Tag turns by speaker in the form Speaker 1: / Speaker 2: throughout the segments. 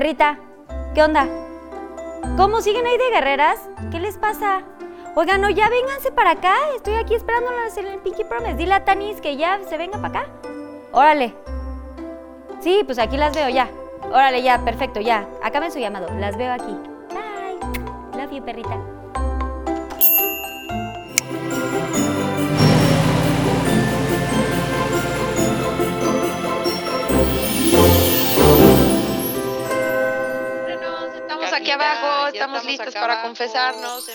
Speaker 1: Rita, ¿qué onda? ¿Cómo siguen ahí de guerreras? ¿Qué les pasa? Oigan, no, ya vénganse para acá. Estoy aquí esperándolas en el Pinky Promise. Dile a Tanis que ya se venga para acá. Órale. Sí, pues aquí las veo ya. Órale, ya, perfecto, ya. Acaben su llamado. Las veo aquí. Bye. Love you, perrita.
Speaker 2: Estamos aquí abajo, estamos listos para confesarnos.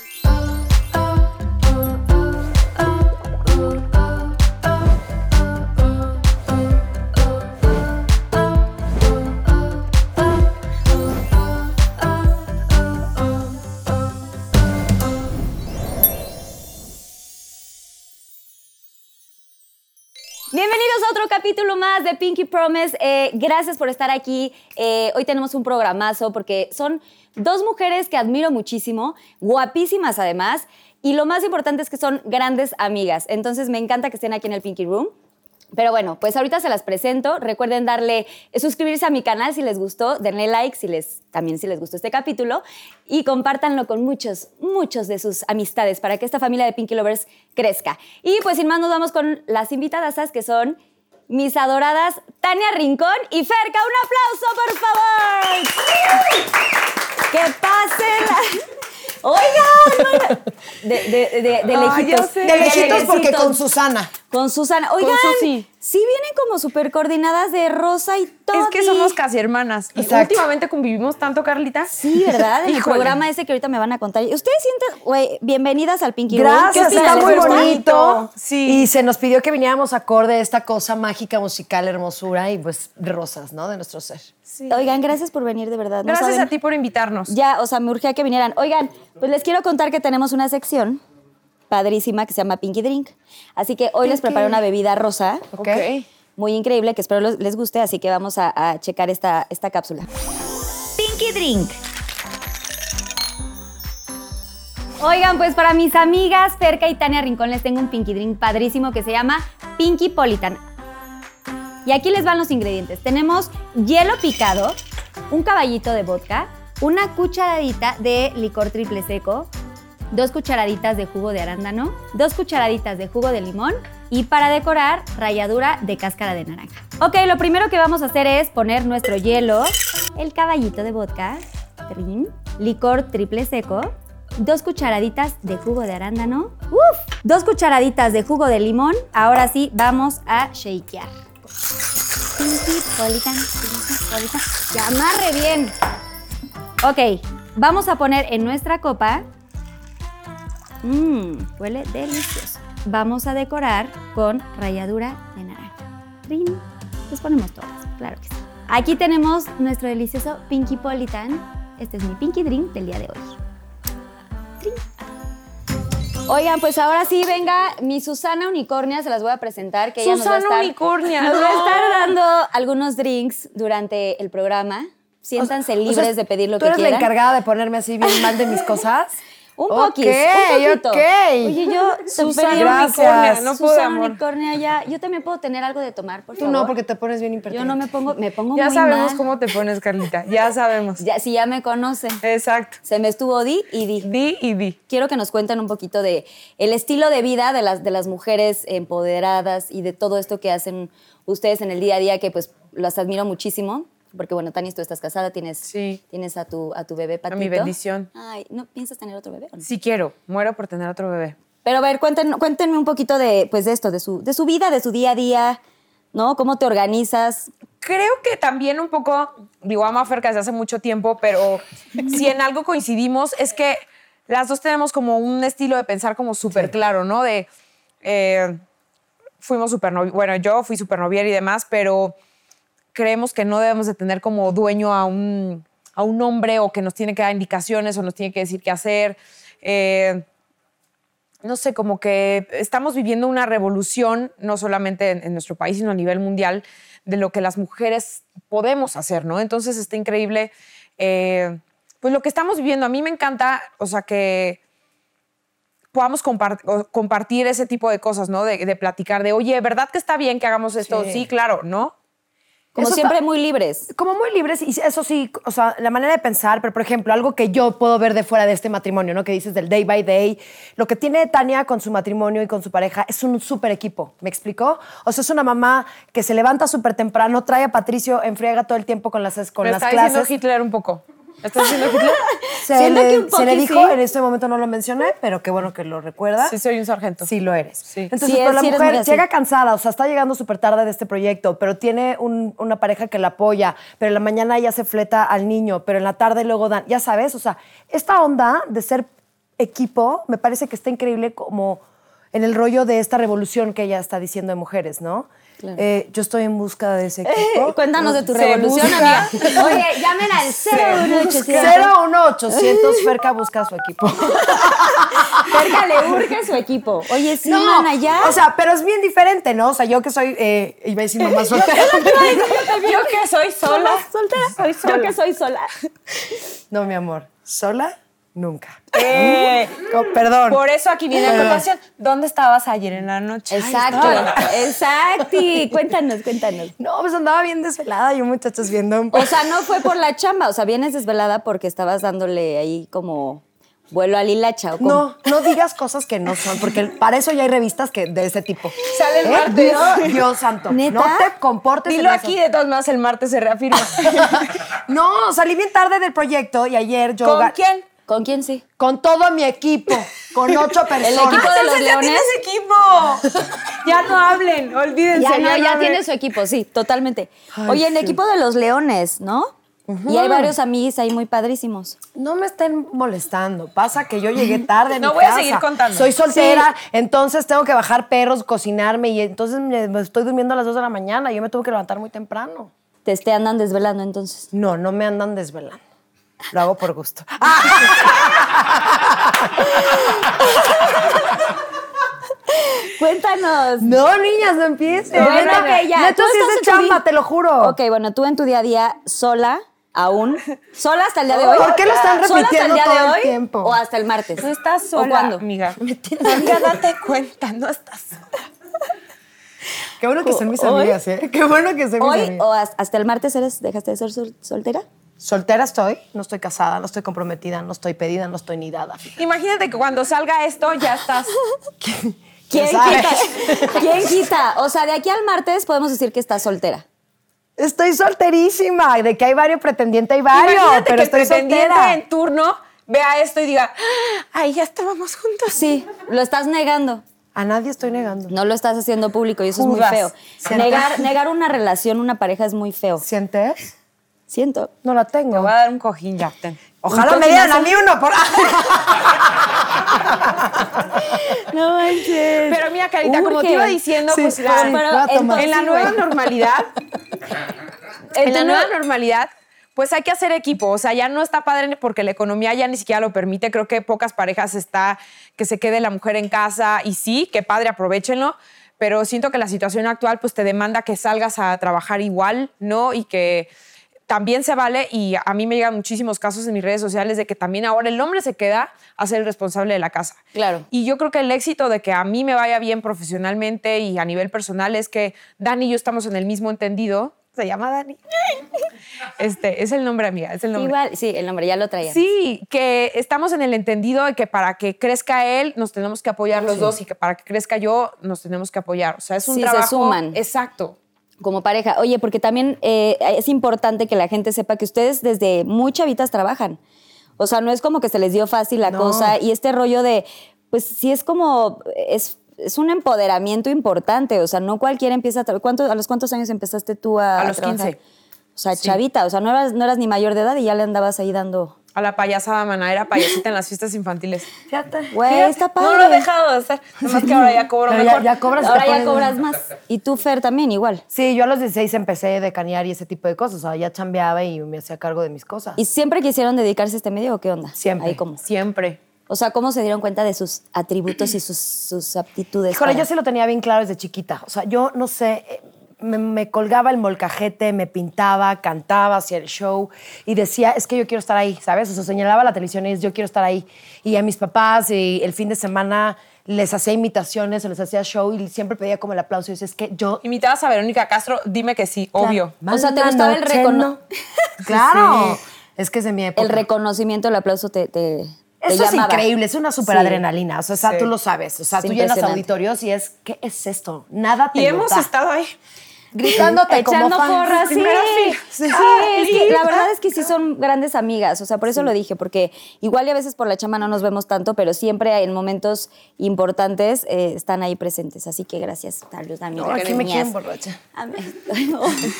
Speaker 1: Bienvenidos a otro capítulo más de Pinky Promise. Eh, gracias por estar aquí. Eh, hoy tenemos un programazo porque son dos mujeres que admiro muchísimo, guapísimas además, y lo más importante es que son grandes amigas. Entonces me encanta que estén aquí en el Pinky Room. Pero bueno, pues ahorita se las presento. Recuerden darle, suscribirse a mi canal si les gustó, denle like si les, también si les gustó este capítulo y compártanlo con muchos, muchos de sus amistades para que esta familia de Pinky Lovers crezca. Y pues sin más nos vamos con las invitadas que son mis adoradas Tania Rincón y Ferca. ¡Un aplauso, por favor! ¡Que pasen! la- Oigan, oigan. de, de, de, de lejitos.
Speaker 3: sé. De lejitos
Speaker 4: porque
Speaker 1: lejitos.
Speaker 4: con Susana.
Speaker 1: Con Susana. Oigan,
Speaker 3: Susi.
Speaker 1: sí vienen como súper coordinadas de Rosa y todo.
Speaker 3: Es que somos casi hermanas. Y
Speaker 4: Exacto.
Speaker 3: últimamente convivimos tanto, Carlita.
Speaker 1: Sí, ¿verdad? En el
Speaker 3: Híjole.
Speaker 1: programa ese que ahorita me van a contar. Ustedes sienten, güey, bienvenidas al Pinky Room. ¿Qué
Speaker 4: Gracias,
Speaker 1: opinan?
Speaker 4: está
Speaker 1: ¿Les
Speaker 4: muy
Speaker 1: gusta?
Speaker 4: bonito.
Speaker 3: Sí.
Speaker 4: Y se nos pidió que viniéramos acorde a esta cosa mágica, musical, hermosura y pues rosas, ¿no? De nuestro ser.
Speaker 1: Oigan, gracias por venir, de verdad. No
Speaker 3: Gracias
Speaker 1: saben-
Speaker 3: a ti por invitarnos.
Speaker 1: Ya, o sea, me urgía que vinieran. Oigan, pues les quiero contar que tenemos una sección padrísima que se llama Pinky Drink. Así que hoy les preparé una bebida rosa.
Speaker 4: ¿Ok?
Speaker 1: Muy increíble, que espero los- les guste, así que vamos a, a checar esta, esta cápsula. Pinky Drink. Oigan, pues para mis amigas Ferca y Tania Rincón les tengo un Pinky Drink padrísimo que se llama Pinky Politan. Y aquí les van los ingredientes. Tenemos hielo picado, un caballito de vodka, una cucharadita de licor triple seco, dos cucharaditas de jugo de arándano, dos cucharaditas de jugo de limón y para decorar, ralladura de cáscara de naranja. Ok, lo primero que vamos a hacer es poner nuestro hielo, el caballito de vodka, trin, licor triple seco, dos cucharaditas de jugo de arándano, ¡uf! dos cucharaditas de jugo de limón. Ahora sí, vamos a shakear. Pinky Politan, Pinky Politan. Que amarre bien. Ok, vamos a poner en nuestra copa Mmm, huele delicioso. Vamos a decorar con ralladura de naranja. Rin. Les ponemos todas, claro que sí. Aquí tenemos nuestro delicioso Pinky Politan. Este es mi Pinky Drink del día de hoy. Trin. Oigan, pues ahora sí, venga, mi Susana Unicornia se las voy a presentar. Que ella nos va a
Speaker 3: Susana
Speaker 1: estar,
Speaker 3: Unicornia,
Speaker 1: Nos va a
Speaker 3: no.
Speaker 1: estar dando algunos drinks durante el programa. Siéntanse libres
Speaker 4: O sea,
Speaker 1: de pedir lo
Speaker 4: ¿Tú
Speaker 1: que
Speaker 4: eres
Speaker 1: quieran.
Speaker 4: la encargada de ponerme así bien mal de mis cosas?
Speaker 1: Un
Speaker 4: Ok,
Speaker 1: poquis, un poquito.
Speaker 4: ok.
Speaker 1: Oye, yo
Speaker 3: Susana
Speaker 1: pedí un
Speaker 3: Unicornia, no pude,
Speaker 1: Susana
Speaker 3: amor.
Speaker 1: Unicornia, ya. Yo también puedo tener algo de tomar, por
Speaker 4: Tú
Speaker 1: favor.
Speaker 4: no, porque te pones bien impertinente.
Speaker 1: yo no me pongo, me pongo
Speaker 3: Ya
Speaker 1: muy
Speaker 3: sabemos
Speaker 1: mal.
Speaker 3: cómo te pones, Carlita. Ya sabemos.
Speaker 1: Ya, si ya me conocen.
Speaker 3: Exacto.
Speaker 1: Se me estuvo di y di.
Speaker 3: Di y di.
Speaker 1: Quiero que nos cuenten un poquito de el estilo de vida de las de las mujeres empoderadas y de todo esto que hacen ustedes en el día a día que pues las admiro muchísimo. Porque bueno, Tanis, tú estás casada, tienes,
Speaker 3: Sí.
Speaker 1: tienes a tu a tu bebé
Speaker 3: mi
Speaker 1: patito.
Speaker 3: bendición.
Speaker 1: Ay, ¿no piensas tener otro bebé? o no?
Speaker 3: Sí quiero. Muero por tener otro bebé.
Speaker 1: Pero a ver, cuenten- cuéntenme un poquito de, pues, de esto, de su, de su vida, de su día a día, ¿no? ¿Cómo te organizas?
Speaker 3: creo que también un poco, digo, amo a Fer desde hace mucho tiempo, pero si en algo coincidimos es que las dos tenemos como un estilo de pensar como súper claro, ¿no? De, eh, fuimos súper, bueno, yo fui súper y demás, pero creemos que no debemos de tener como dueño a un, a un hombre o que nos tiene que dar indicaciones o nos tiene que decir qué hacer. Eh, no sé, como que estamos viviendo una revolución, no solamente en, en nuestro país, sino a nivel mundial, de lo que las mujeres podemos hacer, ¿no? Entonces está increíble, eh, pues lo que estamos viviendo. A mí me encanta, o sea, que podamos compar- o compartir ese tipo de cosas, ¿no? De, de platicar, de, oye, ¿verdad que está bien que hagamos esto? Sí,
Speaker 4: Sí.
Speaker 3: claro, ¿no?
Speaker 1: Como
Speaker 4: Eso
Speaker 1: siempre,
Speaker 4: está-
Speaker 1: muy libres.
Speaker 4: Como muy libres, y eso sí, o sea, la manera de pensar, pero por ejemplo, algo que yo puedo ver de fuera de este matrimonio, ¿no? Que dices del day by day, lo que tiene Tania con su matrimonio y con su pareja es un súper equipo, ¿me explicó? O sea, es una mamá que se levanta súper temprano, trae a Patricio, enfriega todo el tiempo con las, es- con
Speaker 3: Me
Speaker 4: las
Speaker 3: está
Speaker 4: clases.
Speaker 3: diciendo Hitler un poco. ¿Me ¿Estás diciendo Hitler?
Speaker 4: Se
Speaker 1: Siento
Speaker 4: le,
Speaker 1: que un
Speaker 4: se
Speaker 1: poco
Speaker 4: le
Speaker 1: sí.
Speaker 4: dijo, en este momento no lo mencioné, pero qué bueno que lo recuerda.
Speaker 3: Sí, soy un sargento.
Speaker 4: Sí, lo eres.
Speaker 3: Sí.
Speaker 4: Entonces,
Speaker 1: Sí,
Speaker 4: pero
Speaker 1: es-
Speaker 4: la
Speaker 1: sí eres muy
Speaker 4: mujer
Speaker 1: así.
Speaker 4: llega cansada, o sea, está llegando súper tarde de este proyecto, pero tiene un- una pareja que la apoya, pero en la mañana ella se fleta al niño, pero en la tarde luego dan, ya sabes, o sea, esta onda de ser equipo me parece que está increíble como en el rollo de esta revolución que ella está diciendo de mujeres, ¿no? Eh, yo estoy en busca de ese equipo.
Speaker 1: Cuéntanos de tu
Speaker 3: Se
Speaker 1: revolución,
Speaker 3: busca.
Speaker 1: amiga. Oye, llamen al 01800.
Speaker 4: 01800 Ferca busca su equipo.
Speaker 1: Cerca le urge su equipo. Oye, sí,
Speaker 4: No,
Speaker 1: mana, ya.
Speaker 4: o sea, pero es bien diferente, ¿no? O sea, yo que soy, eh, iba a decir mamá soltera.
Speaker 3: Yo que soy sola.
Speaker 1: soltera.
Speaker 3: Soy
Speaker 1: Yo
Speaker 3: sola.
Speaker 1: que soy sola.
Speaker 4: No, mi amor, sola nunca.
Speaker 3: Eh,
Speaker 4: Co- perdón.
Speaker 3: por eso aquí viene la contación. ¿Dónde estabas ayer en la noche?
Speaker 1: Exacto, exacto. Cuéntanos, cuéntanos.
Speaker 4: No, pues andaba bien desvelada y un muchacho viendo un
Speaker 1: O sea, no fue por la chamba, o sea, vienes desvelada porque estabas dándole ahí como vuelo al hilacha o como.
Speaker 4: No, no digas cosas que no son, porque para eso ya hay revistas que de ese tipo. ¿Eh?
Speaker 3: Sale el martes.
Speaker 4: Dios, Dios santo.
Speaker 1: ¿Neta?
Speaker 4: No te comportes
Speaker 3: Dilo
Speaker 4: en eso.
Speaker 3: aquí, de todas maneras el martes se reafirma.
Speaker 4: No, salí bien tarde del proyecto y ayer yo...
Speaker 3: ¿Con
Speaker 4: ga-
Speaker 3: quién?
Speaker 1: ¿Con quién sí?
Speaker 4: Con todo mi equipo, con ocho personas.
Speaker 1: equipo de los
Speaker 3: Entonces Ah, ya
Speaker 1: leones?
Speaker 3: tienes equipo. Ya no hablen, olvídense.
Speaker 1: Ya no, ya
Speaker 3: hablen.
Speaker 1: tiene su equipo, sí, totalmente. Oye, en equipo de los leones, ¿no? Y hay varios amigos ahí muy padrísimos.
Speaker 4: No me estén molestando. Pasa que yo llegué tarde. a
Speaker 3: No
Speaker 4: mi
Speaker 3: voy a
Speaker 4: casa.
Speaker 3: seguir contando.
Speaker 4: Soy soltera, entonces tengo que bajar perros, cocinarme y entonces me, me estoy durmiendo a las 2 de la mañana. Yo me tuve que levantar muy temprano.
Speaker 1: Te, te andan desvelando entonces.
Speaker 4: No, no me andan desvelando. Lo hago por gusto.
Speaker 1: Ah. Cuéntanos.
Speaker 4: No, niñas, no empieces.
Speaker 1: Bueno,
Speaker 4: Neta,
Speaker 1: ok, ya.
Speaker 4: neta,
Speaker 1: Tú
Speaker 4: sí
Speaker 1: estás en
Speaker 4: es de
Speaker 1: tu
Speaker 4: chamba,
Speaker 1: di-
Speaker 4: te lo juro.
Speaker 1: Ok, bueno, tú en tu día a día sola, aún. ¿Sola hasta el día de hoy?
Speaker 4: Oh, ¿Por qué lo están
Speaker 1: ¿Sola hasta
Speaker 4: repitiendo
Speaker 1: día
Speaker 4: todo
Speaker 1: de
Speaker 4: el
Speaker 1: hoy
Speaker 4: tiempo?
Speaker 1: ¿O hasta el martes?
Speaker 3: No estás sola,
Speaker 1: ¿O cuándo?
Speaker 3: amiga. Amiga, date cuenta, no estás sola.
Speaker 4: Qué bueno que son mis
Speaker 1: Hoy-
Speaker 4: amigas, ¿eh? Qué bueno que son mis
Speaker 1: ¿Hoy
Speaker 4: amigas.
Speaker 1: o has- hasta el martes eres, dejaste de ser sol- soltera?
Speaker 4: Soltera estoy, no estoy casada, no estoy comprometida, no estoy pedida, no estoy ni dada.
Speaker 3: Imagínate que cuando salga esto ya estás.
Speaker 1: ¿Quién
Speaker 4: sabe?
Speaker 1: quita? ¿Quién quita? O sea, de aquí al martes podemos decir que estás soltera.
Speaker 4: Estoy solterísima, de que hay varios pretendientes, hay varios,
Speaker 3: Imagínate
Speaker 4: pero
Speaker 3: que el
Speaker 4: estoy
Speaker 3: pretendiente
Speaker 4: soltera.
Speaker 3: en turno vea esto y diga, ay, ya estábamos juntos.
Speaker 1: Sí, lo estás negando.
Speaker 4: A nadie estoy negando.
Speaker 1: No lo estás haciendo público y eso es
Speaker 3: Judas.
Speaker 1: muy feo.
Speaker 4: Siento.
Speaker 1: Negar, negar una relación, una pareja es muy feo.
Speaker 4: ¿Sientes?
Speaker 1: Siento.
Speaker 4: No la
Speaker 3: Te
Speaker 4: tengo.
Speaker 3: voy a dar un cojín, ya. ten.
Speaker 4: Ojalá me dieran a mí uno por.
Speaker 1: No manches.
Speaker 3: Pero mira, Carita, como te iba diciendo,
Speaker 4: Sí,
Speaker 3: pues
Speaker 4: sí,
Speaker 3: la-
Speaker 4: sí, voy a tomar.
Speaker 3: en la
Speaker 1: sí,
Speaker 3: nueva
Speaker 1: güey.
Speaker 3: normalidad, en la
Speaker 1: Entonces-
Speaker 3: nueva normalidad, pues hay que hacer equipo. O sea, ya no está padre porque la economía ya ni siquiera lo permite. Creo que pocas parejas está que se quede la mujer en casa y sí, que padre, aprovechenlo. Pero siento que la situación actual pues te demanda que salgas a trabajar igual, ¿no? Y que también se vale y a mí me llegan muchísimos casos en mis redes sociales de que también ahora el hombre se queda a ser el responsable de la casa.
Speaker 1: Claro.
Speaker 3: Y yo creo que el éxito de que a mí me vaya bien profesionalmente y a nivel personal es que Dani y yo estamos en el mismo entendido. Se llama Dani. Este, es el nombre, amiga, es el nombre.
Speaker 1: Igual, sí, el nombre ya lo traía.
Speaker 3: Sí, que estamos en el entendido de que para que crezca él nos tenemos que apoyar los dos y que para que crezca yo nos tenemos que apoyar. O sea, es un
Speaker 1: Sí, se
Speaker 3: trabajo
Speaker 1: suman.
Speaker 3: exacto.
Speaker 1: Como pareja. Oye, porque también eh, es importante que la gente sepa que ustedes desde muy chavitas trabajan. O sea, no es como que se les dio fácil la cosa. Y este rollo de, pues sí es como, es, es un empoderamiento importante. O sea, no cualquiera empieza a trabajar. ¿A los cuántos años empezaste tú a
Speaker 3: A los
Speaker 1: trabajar?
Speaker 3: 15.
Speaker 1: O sea, chavita. O sea, no eras, no eras ni mayor de edad y ya le andabas ahí dando...
Speaker 3: A la payasada, maná, era payasita en las fiestas infantiles.
Speaker 1: Güey, está padre.
Speaker 3: No lo he dejado de hacer. Nomás que ahora ya cobro
Speaker 4: Pero ya-
Speaker 3: mejor.
Speaker 4: ya cobras y
Speaker 1: Ahora
Speaker 4: te
Speaker 1: ya
Speaker 4: pones-
Speaker 1: cobras más. Y tú, Fer, también igual.
Speaker 4: Sí, yo a los 16 empecé de canear y ese tipo de cosas. O sea, ya chambeaba y me hacía cargo de mis cosas.
Speaker 1: ¿Y siempre quisieron dedicarse a este medio o qué onda?
Speaker 4: Siempre.
Speaker 1: Ahí como.
Speaker 3: Siempre.
Speaker 1: O sea, ¿cómo se dieron cuenta de sus atributos y sus, sus aptitudes?
Speaker 4: Híjole,
Speaker 1: para-
Speaker 4: yo sí lo tenía bien claro desde chiquita. O sea, yo no sé, eh, me, me colgaba el molcajete, me pintaba, cantaba, hacía el show y decía, es que yo quiero estar ahí, ¿sabes? O sea, señalaba la televisión y es, yo quiero estar ahí. Y a mis papás, y el fin de semana les hacía imitaciones, se les hacía show y siempre pedía como el aplauso. Y decía, es que yo.
Speaker 3: Imitabas a Verónica Castro, dime que sí, obvio.
Speaker 1: O sea, ¿te gustaba el
Speaker 4: Manda
Speaker 1: recono-
Speaker 4: noche, no. claro. Es que es de mi época.
Speaker 1: El reconocimiento, el aplauso te, te, te
Speaker 4: Eso es
Speaker 1: llamaba.
Speaker 4: increíble, es una superadrenalina. O sea,
Speaker 3: Sí.
Speaker 4: tú lo sabes. O sea,
Speaker 1: Es
Speaker 4: tú llenas
Speaker 1: impresionante.
Speaker 4: auditorios y es, ¿qué es esto? Nada
Speaker 3: Y
Speaker 4: te lo
Speaker 3: hemos
Speaker 4: da.
Speaker 3: estado ahí.
Speaker 4: gritándote como
Speaker 1: Echando
Speaker 4: fan.
Speaker 1: porras, sí.
Speaker 3: Primera fila.
Speaker 1: Sí, es que la verdad es que sí son grandes amigas, o sea, por eso lo dije, porque igual y a veces por la chama no nos vemos tanto, pero siempre en momentos importantes eh, están ahí presentes. Así que gracias, saludos, amigas.
Speaker 4: No, aquí me
Speaker 1: niñas.
Speaker 4: quieren borracha.
Speaker 1: Am-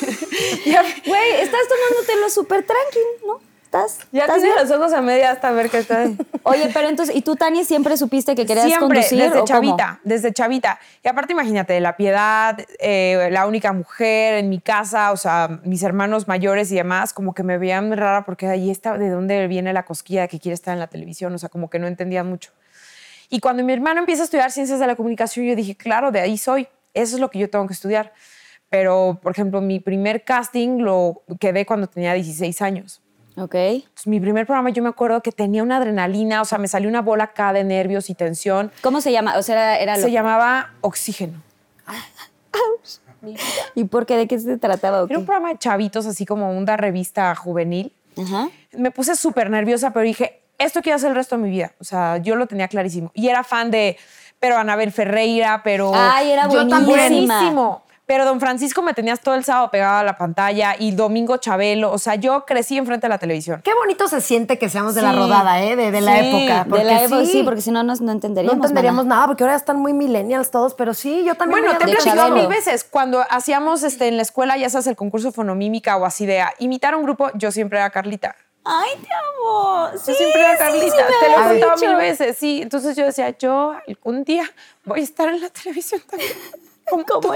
Speaker 1: Güey, estás tomándotelo súper tranqui, ¿no? ¿Estás?
Speaker 3: Ya
Speaker 1: estás
Speaker 3: tienes
Speaker 1: bien?
Speaker 3: los ojos a media hasta ver que está ahí.
Speaker 1: Oye, pero entonces, ¿y tú, Tani, siempre supiste que querías
Speaker 3: Siempre,
Speaker 1: conducir? o
Speaker 3: desde
Speaker 1: cómo?
Speaker 3: chavita, desde chavita. Y aparte, imagínate, la piedad, eh, la única mujer en mi casa, o sea, mis hermanos mayores y demás, como que me veían rara porque ahí está, ¿de dónde viene la cosquilla de que quiere estar en la televisión? O sea, como que no entendían mucho. Y cuando mi hermano empieza a estudiar ciencias de la comunicación, yo dije, claro, de ahí soy, eso es lo que yo tengo que estudiar. Pero, por ejemplo, mi primer casting lo quedé cuando tenía 16 años.
Speaker 1: Ok.
Speaker 3: Entonces, mi primer programa yo me acuerdo que tenía una adrenalina, o sea, me salió una bola acá de nervios y tensión.
Speaker 1: ¿Cómo se llama? O sea, era, era lo-
Speaker 3: Se llamaba Oxígeno.
Speaker 1: ¿Y por qué? ¿De qué se trataba? o
Speaker 3: Era un
Speaker 1: qué?
Speaker 3: programa de chavitos, así como una revista juvenil.
Speaker 1: Ajá.
Speaker 3: Me puse súper nerviosa, pero dije, esto quiero hacer el resto de mi vida. O sea, yo lo tenía clarísimo. Y era fan de, pero Anabel Ferreira, pero...
Speaker 1: Ay, era
Speaker 3: Yo también.
Speaker 1: buenísima.
Speaker 3: Buenísimo. Pero don Francisco me tenías todo el sábado pegado a la pantalla y Domingo Chabelo. O sea, yo crecí enfrente de la televisión.
Speaker 4: Qué bonito se siente que seamos de la
Speaker 3: Sí.
Speaker 4: rodada, ¿eh? De, de la
Speaker 3: Sí,
Speaker 4: época.
Speaker 1: de
Speaker 4: Porque
Speaker 1: la Evo,
Speaker 4: sí,
Speaker 1: sí, porque si no, nos- no
Speaker 4: no
Speaker 1: entenderíamos.
Speaker 4: entenderíamos
Speaker 1: mana.
Speaker 4: nada, porque ahora están muy millennials todos, pero sí, yo también.
Speaker 3: Bueno,
Speaker 4: veía
Speaker 3: te he
Speaker 1: de
Speaker 4: mucho
Speaker 3: platicado
Speaker 1: Chabelo.
Speaker 3: mil veces. Cuando hacíamos este, en la escuela, ya sabes, el concurso fonomímica o así de ah, imitar a un grupo, yo siempre era Carlita.
Speaker 1: Ay, te amo. Sí,
Speaker 3: Yo siempre era
Speaker 1: sí,
Speaker 3: Carlita.
Speaker 1: sí, me
Speaker 3: te lo
Speaker 1: habías
Speaker 3: he contado
Speaker 1: dicho.
Speaker 3: mil veces, sí. Entonces yo decía, yo algún día voy a estar en la televisión también. Como tú.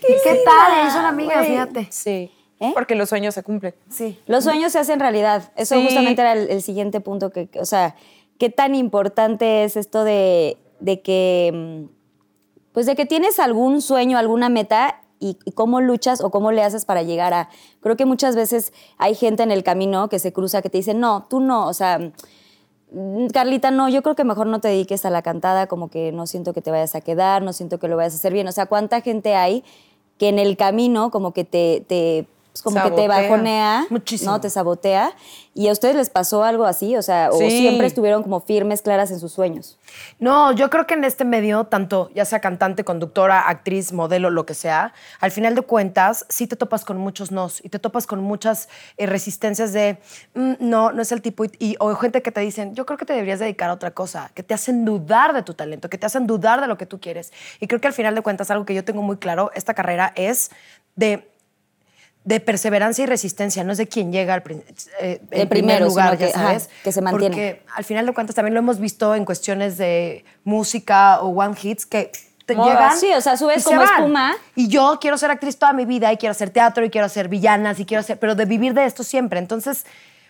Speaker 4: ¿Qué, tal? Son amigas,
Speaker 1: güey.
Speaker 4: fíjate.
Speaker 3: Sí.
Speaker 1: ¿Eh?
Speaker 3: Porque los sueños se cumplen.
Speaker 4: Sí.
Speaker 1: Los sueños se hacen realidad. Eso
Speaker 3: Sí.
Speaker 1: justamente era el, el siguiente punto que, que- o sea, qué tan importante es esto de, de que, mm, pues de que tienes algún sueño, alguna meta y, y cómo luchas o cómo le haces para llegar a. Creo que muchas veces hay gente en el camino que se cruza que te dice, no, tú no, o sea. Mm, Carlita, no, yo creo que mejor no te dediques a la cantada, como que no siento que te vayas a quedar, no siento que lo vayas a hacer bien. O sea, ¿cuánta gente hay que en el camino como que te, te pues, como que te
Speaker 3: Sabotea.
Speaker 1: bajonea,
Speaker 4: Muchísimo.
Speaker 1: no te sabotea? ¿Y a ustedes les pasó algo así? O sea, o
Speaker 3: Sí.
Speaker 1: siempre estuvieron como firmes, claras en sus sueños.
Speaker 4: No, yo creo que en este medio, tanto ya sea cantante, conductora, actriz, modelo, lo que sea, al final de cuentas sí te topas con muchos nos y te topas con muchas eh, resistencias de "Mm, no, no es el tipo y, y- o gente que te dicen, yo creo que te deberías dedicar a otra cosa, que te hacen dudar de tu talento, que te hacen dudar de lo que tú quieres. Y creo que al final de cuentas algo que yo tengo muy claro, esta carrera es de de perseverancia y resistencia, no es de quién llega al prin- eh, en
Speaker 1: El primero,
Speaker 4: primer lugar,
Speaker 1: sino que,
Speaker 4: ya
Speaker 1: ajá,
Speaker 4: sabes,
Speaker 1: que se mantiene.
Speaker 4: Porque al final de cuentas también lo hemos visto en cuestiones de música o one hits que te
Speaker 3: Moda.
Speaker 4: llegan.
Speaker 1: Sí, o sea, subes
Speaker 4: y se
Speaker 1: como
Speaker 4: van.
Speaker 1: espuma.
Speaker 4: Y yo quiero ser actriz toda mi vida y quiero hacer teatro y quiero hacer villanas y quiero hacer, pero de vivir de esto siempre. Entonces,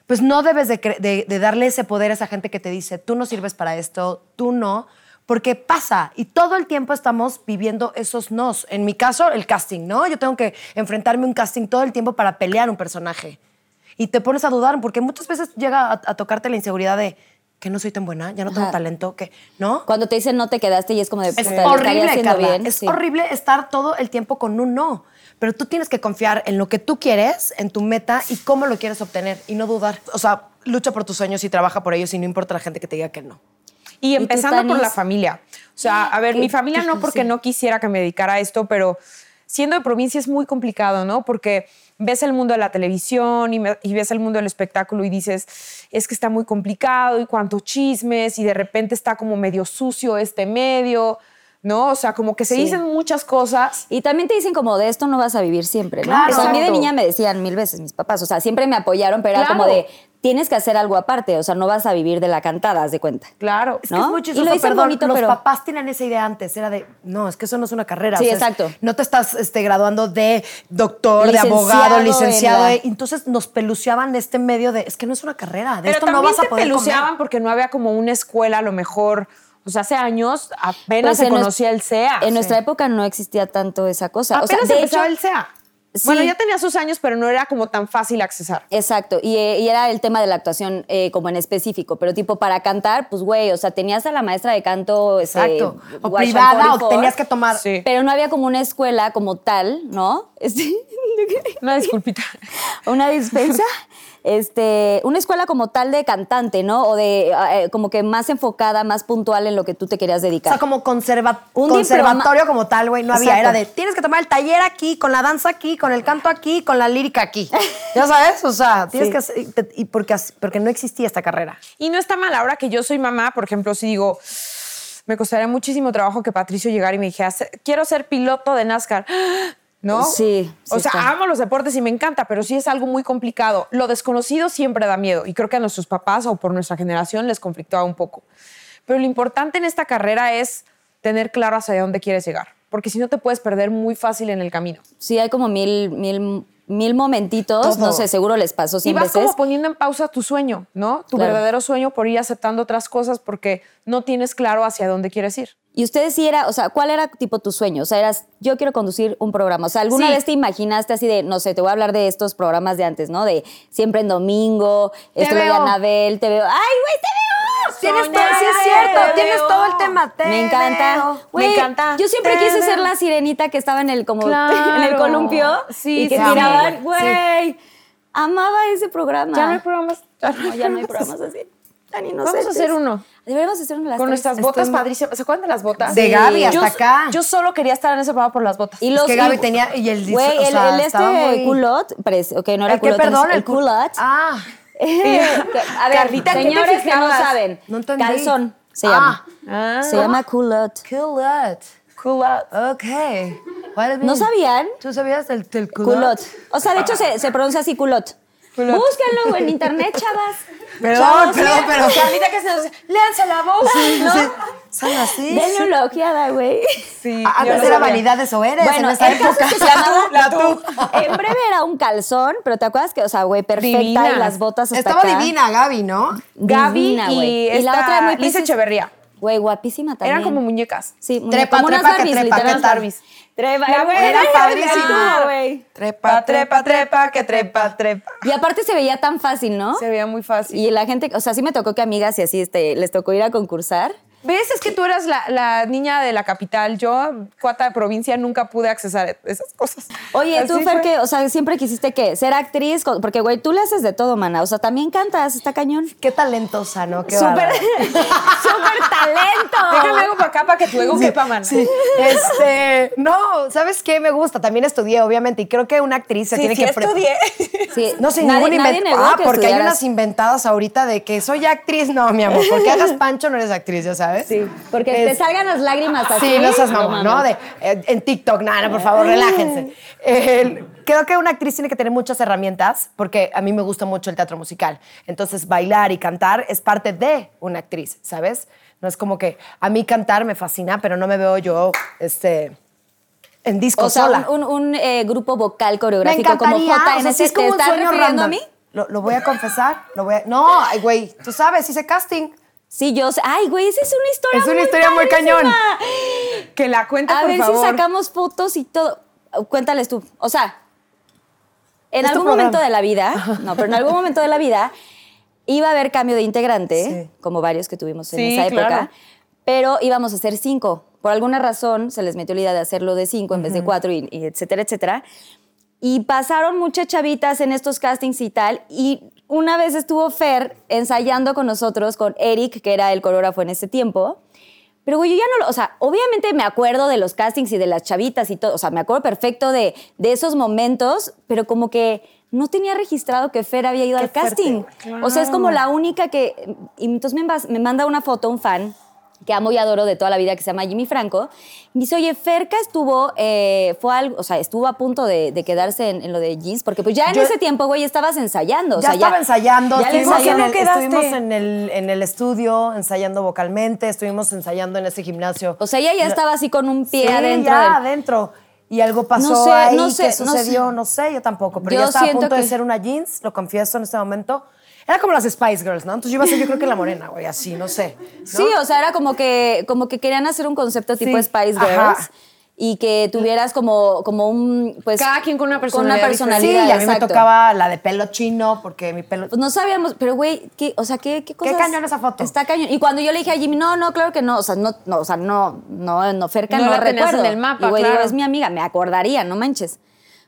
Speaker 4: pues no debes de, cre- de- de darle ese poder a esa gente que te dice, tú no sirves para esto, tú no. Porque pasa y todo el tiempo estamos viviendo esos nos. En mi caso, el casting, ¿no? Yo tengo que enfrentarme a un casting todo el tiempo para pelear un personaje y te pones a dudar, porque muchas veces llega a, a tocarte la inseguridad de que no soy tan buena, ya no tengo
Speaker 1: Ajá.
Speaker 4: talento, que no.
Speaker 1: Cuando te dicen no te quedaste y es como de,
Speaker 4: Es
Speaker 1: "Puta, lo estaría
Speaker 4: horrible,
Speaker 1: haciendo
Speaker 4: Carla.
Speaker 1: bien",
Speaker 4: es
Speaker 1: sí.
Speaker 4: horrible estar todo el tiempo con un no. Pero tú tienes que confiar en lo que tú quieres, en tu meta y cómo lo quieres obtener y no dudar. O sea, lucha por tus sueños y trabaja por ellos y no importa la gente que te diga que no.
Speaker 3: Y
Speaker 1: tú,
Speaker 3: empezando por
Speaker 1: Tanis?
Speaker 3: la familia. O sea, a ver, mi familia no porque no quisiera que me dedicara a esto, pero siendo de provincia es muy complicado, ¿no? Porque ves el mundo de la televisión y, me- y ves el mundo del espectáculo y dices, es que está muy complicado y cuántos chismes y de repente está como medio sucio este medio, ¿no? O sea, como que se
Speaker 1: Sí.
Speaker 3: dicen muchas cosas.
Speaker 1: Y también te dicen como de esto no vas a vivir siempre, ¿no?
Speaker 4: Claro.
Speaker 1: o sea, a mí de
Speaker 4: Exacto.
Speaker 1: niña me decían mil veces mis papás, o sea, siempre me apoyaron, pero era
Speaker 3: Claro.
Speaker 1: como de tienes que hacer algo aparte, o sea, no vas a vivir de la cantada, haz de cuenta.
Speaker 3: Claro.
Speaker 4: Es
Speaker 1: ¿No?
Speaker 4: que es muy
Speaker 1: Y lo
Speaker 4: chistoso,
Speaker 1: dicen
Speaker 4: perdón,
Speaker 1: bonito,
Speaker 4: los
Speaker 1: pero-
Speaker 4: papás tienen esa idea antes, era de, no, es que eso no es una carrera.
Speaker 1: Sí,
Speaker 4: o sea, es-
Speaker 1: exacto.
Speaker 4: no te estás este, graduando de doctor,
Speaker 1: Licenciado
Speaker 4: de abogado,
Speaker 1: en
Speaker 4: licenciado.
Speaker 1: la-
Speaker 4: eh, Entonces nos peluciaban este medio de, es que no es una carrera, de
Speaker 3: Pero
Speaker 4: esto no
Speaker 3: también
Speaker 4: vas a
Speaker 3: te
Speaker 4: poder
Speaker 3: peluceaban
Speaker 4: comer.
Speaker 3: porque no había como una escuela a lo mejor. O sea, hace años apenas
Speaker 1: Pues
Speaker 3: se
Speaker 1: en nues-
Speaker 3: conocía el SEA.
Speaker 1: En nuestra época no existía tanto esa cosa.
Speaker 3: Apenas
Speaker 1: o sea, de
Speaker 3: empezaba
Speaker 1: hecho,
Speaker 3: el SEA.
Speaker 1: Sí.
Speaker 3: Bueno, ya tenía sus años, pero no era como tan fácil accesar.
Speaker 1: Exacto, y, eh, y era el tema de la actuación eh, como en específico, pero tipo para cantar, pues güey, o sea, tenías a la maestra de canto este,
Speaker 4: Exacto. O
Speaker 1: Guachán
Speaker 4: privada, o
Speaker 1: 44,
Speaker 4: tenías que tomar.
Speaker 3: Sí.
Speaker 1: Pero no había como una escuela como tal, ¿no? Este,
Speaker 3: Una disculpita.
Speaker 1: una dispensa, este, una escuela como tal de cantante, ¿no? O de eh, como que más enfocada, más puntual en lo que tú te querías
Speaker 4: O
Speaker 1: dedicar.
Speaker 4: sea, como conserva-
Speaker 1: Un
Speaker 4: conservatorio
Speaker 1: diploma-
Speaker 4: como tal, güey, no había.
Speaker 1: Exacto.
Speaker 4: Era de, tienes que tomar el taller aquí, con la danza aquí, con el canto aquí, con la lírica aquí. ya sabes, o sea, tienes
Speaker 1: Sí.
Speaker 4: que... hacer- y te- Y porque, as- porque no existía esta carrera.
Speaker 3: Y no está mal ahora que yo soy mamá, por ejemplo, si digo, me costaría muchísimo trabajo que Patricio llegara y me dijera, "Se- quiero ser piloto de NASCAR. ¿No?
Speaker 1: Sí, sí
Speaker 3: O sea,
Speaker 1: está.
Speaker 3: amo los deportes y me encanta, pero sí es algo muy complicado. Lo desconocido siempre da miedo y creo que a nuestros papás o por nuestra generación les conflictaba un poco. Pero lo importante en esta carrera es tener claro hacia dónde quieres llegar, porque si no te puedes perder muy fácil en el camino.
Speaker 1: Sí, hay como mil, mil, mil momentitos,
Speaker 4: Todo.
Speaker 1: no sé, seguro les pasó
Speaker 3: Y
Speaker 1: cien
Speaker 3: vas
Speaker 1: veces.
Speaker 3: como poniendo en pausa tu sueño, ¿no? Tu
Speaker 1: Claro.
Speaker 3: verdadero sueño por ir aceptando otras cosas porque no tienes claro hacia dónde quieres ir.
Speaker 1: Y ustedes sí era, o sea, ¿cuál era tipo tu sueño? O sea, eras, yo quiero conducir un programa. O sea, ¿alguna
Speaker 3: Sí.
Speaker 1: vez te imaginaste así de, no sé, te voy a hablar de estos programas de antes, ¿no? De siempre en domingo, estuve de
Speaker 3: veo.
Speaker 1: Anabel, te veo. ¡Ay, güey, te veo!
Speaker 4: Tienes todo,
Speaker 3: Soñar,
Speaker 4: sí es cierto,
Speaker 3: te
Speaker 4: tienes
Speaker 3: veo.
Speaker 4: todo el tema. te
Speaker 1: me
Speaker 4: veo.
Speaker 1: encanta. Güey,
Speaker 3: Me encanta.
Speaker 1: Yo siempre
Speaker 3: Te
Speaker 1: quise
Speaker 3: veo.
Speaker 1: ser la sirenita que estaba en el como en el
Speaker 3: Claro.
Speaker 1: columpio
Speaker 3: Sí,
Speaker 1: y que
Speaker 3: sí,
Speaker 1: tiraban,
Speaker 4: güey, sí.
Speaker 1: güey. Amaba ese programa.
Speaker 3: Ya no hay programas. Ya no hay,
Speaker 1: No, ya no hay programas así. Tan inocentes.
Speaker 3: Vamos a hacer uno.
Speaker 1: Deberíamos hacer uno de las
Speaker 3: Con
Speaker 1: tres.
Speaker 3: nuestras
Speaker 1: Estoy
Speaker 3: botas
Speaker 1: muy-
Speaker 3: padrísimas. ¿Se acuerdan de las botas?
Speaker 4: De
Speaker 3: Sí.
Speaker 4: Gaby hasta
Speaker 3: Yo-
Speaker 4: acá.
Speaker 3: Yo solo quería estar en ese programa por las botas.
Speaker 1: Y
Speaker 4: Es
Speaker 1: los,
Speaker 4: que Gaby
Speaker 1: y-
Speaker 4: tenía- y el dis-
Speaker 1: Güey,
Speaker 4: o
Speaker 1: el,
Speaker 4: sea,
Speaker 1: el
Speaker 4: estaba
Speaker 1: este
Speaker 4: muy-
Speaker 1: culot, pres- ok, no era
Speaker 4: ¿El Eh, qué,
Speaker 1: culot,
Speaker 4: perdón?
Speaker 1: el
Speaker 4: cu-
Speaker 1: culot.
Speaker 4: Ah,
Speaker 1: Que- a ver,
Speaker 3: Carlita, ¿en qué te
Speaker 1: señores que no
Speaker 3: fijabas?
Speaker 1: saben,
Speaker 4: No entendí.
Speaker 1: calzón se
Speaker 4: Ah.
Speaker 1: llama.
Speaker 3: Ah.
Speaker 1: se llama culot.
Speaker 4: cool it.
Speaker 3: Cool out.
Speaker 4: Ok. What do you
Speaker 1: ¿No
Speaker 4: mean?
Speaker 1: sabían?
Speaker 4: ¿Tú sabías del, del culot?
Speaker 1: Culot. O sea, de hecho se, se pronuncia así culot.
Speaker 3: Culot.
Speaker 1: Búsquenlo en internet, chavas.
Speaker 4: Perdón, perdón, pero...
Speaker 3: Carlita que se nos... ¡Léanse la boca! ¿no?
Speaker 4: Sí, ¿Son así?
Speaker 1: Denle una ojeada, güey.
Speaker 3: Sí,
Speaker 4: A-
Speaker 3: yo
Speaker 4: Antes
Speaker 3: no
Speaker 4: era
Speaker 3: sabía.
Speaker 4: validades o eres en
Speaker 1: Bueno,
Speaker 4: esa
Speaker 1: el caso
Speaker 4: época.
Speaker 1: es que se llamaba-
Speaker 3: La tú.
Speaker 1: En breve era un calzón, pero ¿te acuerdas que, o sea, güey, perfecta
Speaker 3: Divina.
Speaker 1: y las botas hasta
Speaker 4: Estaba
Speaker 1: acá?
Speaker 4: divina Gaby, ¿no?
Speaker 3: Gaby
Speaker 1: Divina,
Speaker 3: y,
Speaker 1: güey.
Speaker 3: esta,
Speaker 1: la otra muy
Speaker 3: Liz
Speaker 1: piscis-
Speaker 3: Echeverría.
Speaker 1: Güey, guapísima también.
Speaker 3: Eran como muñecas.
Speaker 1: Sí, muy
Speaker 4: Trepa,
Speaker 1: como unas
Speaker 4: trepa, que
Speaker 1: Barbies,
Speaker 4: trepa,
Speaker 1: literal.
Speaker 4: ¿qué tal?
Speaker 1: Trepa, güey,
Speaker 3: La güey,
Speaker 1: era
Speaker 3: era
Speaker 1: padrísima,
Speaker 3: padrísima.
Speaker 1: güey.
Speaker 3: Trepa, trepa, trepa, que trepa, trepa.
Speaker 1: Y aparte se veía tan fácil, ¿no?
Speaker 3: Se veía muy fácil.
Speaker 1: Y la gente, o sea, sí me tocó que amigas y así este, les tocó ir a concursar.
Speaker 3: ¿Ves? Es que tú eras la, la niña de la capital. Yo, cuata de provincia, nunca pude accesar esas cosas.
Speaker 1: Oye, tú,
Speaker 3: Así
Speaker 1: Fer,
Speaker 3: fue.
Speaker 1: que, o sea, siempre quisiste que ser actriz, Con- porque, güey, tú le haces de todo, mana. O sea, también cantas, está cañón.
Speaker 4: Qué talentosa, ¿no? Qué
Speaker 1: Súper,
Speaker 4: bárbara.
Speaker 1: súper talento.
Speaker 3: Déjame algo para acá para que tu ego quepa, man.
Speaker 4: Sí, este, no, ¿sabes qué? Me gusta, también estudié, obviamente, y creo que una actriz se
Speaker 3: Sí,
Speaker 4: tiene
Speaker 3: sí
Speaker 4: que... pre-
Speaker 3: estudié.
Speaker 1: Sí,
Speaker 4: No, sin
Speaker 1: nadie-
Speaker 4: ningún
Speaker 1: nadie
Speaker 4: invento.
Speaker 1: negó
Speaker 4: Ah,
Speaker 1: que
Speaker 4: porque hay
Speaker 1: estudiaras.
Speaker 4: unas inventadas ahorita de que soy actriz. No, mi amor, porque hagas pancho no eres actriz, ya sabes. Este,
Speaker 1: Sí, porque te
Speaker 4: Es-
Speaker 1: salgan las lágrimas así.
Speaker 4: Sí, no seas mamón, ¿no?
Speaker 1: mames.
Speaker 4: De, eh, en TikTok, nada, por favor, relájense. El- creo que una actriz tiene que tener muchas herramientas, porque a mí me gusta mucho el teatro musical. Entonces, bailar y cantar es parte de una actriz, ¿sabes? No es como que a mí cantar me fascina, pero no me veo yo este, en disco
Speaker 1: O sea,
Speaker 4: sola.
Speaker 1: un, un- un, eh, grupo vocal
Speaker 4: me
Speaker 1: coreográfico como
Speaker 4: encantaría.
Speaker 1: J
Speaker 4: o sea, sí es como
Speaker 1: ¿te
Speaker 4: un
Speaker 1: estás
Speaker 4: sueño
Speaker 1: refiriendo
Speaker 4: random.
Speaker 1: a mí?
Speaker 4: Lo, lo voy a confesar, lo voy a... No, ay, güey, tú sabes, hice casting.
Speaker 1: Sí, yo sé. Ay, güey, esa es una historia
Speaker 4: Es una
Speaker 1: muy
Speaker 4: historia muy
Speaker 1: padrísima.
Speaker 4: cañón.
Speaker 3: Que la cuenta,
Speaker 1: A
Speaker 3: por
Speaker 1: ver
Speaker 3: favor.
Speaker 1: si sacamos fotos y todo. Cuéntales tú. O sea, en
Speaker 4: Es tu
Speaker 1: algún
Speaker 4: programa.
Speaker 1: momento de la vida, no, pero en algún momento de la vida iba a haber cambio de integrante,
Speaker 4: Sí.
Speaker 1: como varios que tuvimos en
Speaker 3: Sí,
Speaker 1: esa época,
Speaker 3: claro.
Speaker 1: pero íbamos a ser cinco. Por alguna razón se les metió la idea de hacerlo de cinco en vez de cuatro, y, y etcétera, etcétera. Y pasaron muchas chavitas en estos castings y tal. Y una vez estuvo Fer ensayando con nosotros, con Eric, que era el coreógrafo en ese tiempo. Pero, güey, yo ya no lo. O sea, obviamente me acuerdo de los castings y de las chavitas y todo. O sea, me acuerdo perfecto de, de esos momentos, pero como que no tenía registrado que Fer había ido al casting. O sea, es como la única que. Y entonces me, envas- me manda una foto un fan que amo y adoro de toda la vida, que se llama Jimmy Franco, y me dice, oye, Ferca estuvo, eh, fue algo, o sea, estuvo a punto de, de quedarse en, en lo de jeans, porque pues ya en
Speaker 4: Yo-
Speaker 1: ese tiempo, güey, estabas ensayando. o
Speaker 4: ya
Speaker 1: sea,
Speaker 4: estaba ensayando,
Speaker 1: ya le
Speaker 4: estuvimos,
Speaker 1: ensayo-
Speaker 4: en
Speaker 3: no
Speaker 4: el,
Speaker 3: quedaste?
Speaker 4: estuvimos en el, en el estudio ensayando vocalmente, estuvimos ensayando en ese gimnasio.
Speaker 1: O sea, ella ya estaba así con un pie
Speaker 4: Sí,
Speaker 1: adentro.
Speaker 4: ya
Speaker 1: del-
Speaker 4: adentro. Y algo pasó
Speaker 1: No sé,
Speaker 4: ahí,
Speaker 1: no sé,
Speaker 4: ¿qué
Speaker 1: no
Speaker 4: sucedió?
Speaker 1: sé.
Speaker 4: No sé. yo tampoco, pero
Speaker 1: Yo
Speaker 4: yo estaba a
Speaker 1: siento
Speaker 4: punto de
Speaker 1: que-
Speaker 4: ser una jeans, lo confieso en este momento. Era como las Spice Girls, ¿no? Entonces yo iba a ser yo creo que la morena, güey, así, no sé. ¿no?
Speaker 1: Sí, o sea, era como que, como que querían hacer un concepto tipo
Speaker 4: Sí,
Speaker 1: Spice Girls.
Speaker 4: ajá.
Speaker 1: y que tuvieras como, como un... Pues,
Speaker 3: Cada quien con una
Speaker 1: Con una
Speaker 3: personalidad diferente.
Speaker 1: personalidad,
Speaker 4: Sí, y a mí me
Speaker 1: exacto.
Speaker 4: tocaba la de pelo chino porque mi pelo...
Speaker 1: Pues no sabíamos, pero güey, ¿qué, o sea, ¿qué, qué cosas?
Speaker 4: cañón esa foto.
Speaker 1: Está cañón. Y cuando yo le dije a Jimmy, no, no, claro que no, o sea, no, no, o sea, no, no, no, Ferca,
Speaker 3: No
Speaker 1: no,
Speaker 3: la tenías
Speaker 1: recuerdo.
Speaker 3: en el mapa,
Speaker 1: y güey,
Speaker 3: claro.
Speaker 1: digo, es mi amiga, me acordaría, no manches.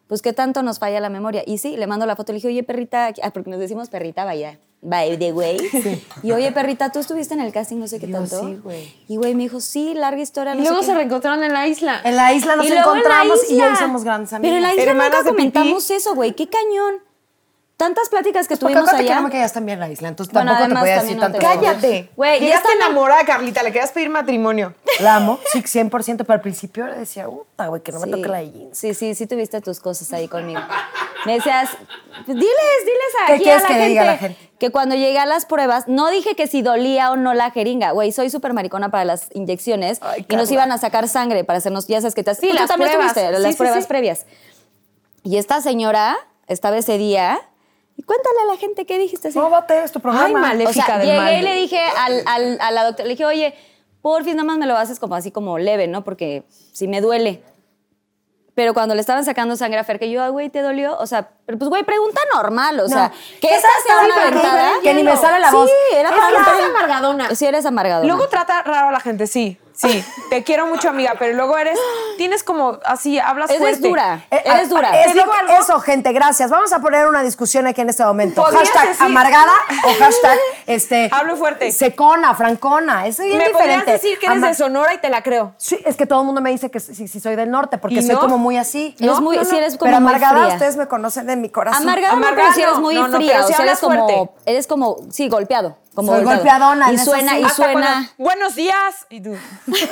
Speaker 1: Pues qué tanto nos falla la memoria. Y sí, le mando la foto, le dije, oye, perrita, ah, porque nos decimos perrita, vaya. By the way. Y oye, perrita, tú estuviste en el casting, no sé qué tanto.
Speaker 4: sí, güey.
Speaker 1: Y güey, me dijo, sí, larga historia.
Speaker 3: Y
Speaker 1: no sé
Speaker 3: luego
Speaker 1: qué".
Speaker 3: se reencontraron en la isla.
Speaker 4: En la isla nos
Speaker 1: Y luego en la
Speaker 4: encontramos y hoy
Speaker 1: isla.
Speaker 4: somos grandes amigas.
Speaker 1: Pero en la isla
Speaker 3: Hermanas
Speaker 1: nunca
Speaker 3: de pipí.
Speaker 1: comentamos eso, güey, qué cañón. Tantas pláticas que
Speaker 4: Porque
Speaker 1: tuvimos
Speaker 4: acuérdate
Speaker 1: allá.
Speaker 4: que no me quedas tan bien en la isla, entonces
Speaker 1: Bueno,
Speaker 4: tampoco te
Speaker 1: además,
Speaker 4: podía decir
Speaker 1: también no
Speaker 4: tanto.
Speaker 1: te-
Speaker 3: Cállate.
Speaker 1: Güey, ya
Speaker 3: Llegaste
Speaker 1: están-
Speaker 3: enamorada, Carlita, le querías pedir matrimonio.
Speaker 4: La amo, sí, 100%, pero al principio le decía, puta, güey, que no me toque la de jeans.
Speaker 1: Sí, sí, sí tuviste tus cosas ahí conmigo. Me decías, diles, diles
Speaker 4: ¿Qué
Speaker 1: aquí
Speaker 4: quieres
Speaker 1: a la,
Speaker 4: que le
Speaker 1: gente
Speaker 4: diga a la gente?
Speaker 1: que cuando llegué a las pruebas, no dije que si dolía o no la jeringa. Güey, soy súper maricona para las inyecciones
Speaker 3: Ay,
Speaker 1: y nos
Speaker 3: Carla.
Speaker 1: iban a sacar sangre para hacernos, ya sabes que te has-
Speaker 3: Sí,
Speaker 1: tú
Speaker 3: las
Speaker 1: también
Speaker 3: pruebas.
Speaker 1: tuviste
Speaker 3: Sí,
Speaker 1: las
Speaker 3: sí,
Speaker 1: pruebas
Speaker 3: sí.
Speaker 1: previas. Y esta señora estaba ese día y cuéntale a la gente qué dijiste. señora.
Speaker 4: No bates tu programa.
Speaker 3: Ay, male-
Speaker 1: O sea,
Speaker 3: Maléfica del
Speaker 1: llegué
Speaker 3: mal.
Speaker 1: y le dije al- al- a la doctora, le dije, oye, por fin nada más me lo haces como así como leve, ¿no? Porque sí me duele. Pero cuando le estaban sacando sangre a Fer, que yo, "Ay, güey, ¿te dolió? O sea, pero pues, güey, pregunta normal, o sea, que
Speaker 4: ¿Qué
Speaker 1: esa
Speaker 4: tal
Speaker 1: sea
Speaker 4: tal
Speaker 1: una
Speaker 4: para que
Speaker 1: verdad.
Speaker 4: ver? Que ni me sale la voz.
Speaker 1: Sí, era
Speaker 4: Es
Speaker 1: para
Speaker 4: que
Speaker 1: romper
Speaker 4: eres
Speaker 1: el-
Speaker 3: amargadona.
Speaker 1: Sí, eres amargadona.
Speaker 3: Luego trata raro a la gente, sí, sí. Te quiero mucho, amiga, pero luego eres, tienes como así, hablas
Speaker 1: Eres
Speaker 3: fuerte.
Speaker 1: dura.
Speaker 4: Eh,
Speaker 1: Eres
Speaker 4: ah,
Speaker 1: dura.
Speaker 4: es
Speaker 3: ¿Te
Speaker 4: lo
Speaker 3: digo
Speaker 4: que-
Speaker 3: algo?
Speaker 4: eso, gente, gracias. Vamos a poner una discusión aquí en este momento.
Speaker 3: Podrías
Speaker 4: Hashtag
Speaker 3: decir-
Speaker 4: amargada o hashtag este.
Speaker 3: Hablo fuerte.
Speaker 4: Secona, francona. Es bien
Speaker 3: Me podrías
Speaker 4: diferente.
Speaker 3: decir que eres
Speaker 4: Ama-
Speaker 3: de Sonora y te la creo.
Speaker 4: Sí, es que todo el mundo me dice que si, si soy del norte, porque
Speaker 3: ¿Y
Speaker 4: soy
Speaker 3: no?
Speaker 4: como muy así.
Speaker 1: Eres muy- sí, eres como
Speaker 4: Pero
Speaker 1: muy
Speaker 4: amargada,
Speaker 1: fría.
Speaker 4: ustedes me conocen de mi corazón.
Speaker 1: Amargada, no,
Speaker 3: Amargada
Speaker 1: pero sí eres
Speaker 3: no,
Speaker 1: muy
Speaker 3: no, no,
Speaker 1: fría,
Speaker 3: pero
Speaker 1: o
Speaker 3: sí
Speaker 1: sea, eres
Speaker 3: hablas
Speaker 1: como,
Speaker 3: fuerte.
Speaker 1: eres como, sí, golpeado. Como
Speaker 4: Soy
Speaker 1: golpeado.
Speaker 4: golpeadona,
Speaker 1: Y
Speaker 4: en eso
Speaker 1: suena,
Speaker 4: sí.
Speaker 1: y
Speaker 4: Hasta
Speaker 3: Hasta
Speaker 1: suena,
Speaker 3: cuando, Buenos días. Y tú,
Speaker 4: Sí,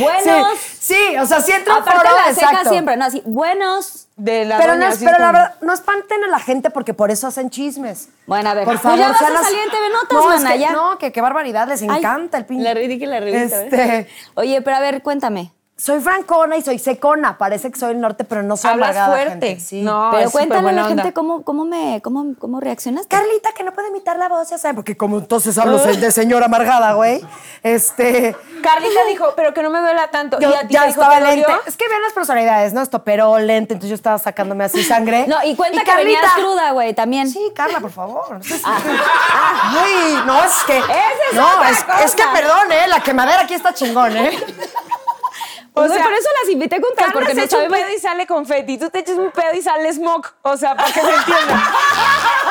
Speaker 1: buenos.
Speaker 4: sí, o sea, si entro por
Speaker 1: Aparte la ceja siempre, ¿no? Así, buenos.
Speaker 3: de la
Speaker 4: Pero,
Speaker 3: doña,
Speaker 4: no es-
Speaker 3: así
Speaker 4: pero
Speaker 3: como-
Speaker 4: la verdad, no espanten a la gente porque por eso hacen chismes.
Speaker 1: Bueno, a ver.
Speaker 4: Por
Speaker 1: Pues
Speaker 4: favor,
Speaker 1: ya vas
Speaker 4: sean
Speaker 1: a
Speaker 4: las-
Speaker 1: salir en TV Notas,
Speaker 4: no, es
Speaker 1: mana,
Speaker 4: que-
Speaker 1: ya.
Speaker 4: No, que qué barbaridad, les
Speaker 1: Ay,
Speaker 4: encanta el pinche.
Speaker 1: La ridícula ¿eh? revista. ¿verdad?
Speaker 4: Este,
Speaker 1: Oye, pero a ver, cuéntame.
Speaker 4: soy francona y soy secona. Parece que soy el norte, pero no soy
Speaker 3: Hablas
Speaker 4: amargada,
Speaker 3: fuerte.
Speaker 4: gente, sí.
Speaker 3: No,
Speaker 1: pero
Speaker 3: es súper
Speaker 1: cuéntale a la
Speaker 3: buena onda.
Speaker 1: gente cómo, cómo me, cómo, cómo reaccionaste.
Speaker 4: Carlita, que no puede imitar la voz, ya saben, porque como entonces hablo de señora amargada, güey. Este.
Speaker 3: Carlita dijo, pero que no me duela tanto.
Speaker 4: yo
Speaker 3: y a ti
Speaker 4: ya
Speaker 3: te dijo,
Speaker 4: estaba
Speaker 3: ¿te dolió?
Speaker 4: lente. Es que vean las personalidades, ¿no? Estoperó, lente, entonces yo estaba sacándome así sangre.
Speaker 1: ¿Eh? No, y cuenta que
Speaker 4: Carlita-
Speaker 1: venías cruda, güey, también.
Speaker 4: Sí, Carla, por favor. Ay, Ah, no, es que.
Speaker 1: es
Speaker 4: no,
Speaker 1: otra
Speaker 4: es,
Speaker 1: cosa.
Speaker 4: es que perdón, ¿eh? La quemadera aquí está chingón, ¿eh?
Speaker 3: O
Speaker 1: Pues, Güey,
Speaker 3: sea,
Speaker 1: por eso las invité con tal,
Speaker 3: Carla
Speaker 1: porque
Speaker 3: se
Speaker 1: no
Speaker 3: echa un
Speaker 1: sabemos.
Speaker 3: pedo y sale confeti. Tú te echas un pedo y sale smoke. O sea, para que se entienda.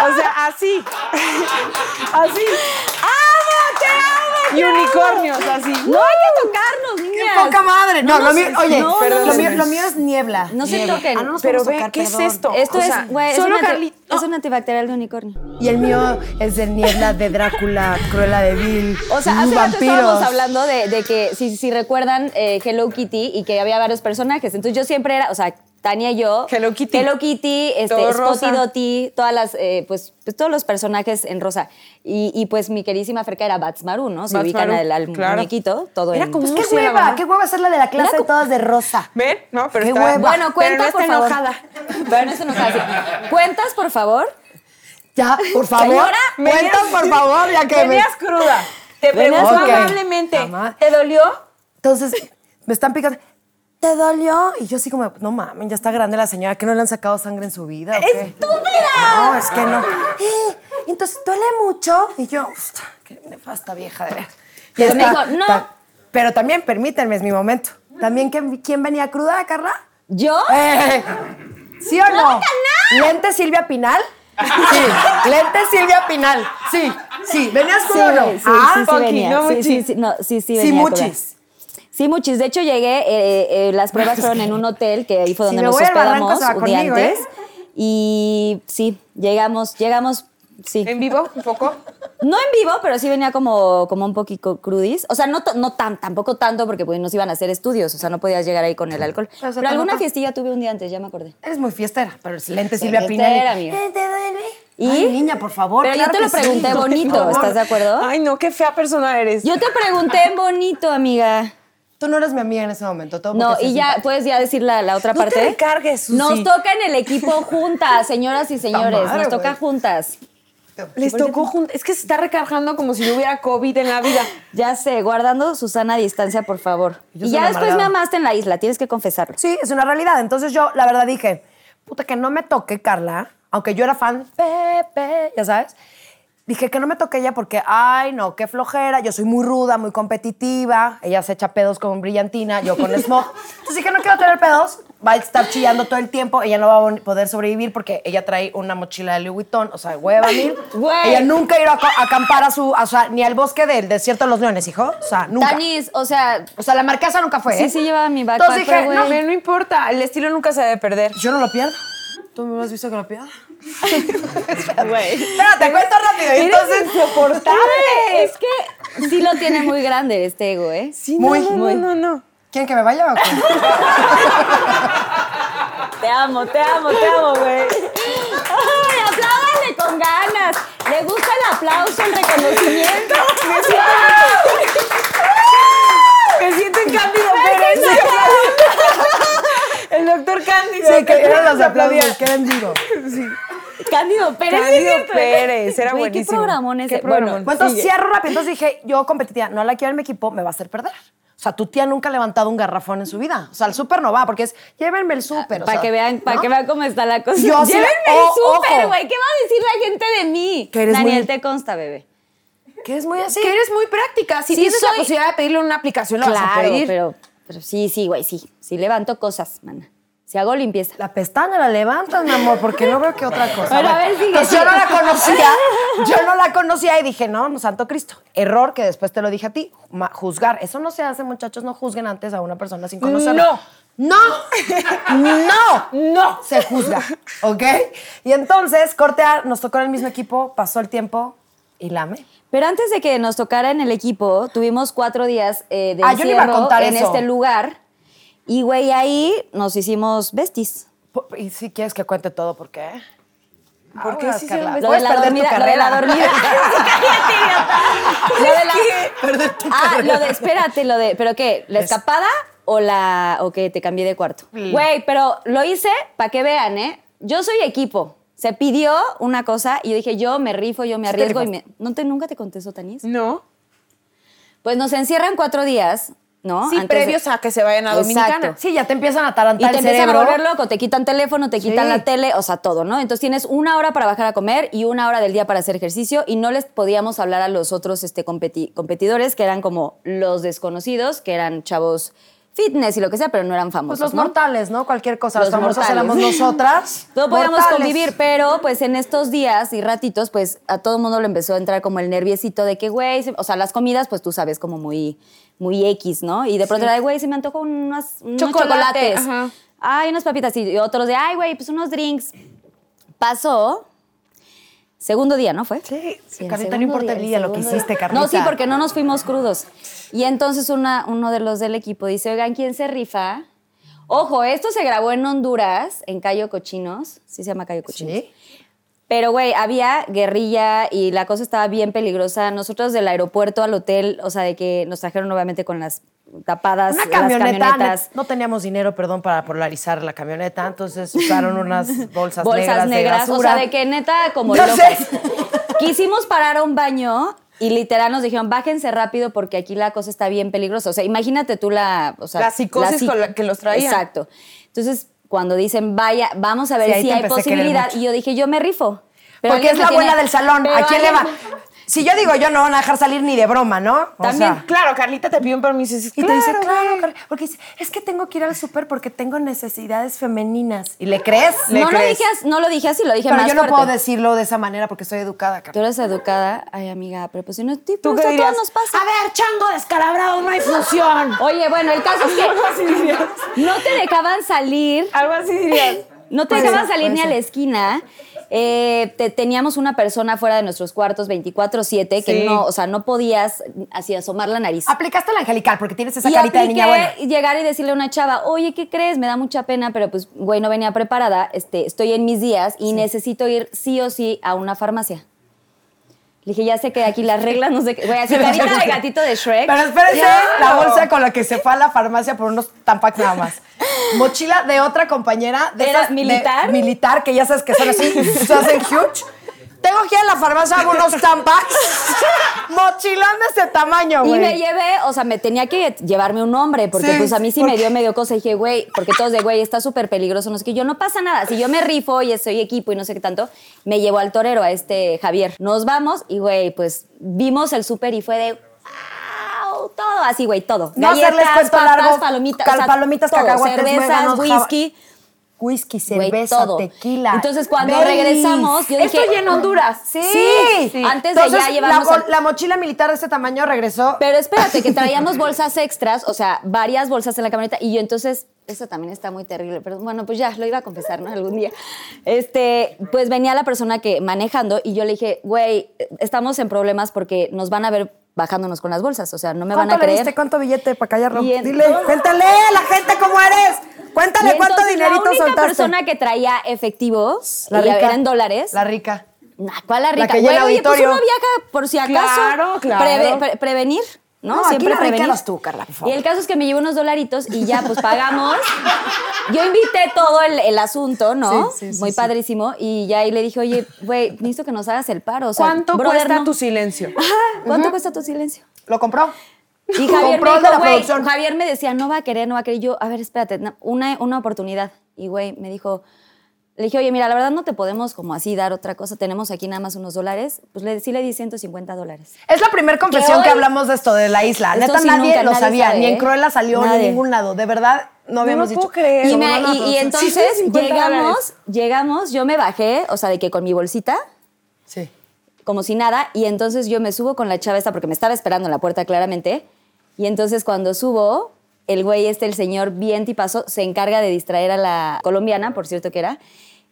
Speaker 3: O sea, así. Así.
Speaker 1: ¡Amo, te amo!
Speaker 3: Y
Speaker 1: te amo!
Speaker 3: unicornios, así.
Speaker 1: No hay que tocarnos, niñas.
Speaker 4: Poca madre. No, lo
Speaker 1: nos-
Speaker 4: mío, oye,
Speaker 1: no,
Speaker 4: lo,
Speaker 1: no,
Speaker 4: mío,
Speaker 1: no.
Speaker 4: lo mío es niebla.
Speaker 1: No se
Speaker 4: Niebla.
Speaker 1: toquen.
Speaker 4: Ah, no nos
Speaker 3: Pero
Speaker 4: podemos
Speaker 3: ve,
Speaker 4: tocar,
Speaker 3: ¿qué es
Speaker 4: perdón.
Speaker 3: esto?
Speaker 1: Esto
Speaker 3: O
Speaker 1: es,
Speaker 3: sea,
Speaker 1: güey, es,
Speaker 3: solo
Speaker 1: un anti-
Speaker 3: Carli-
Speaker 1: es un antibacterial de unicornio.
Speaker 4: Y el mío es de niebla, de Drácula, Cruella de Vil.
Speaker 1: O sea, hace rato
Speaker 4: vampiros.
Speaker 1: estábamos hablando de, de que, si, si recuerdan, eh, Hello Kitty y que había varios personajes. Entonces yo siempre era, o sea, Tania y yo.
Speaker 3: Hello Kitty.
Speaker 1: Hello Kitty, este,
Speaker 3: Todo
Speaker 1: Spotty
Speaker 3: rosa.
Speaker 1: Dotty, todas las, eh, pues, pues, todos los personajes en rosa. Y, y, pues mi queridísima Ferca era Bats Maru, ¿no? Se
Speaker 3: Bats
Speaker 1: ubican
Speaker 3: Maru,
Speaker 1: al, al
Speaker 3: claro.
Speaker 1: muñequito, todo
Speaker 3: Era
Speaker 1: en-
Speaker 3: como
Speaker 4: Pues
Speaker 3: un
Speaker 4: qué
Speaker 3: murciélago,
Speaker 4: hueva,
Speaker 3: ¿no?
Speaker 4: qué hueva hacerla de la clase de todas de rosa.
Speaker 3: ¿Ven? No, pero
Speaker 4: Qué
Speaker 3: está...
Speaker 4: hueva.
Speaker 1: Bueno,
Speaker 3: pero
Speaker 1: cuenta,
Speaker 3: no está
Speaker 1: por favor.
Speaker 3: enojada.
Speaker 1: Pero no está enojada, sí. Cuentas, por favor.
Speaker 4: Ya, por favor.
Speaker 1: Señora,
Speaker 4: cuenta,
Speaker 3: venías-
Speaker 4: por favor, ya que me...
Speaker 3: Venías cruda. Te
Speaker 1: Venías
Speaker 3: preguntó
Speaker 4: cruda.
Speaker 3: amablemente.
Speaker 4: Jamás.
Speaker 3: ¿Te dolió?
Speaker 4: Entonces, me están picando. ¿Te dolió? Y yo así como, no mames, ya está grande la señora, que no le han sacado sangre en su vida. ¿o qué?
Speaker 1: ¡Estúpida!
Speaker 4: No, es que no. Eh, entonces, ¿duele mucho? Y yo, "Ust, qué nefasta vieja de ver. Y
Speaker 1: Pero me
Speaker 4: está-
Speaker 1: dijo, "No".
Speaker 4: ta- pero también, permítanme, es mi momento. También, ¿quién, quién venía cruda, Carla?
Speaker 1: ¿Yo?
Speaker 4: Eh, ¿Sí o no? ¿Lente Silvia Pinal? Sí, lente Silvia Pinal. Sí, sí. ¿Venías cruda o no?
Speaker 1: sí, sí,
Speaker 4: ah,
Speaker 1: sí, sí
Speaker 3: Ponky,
Speaker 1: venía.
Speaker 3: no
Speaker 1: sí,
Speaker 3: muchis.
Speaker 1: sí, sí, no, sí, sí,
Speaker 4: Sí,
Speaker 1: venía con-
Speaker 4: muchis.
Speaker 1: Sí, muchis. De hecho, llegué, eh, eh, las pruebas fueron en un hotel, que ahí fue
Speaker 4: Si
Speaker 1: donde
Speaker 4: me
Speaker 1: nos
Speaker 4: voy al barranco,
Speaker 1: hospedamos
Speaker 4: se va
Speaker 1: un día
Speaker 4: conmigo,
Speaker 1: antes.
Speaker 4: ¿eh?
Speaker 1: Y sí, llegamos, llegamos, sí.
Speaker 3: ¿En vivo? ¿Un poco?
Speaker 1: No en vivo, pero sí venía como, como un poquito crudis. O sea, no, t- no tan, tampoco tanto, porque pues, nos iban a hacer estudios, o sea, no podías llegar ahí con el alcohol.
Speaker 4: Pero, o sea,
Speaker 1: Pero alguna
Speaker 4: tampoco-
Speaker 1: fiestilla tuve un día antes, ya me acordé.
Speaker 4: Eres muy fiestera, pero es lente Silvia Pinal.
Speaker 1: Fiestera, amiga.
Speaker 4: Eh, ¿Te duele?
Speaker 1: ¿Y?
Speaker 4: Ay, niña, por favor.
Speaker 1: Pero yo
Speaker 4: claro
Speaker 1: te lo
Speaker 4: que sí.
Speaker 1: pregunté
Speaker 4: Por
Speaker 1: bonito,
Speaker 4: favor.
Speaker 1: ¿estás de acuerdo?
Speaker 3: Ay, no, qué fea persona eres.
Speaker 1: Yo te pregunté en bonito, amiga.
Speaker 4: Tú no eres mi amiga en ese momento. Todo
Speaker 1: No,
Speaker 4: porque seas
Speaker 1: y ya puedes ya decir la, la otra
Speaker 3: No te
Speaker 1: parte.
Speaker 3: recargues, Susi.
Speaker 1: Nos toca en el equipo juntas, señoras y señores.
Speaker 4: madre,
Speaker 1: Nos toca
Speaker 4: güey.
Speaker 1: juntas.
Speaker 3: Les tocó juntar. Es que se está recargando como si no hubiera COVID en la vida.
Speaker 1: Ya sé, guardando Susana a distancia, por favor.
Speaker 4: Yo
Speaker 1: y
Speaker 4: soy
Speaker 1: ya
Speaker 4: la
Speaker 1: después me
Speaker 4: amargada.
Speaker 1: amaste en la isla, tienes que confesarlo.
Speaker 4: Sí, es una realidad. Entonces yo, la verdad, dije, puta, que no me toque Carla, aunque yo era fan, Pepe, ya sabes. Dije que no me toque ella porque, ay, no, qué flojera. Yo soy muy ruda, muy competitiva. Ella se echa pedos con brillantina, yo con smog. Entonces dije, no quiero tener pedos. Va a estar chillando todo el tiempo. Ella no va a poder sobrevivir porque ella trae una mochila de Louis Vuitton. O sea, hueva mil.
Speaker 1: Güey.
Speaker 4: Ella nunca irá a aca- a acampar a su, a su- ni al bosque del desierto de los leones, hijo. O sea, nunca.
Speaker 1: Tanis, o sea,
Speaker 4: O sea, la marquesa nunca fue.
Speaker 1: Sí,
Speaker 4: ¿eh?
Speaker 1: sí llevaba mi backpack,
Speaker 4: Entonces dije,
Speaker 1: güey.
Speaker 4: no,
Speaker 3: No, no importa. El estilo nunca se debe perder.
Speaker 4: yo no lo pierdo. ¿Tú me has visto que lo pierdo? Espérate, cuento rápido. y Entonces,
Speaker 1: es que sí lo tiene muy grande este ego, ¿eh?
Speaker 3: Sí,
Speaker 4: Muy,
Speaker 3: no, no,
Speaker 4: muy.
Speaker 3: no, no, no.
Speaker 4: ¿quieren que me vaya o qué?
Speaker 1: Te amo, te amo, te amo, güey. Ay, apláudale con ganas. Le gusta el aplauso, el reconocimiento.
Speaker 3: Me siento, me siento en Cándido Pérez. El doctor Cándido.
Speaker 4: Sí, que eran los aplausos, que eran digo.
Speaker 1: Cándido Pérez. sí es
Speaker 3: Cándido
Speaker 1: cierto.
Speaker 3: Pérez, era
Speaker 1: Güey,
Speaker 3: buenísimo.
Speaker 1: ¿Qué programón ese?
Speaker 3: Qué
Speaker 1: Bueno,
Speaker 3: programón.
Speaker 4: Bueno, entonces
Speaker 1: sigue.
Speaker 4: cierro rápido. Entonces dije, yo competitiva, no la quiero en mi equipo, me va a hacer perder. O sea, tu tía nunca ha levantado un garrafón en su vida. O sea, el súper no va, porque es, llévenme el súper. o
Speaker 1: Para
Speaker 4: sea,
Speaker 1: que vean, para
Speaker 4: ¿no?
Speaker 1: que vean cómo está la cosa.
Speaker 4: Yo sí la-
Speaker 1: Llévenme
Speaker 4: o-
Speaker 1: el súper,
Speaker 4: ojo.
Speaker 1: güey. ¿Qué va a decir la gente de mí?
Speaker 4: Que eres
Speaker 1: Daniel,
Speaker 4: muy-
Speaker 1: te consta, bebé.
Speaker 4: Que es muy así.
Speaker 3: Que eres muy práctica. Si
Speaker 1: Sí,
Speaker 3: tienes la
Speaker 1: soy-
Speaker 3: posibilidad de pedirle una aplicación, la vas a
Speaker 1: claro,
Speaker 3: pedir.
Speaker 1: pero, pero sí, sí, güey, sí. Sí levanto cosas, mana. Si hago limpieza.
Speaker 4: La pestaña la levantas, mi amor, porque no veo que otra cosa.
Speaker 1: Bueno, a
Speaker 4: Bueno,
Speaker 1: ver, sigue.
Speaker 4: entonces yo no la conocía, yo no la conocía y dije, no, no, santo Cristo. Error que después te lo dije a ti, ma- juzgar. Eso no se hace, muchachos, no juzguen antes a una persona sin conocerla. No. No. No. No. Se juzga, ¿ok? Y entonces, cortear, nos tocó en el mismo equipo, pasó el tiempo y lame.
Speaker 1: Pero antes de que nos tocara en el equipo, tuvimos cuatro días eh, de
Speaker 4: Ah, yo le iba a
Speaker 1: encierro
Speaker 4: contar
Speaker 1: en
Speaker 4: eso.
Speaker 1: este lugar. Y, güey, ahí nos hicimos besties.
Speaker 4: Po- Y si quieres que cuente todo, ¿por qué?
Speaker 3: ¿Por qué
Speaker 4: Ahora,
Speaker 3: sí se
Speaker 4: Carla,
Speaker 1: Lo
Speaker 3: me-
Speaker 1: de
Speaker 4: Pues puedes
Speaker 1: la
Speaker 4: perder tu
Speaker 1: dormida, lo de la
Speaker 4: carrera.
Speaker 1: dormida. Cállate, idiota. Lo de la- Ah, lo de, espérate, lo de, ¿pero qué? ¿La escapada o la, o que te cambié de cuarto?
Speaker 4: Mm.
Speaker 1: Güey, pero lo hice para que vean, ¿eh? Yo soy equipo. Se pidió una cosa y yo dije, yo me rifo, yo me
Speaker 4: Sí te
Speaker 1: arriesgo y me... ¿No te, nunca te contesto, Tanis?
Speaker 3: No.
Speaker 1: Pues nos encierran cuatro días, ¿no?
Speaker 3: Sí,
Speaker 1: Antes de-
Speaker 3: previos a que se vayan a Dominicana.
Speaker 1: Exacto.
Speaker 4: Ah, Sí, ya te empiezan a
Speaker 1: Y
Speaker 4: atarantar
Speaker 1: te
Speaker 4: el
Speaker 1: empiezan
Speaker 4: cerebro.
Speaker 1: a volver loco, te quitan teléfono, te quitan
Speaker 4: Sí.
Speaker 1: la tele, o sea, todo, ¿no? Entonces tienes una hora para bajar a comer y una hora del día para hacer ejercicio y no les podíamos hablar a los otros este, competi- competidores que eran como los desconocidos, que eran chavos fitness y lo que sea, pero no eran famosos.
Speaker 4: Pues los
Speaker 1: ¿no?
Speaker 4: mortales, ¿no? Cualquier cosa. Los,
Speaker 1: Los
Speaker 4: famosos
Speaker 1: mortales.
Speaker 4: éramos nosotras.
Speaker 1: No podíamos
Speaker 4: Mortales.
Speaker 1: convivir, pero pues en estos días y ratitos, pues a todo mundo le empezó a entrar como el nerviecito de que, güey, se- o sea, las comidas, pues tú sabes, como muy, muy X, ¿no? Y de pronto era de, güey, se me antojó unas- unos
Speaker 3: Chocolate,
Speaker 1: chocolates.
Speaker 3: ajá.
Speaker 1: Ay, unas papitas. Y otros de, ay, güey, pues unos drinks. Pasó. Segundo día, ¿no fue?
Speaker 4: Sí,
Speaker 1: el
Speaker 4: Carlita, no
Speaker 1: segundo
Speaker 4: importa
Speaker 1: día,
Speaker 4: el
Speaker 1: el
Speaker 4: día lo que
Speaker 1: segundo día.
Speaker 4: hiciste, Carlita.
Speaker 1: No, sí, porque no nos fuimos crudos. Y entonces una, uno de los del equipo dice, oigan, ¿quién se rifa? Ojo, esto se grabó en Honduras, en Cayo Cochinos. Sí se llama Cayo Cochinos.
Speaker 4: Sí.
Speaker 1: Pero, güey, había guerrilla y la cosa estaba bien peligrosa. Nosotros del aeropuerto al hotel, o sea, de que nos trajeron obviamente con las tapadas,
Speaker 4: Una
Speaker 1: las
Speaker 4: camioneta. ne-
Speaker 1: camionetas.
Speaker 4: No teníamos dinero, perdón, para polarizar la camioneta, entonces usaron unas bolsas,
Speaker 1: bolsas negras,
Speaker 4: negras, de
Speaker 1: o
Speaker 4: basura.
Speaker 1: sea, de que neta como
Speaker 4: No
Speaker 1: locos.
Speaker 4: sé.
Speaker 1: Quisimos parar a un baño y literal nos dijeron, "Bájense rápido porque aquí la cosa está bien peligrosa." O sea, imagínate tú la, o sea,
Speaker 3: La psicosis con la que los traían.
Speaker 1: Exacto. Entonces, cuando dicen, "Vaya, vamos a
Speaker 4: Sí,
Speaker 1: ver
Speaker 4: ahí
Speaker 1: si
Speaker 4: te
Speaker 1: hay
Speaker 4: empecé a querer
Speaker 1: posibilidad."
Speaker 4: mucho.
Speaker 1: Y yo dije, "Yo me rifo." Pero alguien
Speaker 4: porque es
Speaker 1: me
Speaker 4: la
Speaker 1: tiene-
Speaker 4: abuela del salón.
Speaker 1: pero
Speaker 4: ¿A quién le va?
Speaker 1: alguien-
Speaker 4: Si yo digo yo, no van a dejar salir ni de broma, ¿no? O
Speaker 1: También,
Speaker 4: sea,
Speaker 3: Claro, Carlita te pidió un permiso. Y, dices,
Speaker 4: y te dice,
Speaker 3: "Claro,
Speaker 4: claro,
Speaker 3: güey".
Speaker 4: Carla", porque dice, es que tengo que ir al súper porque tengo necesidades femeninas. ¿Y le crees?
Speaker 3: Le
Speaker 1: No lo
Speaker 3: crees.
Speaker 1: dije, as- no lo dije así, lo dije
Speaker 4: Pero
Speaker 1: más
Speaker 4: yo no
Speaker 1: fuerte.
Speaker 4: puedo decirlo de esa manera porque soy educada, Carla.
Speaker 1: Tú eres educada, ay amiga, pero pues si no, tipo,
Speaker 3: ¿Tú
Speaker 1: o
Speaker 3: qué
Speaker 1: sea, a
Speaker 3: dirías?
Speaker 1: todos nos pasa.
Speaker 3: A ver, chango descalabrado, no hay función.
Speaker 1: Oye, bueno, el caso es que no te dejaban salir.
Speaker 3: Algo así dirías.
Speaker 1: No te
Speaker 4: Puede
Speaker 1: dejaban
Speaker 4: ser,
Speaker 1: salir
Speaker 4: puede
Speaker 1: ni a la
Speaker 4: ser.
Speaker 1: esquina. Eh, te- teníamos una persona fuera de nuestros cuartos 24-7 que
Speaker 3: Sí.
Speaker 1: no, o sea, no podías así asomar la nariz.
Speaker 4: Aplicaste la angelical porque tienes Ah, esa
Speaker 1: y
Speaker 4: carita de niña buena.
Speaker 1: apliqué llegar y decirle a una chava, oye, ¿qué crees? Me da mucha pena, pero pues, güey, no venía preparada, este, estoy en mis días y necesito ir sí o sí a una farmacia. Le dije, ya sé que aquí las reglas, no sé qué. Güey, así carita de gatito de Shrek.
Speaker 4: Pero espérense,
Speaker 3: Claro.
Speaker 4: la bolsa con la que se fue a la farmacia por unos tampacs nada más. Mochila de otra compañera de
Speaker 1: ¿Era
Speaker 4: esas de-
Speaker 1: militar?
Speaker 4: militar, que ya sabes que son así, se hacen huge. Tengo aquí en la farmacia algunos tampax, mochilón de este tamaño,
Speaker 1: Y me
Speaker 4: güey.
Speaker 1: llevé, o sea, me tenía que llevarme un hombre, porque
Speaker 4: Sí,
Speaker 1: pues a mí sí
Speaker 4: porque-
Speaker 1: me dio medio cosa. Y dije, güey, porque todos de, güey, está súper peligroso, no sé qué. Yo, no pasa nada. Si yo me rifo y soy equipo y no sé qué tanto, me llevo al torero, a este Javier. Nos vamos y, güey, pues vimos el súper y fue de, wow, todo, así, güey, todo.
Speaker 4: No hacerles cuento largo,
Speaker 1: palomitas,
Speaker 4: cal- palomitas,
Speaker 1: todo,
Speaker 4: cacahuates,
Speaker 1: cervezas,
Speaker 4: muéganos, java-
Speaker 1: whisky.
Speaker 4: Whisky,
Speaker 1: güey,
Speaker 4: cerveza,
Speaker 1: todo.
Speaker 4: tequila.
Speaker 1: Entonces, cuando
Speaker 4: Belis.
Speaker 1: regresamos, yo
Speaker 3: Esto
Speaker 1: dije...
Speaker 3: ya en Honduras.
Speaker 4: Sí.
Speaker 1: Sí. Antes de
Speaker 4: Entonces,
Speaker 1: ya
Speaker 4: la,
Speaker 1: llevarnos
Speaker 4: mo-
Speaker 1: al-
Speaker 4: la mochila militar de este tamaño regresó.
Speaker 1: Pero espérate, que traíamos bolsas extras, o sea, varias bolsas en la camioneta. Y yo entonces, eso también está muy terrible, pero bueno, pues ya, lo iba a confesar, ¿no? Algún día. Este, pues venía la persona que manejando y yo le dije, güey, estamos en problemas porque nos van a ver bajándonos con las bolsas, o sea, no me van
Speaker 4: ¿Cuánto
Speaker 1: a
Speaker 4: le
Speaker 1: creer.
Speaker 4: diste? ¿Cuánto billete para callarlo?
Speaker 1: Y en-
Speaker 4: Dile, cuéntale a la gente cómo eres. Cuéntale
Speaker 1: Y
Speaker 4: cuánto
Speaker 1: entonces
Speaker 4: dinerito
Speaker 1: La única
Speaker 4: soltaste.
Speaker 1: persona que traía efectivos,
Speaker 4: La
Speaker 1: y
Speaker 4: rica.
Speaker 1: era en dólares,
Speaker 4: La rica.
Speaker 1: No, ¿Cuál la
Speaker 4: La
Speaker 1: rica?
Speaker 4: que
Speaker 1: Güey,
Speaker 4: llena
Speaker 1: oye, pues
Speaker 4: auditorio.
Speaker 1: uno viaja por si acaso.
Speaker 3: Claro, claro.
Speaker 1: pre- prevenir, ¿no?
Speaker 4: No, aquí
Speaker 1: Siempre
Speaker 4: la rica
Speaker 1: prevenir.
Speaker 4: eras tú, Carla, por favor.
Speaker 1: Y el caso es que me llevo unos dolaritos y ya, pues pagamos. Yo invité todo el, el asunto, ¿no?
Speaker 4: Sí, sí, sí,
Speaker 1: Muy
Speaker 4: sí.
Speaker 1: padrísimo. Y ya ahí le dije, oye, güey, necesito que nos hagas el paro. O sea,
Speaker 3: ¿Cuánto
Speaker 1: brother,
Speaker 3: cuesta
Speaker 1: no.
Speaker 3: tu silencio?
Speaker 1: Ajá, ¿Cuánto cuesta tu silencio?
Speaker 4: ¿Lo compró?
Speaker 1: Y Javier
Speaker 4: Compró
Speaker 1: me,
Speaker 4: el de
Speaker 1: dijo,
Speaker 4: la
Speaker 1: "Güey",
Speaker 4: producción.
Speaker 1: Javier me decía, no va a querer, no va a querer. Y Yo, a ver, espérate, no, una, una oportunidad. Y güey, me dijo, le dije, oye, mira, la verdad no te podemos como así dar otra cosa. Tenemos aquí nada más unos dólares. Pues le, sí le di 150 dólares.
Speaker 4: Es la primera confesión
Speaker 1: hoy-
Speaker 4: que hablamos de esto, de la isla.
Speaker 1: Esto
Speaker 4: Neta,
Speaker 1: sí,
Speaker 4: nadie
Speaker 1: nunca,
Speaker 4: lo
Speaker 1: nadie
Speaker 4: sabía.
Speaker 1: sabe,
Speaker 4: ni en
Speaker 1: ¿eh?
Speaker 4: Cruella salió, ni
Speaker 1: Nadie.
Speaker 4: en ningún lado. De verdad, no habíamos
Speaker 3: lo
Speaker 4: dicho.
Speaker 3: puedo creer.
Speaker 1: Y,
Speaker 4: Somos
Speaker 1: me- y-
Speaker 4: una
Speaker 1: y
Speaker 4: producción.
Speaker 1: entonces
Speaker 3: 150
Speaker 1: llegamos,
Speaker 3: dólares.
Speaker 1: llegamos, yo me bajé, o sea, de que con mi bolsita,
Speaker 4: Sí.
Speaker 1: como si nada, y entonces yo me subo con la chava esta, porque me estaba esperando en la puerta claramente, y entonces cuando subo, el güey este, el señor bien tipazo, se encarga de distraer a la colombiana, por cierto que era,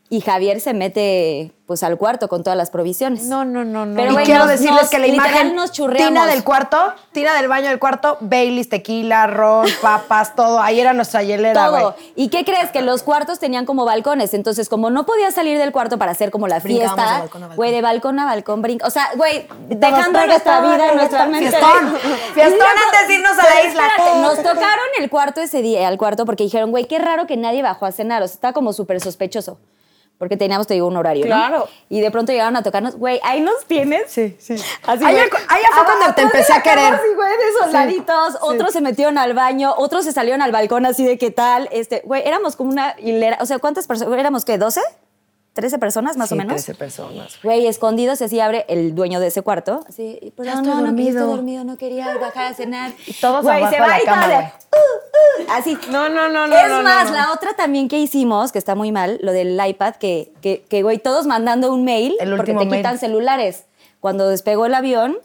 Speaker 1: y Javier se mete pues al cuarto con todas las provisiones.
Speaker 3: No, no, no, no.
Speaker 1: Pero,
Speaker 4: y
Speaker 1: güey,
Speaker 4: quiero
Speaker 1: nos-
Speaker 4: decirles
Speaker 1: nos-
Speaker 4: que la
Speaker 1: literal
Speaker 4: imagen
Speaker 1: nos churreamos.
Speaker 4: tina del cuarto, tina del baño del cuarto, Baileys, tequila, ron, papas, todo. Ahí era nuestra hielera, güey.
Speaker 1: todo. ¿Y qué crees? Que los cuartos tenían como balcones. Entonces, como no podía salir del cuarto para hacer como la
Speaker 4: Brincábamos de
Speaker 1: fiesta,
Speaker 4: balcón a balcón.
Speaker 1: güey, de balcón a balcón brinca. O sea, güey,
Speaker 4: reggaetón,
Speaker 1: dejando nuestra vida en nuestra
Speaker 4: reggaetón,
Speaker 1: mente.
Speaker 4: fiestón. Fiestón
Speaker 1: No, no,
Speaker 4: antes de irnos a la
Speaker 1: pero
Speaker 4: isla.
Speaker 1: espérate, nos tocaron el cuarto ese día, al cuarto, porque dijeron, güey, qué raro que nadie bajó a cenar. O sea, está como súper sospechoso. Porque teníamos, te digo, un horario. ¿no?
Speaker 3: Claro.
Speaker 1: Y de pronto llegaron a tocarnos, güey, ahí nos tienes.
Speaker 4: Sí, sí.
Speaker 1: Así,
Speaker 4: Ahí
Speaker 1: güey.
Speaker 4: ya- ahí ya fue
Speaker 1: Abajo
Speaker 4: cuando te
Speaker 1: todos
Speaker 4: empecé
Speaker 1: en
Speaker 4: a
Speaker 1: la cama,
Speaker 4: querer.
Speaker 1: así, güey, de soldaditos. Otros se metieron al baño, otros se salieron al balcón así de qué tal. Este, güey, éramos como una hilera. O sea, ¿cuántas personas? ¿Éramos qué? ¿12? ¿13 personas más
Speaker 4: Sí,
Speaker 1: o menos?
Speaker 4: 13 personas.
Speaker 1: Güey, escondidos, y así abre el dueño de ese cuarto. Así, y, perdón,
Speaker 4: "Pues, estoy
Speaker 1: no, no, que yo estoy
Speaker 4: dormido.
Speaker 1: dormido, no quería bajar a cenar. Y
Speaker 4: todos abajo
Speaker 1: se
Speaker 4: de
Speaker 1: va
Speaker 4: la
Speaker 1: y
Speaker 4: cama,
Speaker 1: todos de,
Speaker 4: güey.
Speaker 1: "Uh, uh", así.
Speaker 3: No, no, no, no.
Speaker 1: Es
Speaker 3: no, no,
Speaker 1: más,
Speaker 3: no.
Speaker 1: la otra también que hicimos, que está muy mal, lo del iPad, que, que, que, güey, todos mandando un mail
Speaker 4: El
Speaker 1: porque
Speaker 4: último
Speaker 1: te
Speaker 4: mail.
Speaker 1: quitan celulares. Cuando despegó el avión,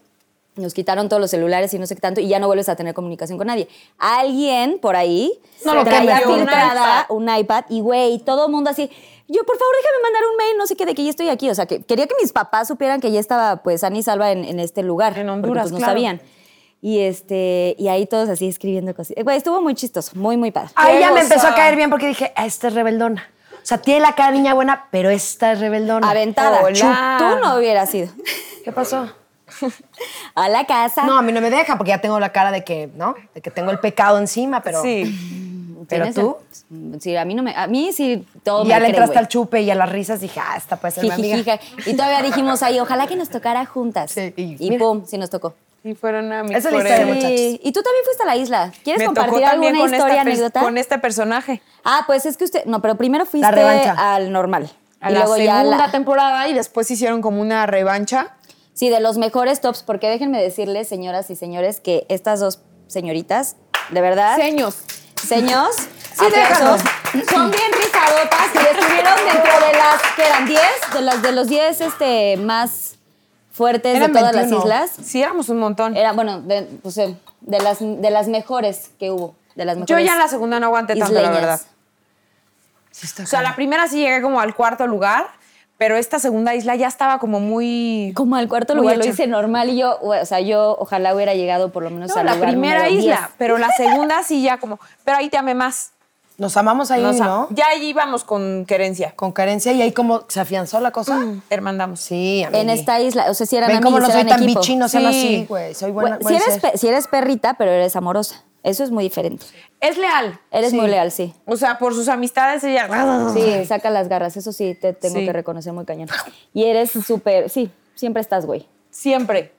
Speaker 1: nos quitaron todos los celulares y no sé qué tanto, y ya no vuelves a tener comunicación con nadie. Alguien por ahí
Speaker 4: No lo
Speaker 1: traía
Speaker 4: quemes, un
Speaker 1: filtrada un iPad y, güey, todo el mundo así. Yo, por favor, déjame mandar un mail, no sé qué, de que ya estoy aquí. O sea, que quería que mis papás supieran que ya estaba, pues, Ani Salva en, en este lugar.
Speaker 3: En
Speaker 1: porque,
Speaker 3: Honduras,
Speaker 1: pues, no
Speaker 3: claro.
Speaker 1: sabían. Y, este, y ahí todos así escribiendo cositas. Güey, estuvo muy chistoso, muy, muy padre.
Speaker 4: Ahí
Speaker 3: Qué
Speaker 4: ya me
Speaker 3: gozada.
Speaker 4: empezó a caer bien porque dije, "Ah, esta es rebeldona. O sea, tiene la cara de niña buena, pero esta es rebeldona.
Speaker 1: Aventada.
Speaker 3: Hola.
Speaker 1: Chu- Tú no hubieras ido.
Speaker 4: ¿Qué pasó?
Speaker 1: A la casa.
Speaker 4: No, a mí no me deja porque ya tengo la cara de que, ¿no? De que tengo el pecado encima, pero.
Speaker 3: Sí.
Speaker 4: Pero
Speaker 1: ¿Tienes
Speaker 4: tú.
Speaker 1: el- sí, a mí no me. A mí sí todo
Speaker 4: Y
Speaker 1: me
Speaker 4: ya le
Speaker 1: creen,
Speaker 4: entraste
Speaker 1: güey.
Speaker 4: al chupe y a las risas dije, ah, esta puede ser mi amiga.
Speaker 1: Jijijija. Y todavía dijimos ahí, ojalá que nos tocara juntas.
Speaker 4: Sí, y-
Speaker 1: y
Speaker 4: mira.
Speaker 1: pum, sí nos tocó.
Speaker 3: Y fueron a mi
Speaker 4: Esa es la historia de muchachos.
Speaker 1: Sí. Y tú también fuiste a la isla. ¿Quieres
Speaker 3: Me tocó
Speaker 1: compartir
Speaker 3: también
Speaker 1: alguna
Speaker 3: con, esta
Speaker 1: historia,
Speaker 3: pers-
Speaker 1: anécdota?
Speaker 3: con este personaje.
Speaker 1: Ah, pues es que usted. No, pero primero fuiste
Speaker 4: revancha.
Speaker 1: al normal.
Speaker 3: A
Speaker 1: y
Speaker 3: la
Speaker 1: luego ya
Speaker 3: segunda
Speaker 1: a la-
Speaker 3: temporada y después hicieron como una revancha.
Speaker 1: Sí, de los mejores tops, porque déjenme decirles, señoras y señores, que estas dos señoritas, de verdad.
Speaker 3: Seños.
Speaker 1: Seños,
Speaker 4: déjanos.
Speaker 1: aplausos. son bien rizadotas y estuvieron dentro de las que eran 10, de las de los 10 este, más fuertes
Speaker 4: Eran
Speaker 1: de todas
Speaker 4: 21.
Speaker 1: las islas.
Speaker 3: Sí, éramos un montón.
Speaker 1: Era, bueno, de, pues, eh, de las, de las mejores que hubo. De las
Speaker 3: Yo
Speaker 1: mejores
Speaker 3: ya en la segunda no aguanté tanto, la
Speaker 1: isleñas.
Speaker 3: verdad. O sea, la primera sí llegué como al cuarto lugar, pero esta segunda isla ya estaba como muy...
Speaker 1: Como al cuarto
Speaker 3: Muy
Speaker 1: lugar lo
Speaker 3: hecha.
Speaker 1: hice normal y yo, o sea, yo ojalá hubiera llegado por lo menos
Speaker 3: No,
Speaker 1: al
Speaker 3: la
Speaker 1: lugar
Speaker 3: primera
Speaker 1: número
Speaker 3: isla,
Speaker 1: 10.
Speaker 3: pero la segunda sí ya como... Pero ahí te amé más.
Speaker 4: Nos amamos ahí,
Speaker 3: No, o sea,
Speaker 4: ¿no?
Speaker 3: Ya ahí íbamos con querencia.
Speaker 4: Con carencia y ahí como se afianzó la cosa.
Speaker 3: Mm. Hermandamos.
Speaker 4: Sí, amiga.
Speaker 1: En esta isla, o sea, si eran
Speaker 4: Ven cómo
Speaker 1: amigos,
Speaker 4: no soy
Speaker 1: eran
Speaker 4: tan
Speaker 1: equipo.
Speaker 4: bichín, no sean
Speaker 3: Sí.
Speaker 4: así, güey. Soy buena.
Speaker 1: Güey,
Speaker 4: buen
Speaker 1: si, eres
Speaker 4: ser.
Speaker 1: pe- si eres perrita, pero eres amorosa. Eso es muy diferente.
Speaker 3: Es leal.
Speaker 1: Eres muy leal, sí.
Speaker 3: O sea, por sus amistades ella.
Speaker 1: Sí, saca las garras, eso sí, te tengo
Speaker 3: Sí.
Speaker 1: que reconocer muy cañón. Y eres súper, sí, siempre estás, güey.
Speaker 3: Siempre.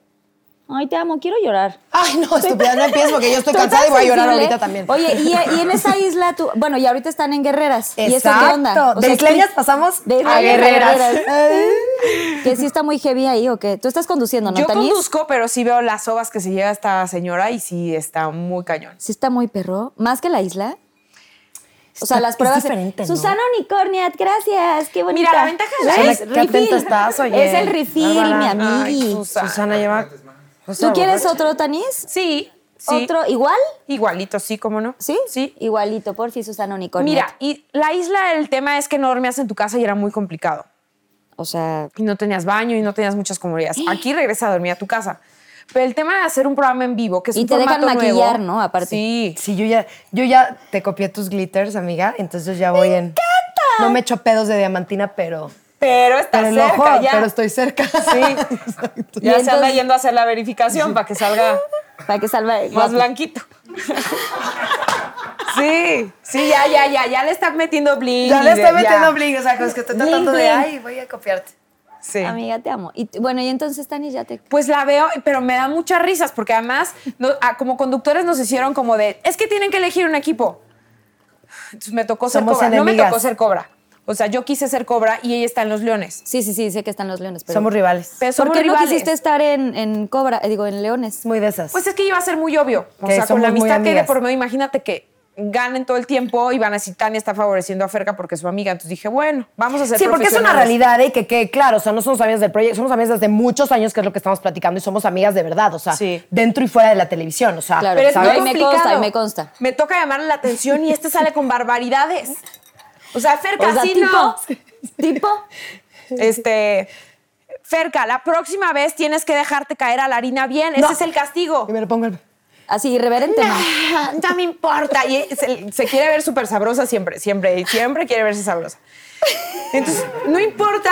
Speaker 1: Ay, te amo, quiero llorar.
Speaker 4: Ay, no, estúpida, no empieces porque yo estoy
Speaker 1: Estoy
Speaker 4: cansada
Speaker 1: tan
Speaker 4: y voy a llorar
Speaker 1: sensible.
Speaker 4: ahorita también.
Speaker 1: Oye, y, y en esa isla tú, bueno, y ahorita están en Guerreras. ¿Y eso qué
Speaker 4: Exacto.
Speaker 1: onda?
Speaker 4: De isleñas
Speaker 1: expli-
Speaker 4: pasamos
Speaker 1: de
Speaker 4: a
Speaker 1: isleñas
Speaker 4: guerreras.
Speaker 1: que sí está muy heavy ahí o qué. Tú estás conduciendo, ¿no,
Speaker 3: Yo
Speaker 1: Tanis?
Speaker 3: conduzco, pero sí veo las obras que se lleva esta señora y sí está muy cañón.
Speaker 1: Sí está muy perro, más que la isla. O sea,
Speaker 4: Está-
Speaker 1: las
Speaker 4: es
Speaker 1: pruebas.
Speaker 4: diferente, ¿no?
Speaker 1: Susana Unicornia, gracias, qué bonita.
Speaker 3: Mira, la ventaja de la
Speaker 1: ¿Ves?
Speaker 3: isla-
Speaker 4: Susana, qué atenta estás, oye.
Speaker 1: Es el refill, mi
Speaker 4: Bárbara.
Speaker 1: amigui.
Speaker 3: Susana.
Speaker 4: Susana lleva.
Speaker 1: ¿Tú quieres otro, Tanis?
Speaker 3: Sí, sí.
Speaker 1: ¿Otro igual?
Speaker 3: Igualito, sí, cómo no.
Speaker 1: ¿Sí?
Speaker 3: Sí.
Speaker 1: Igualito, porfi, Susana Unicornia.
Speaker 3: Mira, y la isla, el tema es que no dormías en tu casa y era muy complicado.
Speaker 1: O sea,
Speaker 3: y no tenías baño y no tenías muchas comodidades. Aquí regresa a dormir a tu casa. Pero el tema de hacer un programa en vivo, que es
Speaker 1: Y
Speaker 3: un
Speaker 1: te dejan
Speaker 3: formato nuevo-
Speaker 1: maquillar, ¿no? Aparte.
Speaker 3: Sí.
Speaker 4: Sí, yo ya, yo ya te copié tus glitters, amiga, entonces ya voy en. No me echo pedos de diamantina, pero.
Speaker 3: Pero está
Speaker 4: Pero el
Speaker 3: cerca
Speaker 4: ojo,
Speaker 3: ya.
Speaker 4: pero estoy cerca.
Speaker 3: Sí.
Speaker 1: Y
Speaker 3: ya se anda
Speaker 1: entonces-
Speaker 3: yendo a hacer la verificación para que salga
Speaker 1: para que salva.
Speaker 3: más blanquito. sí, sí, ya, ya, ya, ya le están metiendo bling.
Speaker 4: Ya
Speaker 3: y
Speaker 4: le
Speaker 3: de-
Speaker 4: estoy metiendo bling, o sea, como es que estoy
Speaker 1: Bling,
Speaker 4: tratando de.
Speaker 1: bling.
Speaker 4: Ay, voy a copiarte.
Speaker 3: Sí.
Speaker 1: Amiga, te amo. Y t- bueno, y entonces, Tanis, ya te.
Speaker 3: Pues la veo, pero me da muchas risas porque además no- ah, como conductores nos hicieron como de, es que tienen que elegir un equipo. Entonces me tocó ser
Speaker 4: Somos
Speaker 3: cobra. No me
Speaker 4: enemigas.
Speaker 3: tocó ser cobra. O sea, yo quise ser cobra y ella está en los leones.
Speaker 1: Sí, sí, sí, sé que están los leones, pero.
Speaker 4: Somos rivales.
Speaker 3: Pero
Speaker 1: ¿Por
Speaker 3: somos
Speaker 1: qué no
Speaker 3: rivales.
Speaker 1: quisiste estar en, en Cobra? eh, digo, en Leones.
Speaker 4: Es muy de esas.
Speaker 3: Pues es que iba a ser muy obvio. O
Speaker 4: Que
Speaker 3: sea, con
Speaker 4: somos
Speaker 3: la
Speaker 4: muy
Speaker 3: amistad que hay de
Speaker 4: amigas.
Speaker 3: por medio, imagínate que ganen todo el tiempo y van a decir, Tania está favoreciendo a Ferca porque es su amiga. Entonces dije, bueno, vamos a ser
Speaker 4: Sí, porque es una
Speaker 3: profesionales.
Speaker 4: realidad, ¿eh? Que, que, claro, o sea, no somos amigas del proyecto, somos amigas desde muchos años, que es lo que estamos platicando, y somos amigas de verdad, o sea,
Speaker 3: Sí.
Speaker 4: dentro y fuera de la televisión, o sea,
Speaker 1: Claro.
Speaker 3: Pero es
Speaker 1: ¿sabes?
Speaker 3: muy
Speaker 1: Ahí me
Speaker 3: complicado.
Speaker 1: consta, ahí me consta.
Speaker 3: Me toca llamarle la atención y este sale con barbaridades. O sea, Ferca,
Speaker 1: O sea,
Speaker 3: sí,
Speaker 1: tipo,
Speaker 3: no.
Speaker 1: tipo,
Speaker 3: Este. Ferca, la próxima vez tienes que dejarte caer a la harina bien. Ese
Speaker 4: No.
Speaker 3: es el castigo.
Speaker 4: y me lo Oh. pongo el...
Speaker 1: así irreverente. ¿no?
Speaker 3: Ah, No me importa. Y se, se quiere ver súper sabrosa siempre, siempre, y siempre quiere verse sabrosa. Entonces, no importa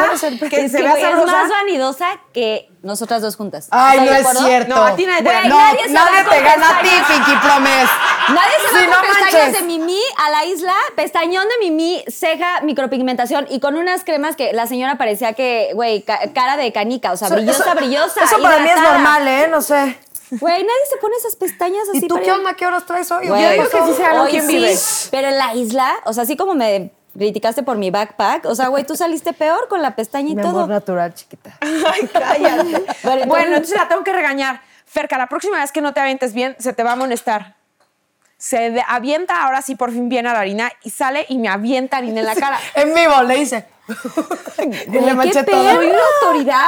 Speaker 3: que
Speaker 1: Es
Speaker 3: se
Speaker 1: que,
Speaker 3: vea
Speaker 1: güey, es más
Speaker 3: sabrosa.
Speaker 1: vanidosa que nosotras dos juntas.
Speaker 4: Ay,
Speaker 1: ¿Estás
Speaker 4: no
Speaker 1: de
Speaker 4: es
Speaker 1: acuerdo?
Speaker 4: cierto.
Speaker 3: No, a ti nadie te
Speaker 1: Güey,
Speaker 3: gana.
Speaker 1: nadie se
Speaker 4: No, nadie
Speaker 1: va
Speaker 4: te
Speaker 1: con
Speaker 4: gana a ti, Pinky Promise.
Speaker 1: Nadie se va
Speaker 4: Sí,
Speaker 1: con
Speaker 4: no
Speaker 1: pestañas
Speaker 4: manches.
Speaker 1: de Mimi a la isla, pestañón de Mimi, ceja, micropigmentación y con unas cremas que la señora parecía que, güey, ca- cara de canica, o sea, brillosa,
Speaker 4: Eso-
Speaker 1: brillosa.
Speaker 4: Eso para mí es
Speaker 1: hidratada.
Speaker 4: normal, ¿eh? No sé.
Speaker 1: Güey, nadie se pone esas pestañas así.
Speaker 4: ¿Y tú
Speaker 1: para
Speaker 4: qué
Speaker 1: ir-
Speaker 4: onda? ¿Qué horas traes hoy?
Speaker 1: Güey,
Speaker 4: ¿Qué
Speaker 3: yo creo que
Speaker 4: pasó?
Speaker 3: sí se ganó
Speaker 1: hoy
Speaker 3: quien
Speaker 1: sí,
Speaker 3: vive.
Speaker 1: Pero en la isla, o sea, así como me criticaste por mi backpack, o sea, güey, tú saliste peor con la pestaña y
Speaker 4: Mi
Speaker 1: todo.
Speaker 4: amor natural, chiquita.
Speaker 3: Ay, cállate.
Speaker 1: Pero
Speaker 3: Bueno,
Speaker 1: entonces-
Speaker 3: entonces la tengo que regañar. Ferca, la próxima vez que no te avientes bien, se te va a amonestar. Se de- avienta ahora sí por fin bien a la harina y sale y me avienta harina en la cara.
Speaker 4: En vivo, le hice. y
Speaker 1: Güey,
Speaker 4: le
Speaker 1: qué
Speaker 4: manché
Speaker 1: perro,
Speaker 4: todo.
Speaker 1: eres la autoridad.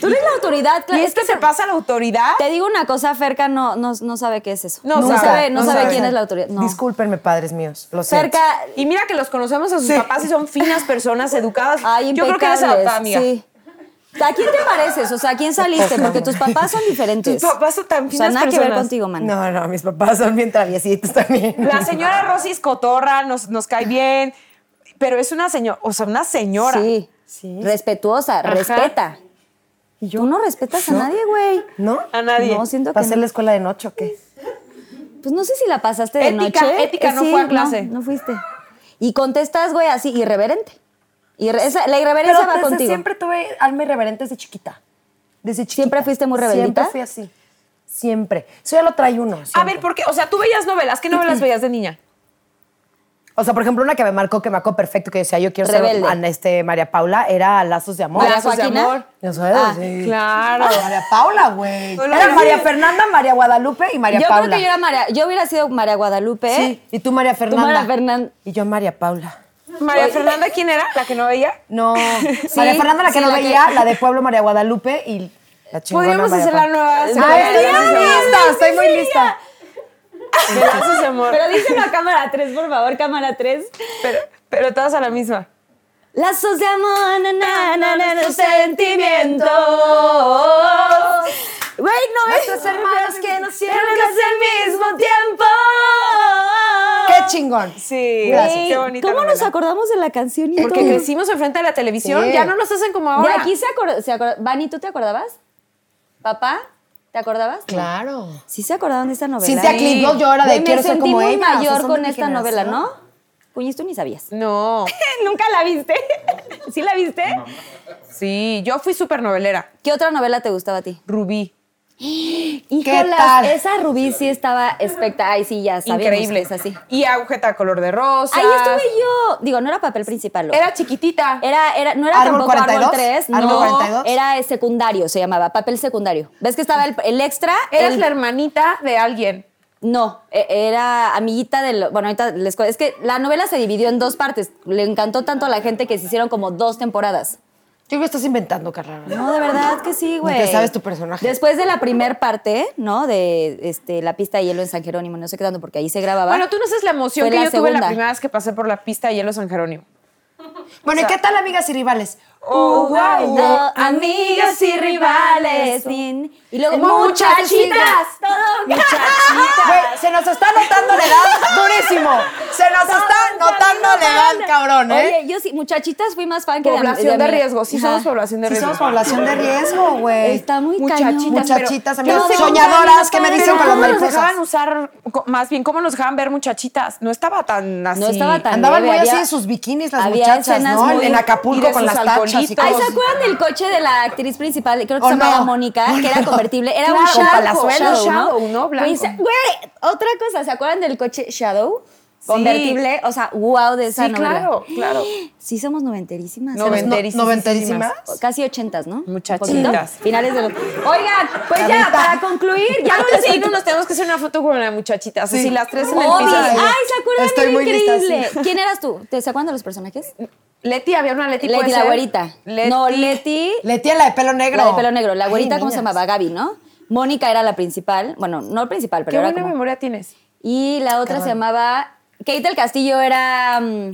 Speaker 1: Tú eres la autoridad,
Speaker 3: ¿Y
Speaker 1: claro.
Speaker 3: es que se pasa la autoridad?
Speaker 1: Te digo una cosa, Ferca no, no, no sabe qué es eso.
Speaker 3: No
Speaker 1: No,
Speaker 3: sabe,
Speaker 1: sabe, no
Speaker 3: no
Speaker 1: sabe
Speaker 3: sabe.
Speaker 1: quién es la autoridad. No.
Speaker 4: Discúlpenme, padres míos. Lo siento.
Speaker 1: Ferca,
Speaker 3: Y mira que los conocemos a sus
Speaker 4: Sí.
Speaker 3: papás y son finas personas, educadas.
Speaker 1: ay,
Speaker 3: Yo creo que eres
Speaker 1: impecables,
Speaker 3: adoptada, amiga.
Speaker 1: Sí. ¿A quién te pareces? O sea, ¿a quién saliste? Porque tus papás son diferentes.
Speaker 3: Tus papás son tan
Speaker 1: O sea,
Speaker 3: finas
Speaker 1: nada que ver
Speaker 3: personas.
Speaker 1: contigo, man.
Speaker 4: No, no, mis papás son bien traviesitos también.
Speaker 3: La señora Rosy es cotorra, nos, nos cae bien, pero es una señora, o sea, una señora.
Speaker 1: Sí.
Speaker 4: Sí.
Speaker 1: Respetuosa,
Speaker 3: Ajá.
Speaker 1: respeta. Tú no respetas a nadie, güey.
Speaker 4: ¿No?
Speaker 3: A nadie.
Speaker 1: No, siento que
Speaker 4: ¿Pasé
Speaker 1: no.
Speaker 4: la escuela de noche o qué?
Speaker 1: Pues no sé si la pasaste de
Speaker 3: Ética,
Speaker 1: noche. Eh,
Speaker 3: ética, no fue a clase.
Speaker 1: No, no fuiste. Y contestas, güey, así, irreverente. Irre- esa- la irreverencia va
Speaker 4: desde
Speaker 1: contigo.
Speaker 4: siempre tuve alma irreverente desde chiquita. Desde chiquita.
Speaker 1: ¿Siempre fuiste muy rebeldita?
Speaker 4: Siempre fui así. Siempre. Eso ya lo trae uno.
Speaker 3: A
Speaker 4: siempre.
Speaker 3: ver, porque, o sea, tú veías novelas, ¿qué novelas veías de niña?
Speaker 4: O sea, por ejemplo, una que me marcó, que me marcó perfecto, que decía, yo quiero
Speaker 1: Rebelde.
Speaker 4: ser Ana, este, María Paula, era Lazos de Amor.
Speaker 1: ¿La
Speaker 3: Lazos de
Speaker 1: Joaquina?
Speaker 3: amor.
Speaker 4: Yo soy de-
Speaker 1: Ah,
Speaker 4: sí.
Speaker 3: Claro.
Speaker 4: María Paula, güey.
Speaker 3: No lo
Speaker 4: Era
Speaker 3: sé.
Speaker 4: María Fernanda, María Guadalupe y María
Speaker 1: yo
Speaker 4: Paula.
Speaker 1: creo que yo era María, yo hubiera sido María Guadalupe.
Speaker 4: Sí, y tú María Fernanda.
Speaker 1: María Fernan-
Speaker 4: Y yo María Paula.
Speaker 3: María Fernanda, ¿quién era? ¿La que no veía?
Speaker 4: No, María Fernanda la que
Speaker 1: sí,
Speaker 4: no
Speaker 1: la que-
Speaker 4: veía, la de Pueblo María Guadalupe y la chingona
Speaker 3: Podríamos
Speaker 4: María
Speaker 3: hacer la
Speaker 4: Paula.
Speaker 3: nueva
Speaker 4: Ay,
Speaker 3: secuela de
Speaker 4: estoy
Speaker 3: Lazos de
Speaker 4: muy
Speaker 3: Amor.
Speaker 4: lista, estoy muy lista.
Speaker 3: De Lazos de amor.
Speaker 1: Pero díselo a cámara 3, por favor, cámara 3.
Speaker 3: Pero, pero todas a la misma.
Speaker 1: Lazos de amor, na, na, na, na, na, sentimientos. Güey, no
Speaker 4: Nuestros hermanos que nos
Speaker 1: nacieron al mismo tiempo.
Speaker 4: Qué chingón.
Speaker 3: Sí,
Speaker 4: Gracias.
Speaker 3: qué bonita.
Speaker 1: ¿Cómo nos
Speaker 3: novela.
Speaker 1: acordamos de la canción y
Speaker 3: Porque
Speaker 1: todo?
Speaker 3: crecimos enfrente de la televisión,
Speaker 4: Sí.
Speaker 3: ya no nos hacen como
Speaker 1: De
Speaker 3: ahora.
Speaker 1: aquí se acordó. Se acordó- Vani, ¿tú te acordabas? ¿Papá? ¿Te acordabas?
Speaker 4: Claro.
Speaker 1: Sí se acordaban de esta novela.
Speaker 4: Cintia Clip, yo era de
Speaker 1: Güey, me
Speaker 4: quiero ser
Speaker 1: sentí
Speaker 4: como
Speaker 1: muy
Speaker 4: ella, o sea,
Speaker 1: mayor
Speaker 4: son
Speaker 1: con
Speaker 4: de mi
Speaker 1: esta novela,
Speaker 4: generación.
Speaker 1: ¿no? Cuñiz, tú ni sabías.
Speaker 3: No,
Speaker 5: ¿Nunca la viste? ¿Sí la viste?
Speaker 3: sí, yo fui súper novelera.
Speaker 1: ¿Qué otra novela te gustaba a ti?
Speaker 3: Rubí.
Speaker 1: Híjolas,
Speaker 4: tal?
Speaker 1: esa Rubí sí estaba espectacular. Ay, sí, ya sabíamos
Speaker 3: Increíble.
Speaker 1: que es así.
Speaker 3: Y agujeta color de rosa.
Speaker 1: Ahí estuve yo. Digo, no era papel principal. ojo.
Speaker 3: Era chiquitita.
Speaker 1: Era, era, no era
Speaker 4: ¿Árbol
Speaker 1: tampoco
Speaker 4: 42?
Speaker 1: árbol 3,
Speaker 4: ¿Árbol
Speaker 1: no,
Speaker 4: 42?
Speaker 1: era eh, secundario, se llamaba, papel secundario. ¿Ves que estaba el, el extra?
Speaker 3: Eras
Speaker 1: el-
Speaker 3: la hermanita de alguien.
Speaker 1: No, e- era amiguita del... Bueno, ahorita les cu- Es que la novela se dividió en dos partes. Le encantó tanto a la gente que se hicieron como dos temporadas.
Speaker 4: Yo me estás inventando, Carrara.
Speaker 1: No, de verdad que sí, güey.
Speaker 4: te sabes tu personaje.
Speaker 1: Después de la primer parte, ¿no? De este, la pista de hielo en San Jerónimo, no sé qué tanto, porque ahí se grababa.
Speaker 3: Bueno, tú no sabes la emoción
Speaker 1: Fue
Speaker 3: que
Speaker 1: la
Speaker 3: yo tuve la
Speaker 1: segunda.
Speaker 3: primera vez que pasé por la pista de hielo San Jerónimo.
Speaker 4: Bueno, ¿y qué tal, amigas y rivales?
Speaker 3: Oh, wow.
Speaker 1: No, amigas y rivales. nin- Y luego, muchachitas. Todo
Speaker 4: Güey, se nos está notando la edad durísimo. Se nos está notando la edad, cabrón, ¿eh?
Speaker 1: Oye, yo sí, muchachitas fui más fan que
Speaker 3: Población de riesgo. Sí,
Speaker 1: Ajá.
Speaker 3: somos población de
Speaker 4: Sí
Speaker 3: riesgo.
Speaker 4: somos población de riesgo, güey.
Speaker 1: Está muy
Speaker 3: Muchachitas,
Speaker 1: cañón.
Speaker 3: pero-
Speaker 4: Muchachitas,
Speaker 3: pero
Speaker 4: amigas,
Speaker 3: según-
Speaker 4: soñadoras, ¿qué me
Speaker 1: pero
Speaker 4: dicen con las
Speaker 3: ¿Cómo nos
Speaker 4: mariposas?
Speaker 3: dejaban usar, co- más bien, cómo nos dejaban ver muchachitas? No estaba tan así.
Speaker 1: No estaba tan
Speaker 4: Andaban
Speaker 1: leve,
Speaker 4: muy así
Speaker 1: había-
Speaker 4: en sus bikinis las
Speaker 1: había
Speaker 4: muchachas,
Speaker 1: escenas
Speaker 4: ¿no? En-
Speaker 1: muy-
Speaker 4: En
Speaker 3: y de
Speaker 4: Acapulco con
Speaker 3: sus
Speaker 4: las tachas y
Speaker 3: alcoholitos.
Speaker 1: Ay,
Speaker 4: cosas.
Speaker 1: ¿se acuerdan del coche de la actriz principal? Creo que
Speaker 4: ¿O
Speaker 1: se llamaba
Speaker 4: Oh, no?
Speaker 1: Mónica,
Speaker 4: ¿O
Speaker 1: que era
Speaker 4: no?
Speaker 1: convertible. Era
Speaker 4: Claro,
Speaker 1: un
Speaker 4: con
Speaker 1: Shadow,
Speaker 3: palazuelos,
Speaker 1: Shadow,
Speaker 3: Shadow, ¿no? Blanco.
Speaker 1: Güey, se- güey, otra cosa, ¿se acuerdan del coche Shadow? Convertible, o sea, wow de esa
Speaker 3: Sí,
Speaker 1: novela.
Speaker 3: claro, claro.
Speaker 1: Sí somos noventerísimas.
Speaker 3: No,
Speaker 1: ¿sabes?
Speaker 3: no. noventerísimas.
Speaker 4: ¿Noventerísimas?
Speaker 1: Casi ochentas, ¿no?
Speaker 3: Muchachitas.
Speaker 1: Un poquito. Finales de los... Oigan, pues
Speaker 4: Carlita.
Speaker 1: ya, para concluir, ya
Speaker 3: Antes de
Speaker 1: no
Speaker 3: irnos nos tenemos que hacer una foto con la muchachita.
Speaker 4: Sí.
Speaker 3: Así las tres en el
Speaker 1: Obi,
Speaker 3: piso.
Speaker 1: ay,
Speaker 3: así.
Speaker 1: ¿se acuerdan?
Speaker 4: Estoy
Speaker 1: Era
Speaker 4: muy lista,
Speaker 1: increíble.
Speaker 4: sí.
Speaker 1: ¿Quién eras tú? ¿Te se acuerdan de los personajes?
Speaker 3: Leti, había una Leti.
Speaker 1: Leti,
Speaker 3: ¿puede
Speaker 1: la
Speaker 3: ser?
Speaker 1: güerita.
Speaker 3: Leti.
Speaker 1: No, Leti.
Speaker 4: Letía la de pelo negro.
Speaker 1: La de pelo negro. La güerita,
Speaker 4: Ay,
Speaker 1: ¿cómo se
Speaker 4: niñas.
Speaker 1: llamaba? Gaby, ¿no? Mónica era la principal. Bueno, no principal,
Speaker 3: Qué
Speaker 1: pero era
Speaker 3: buena
Speaker 1: como...
Speaker 3: memoria tienes.
Speaker 1: Y la otra se llamaba... Kate del Castillo era... mm,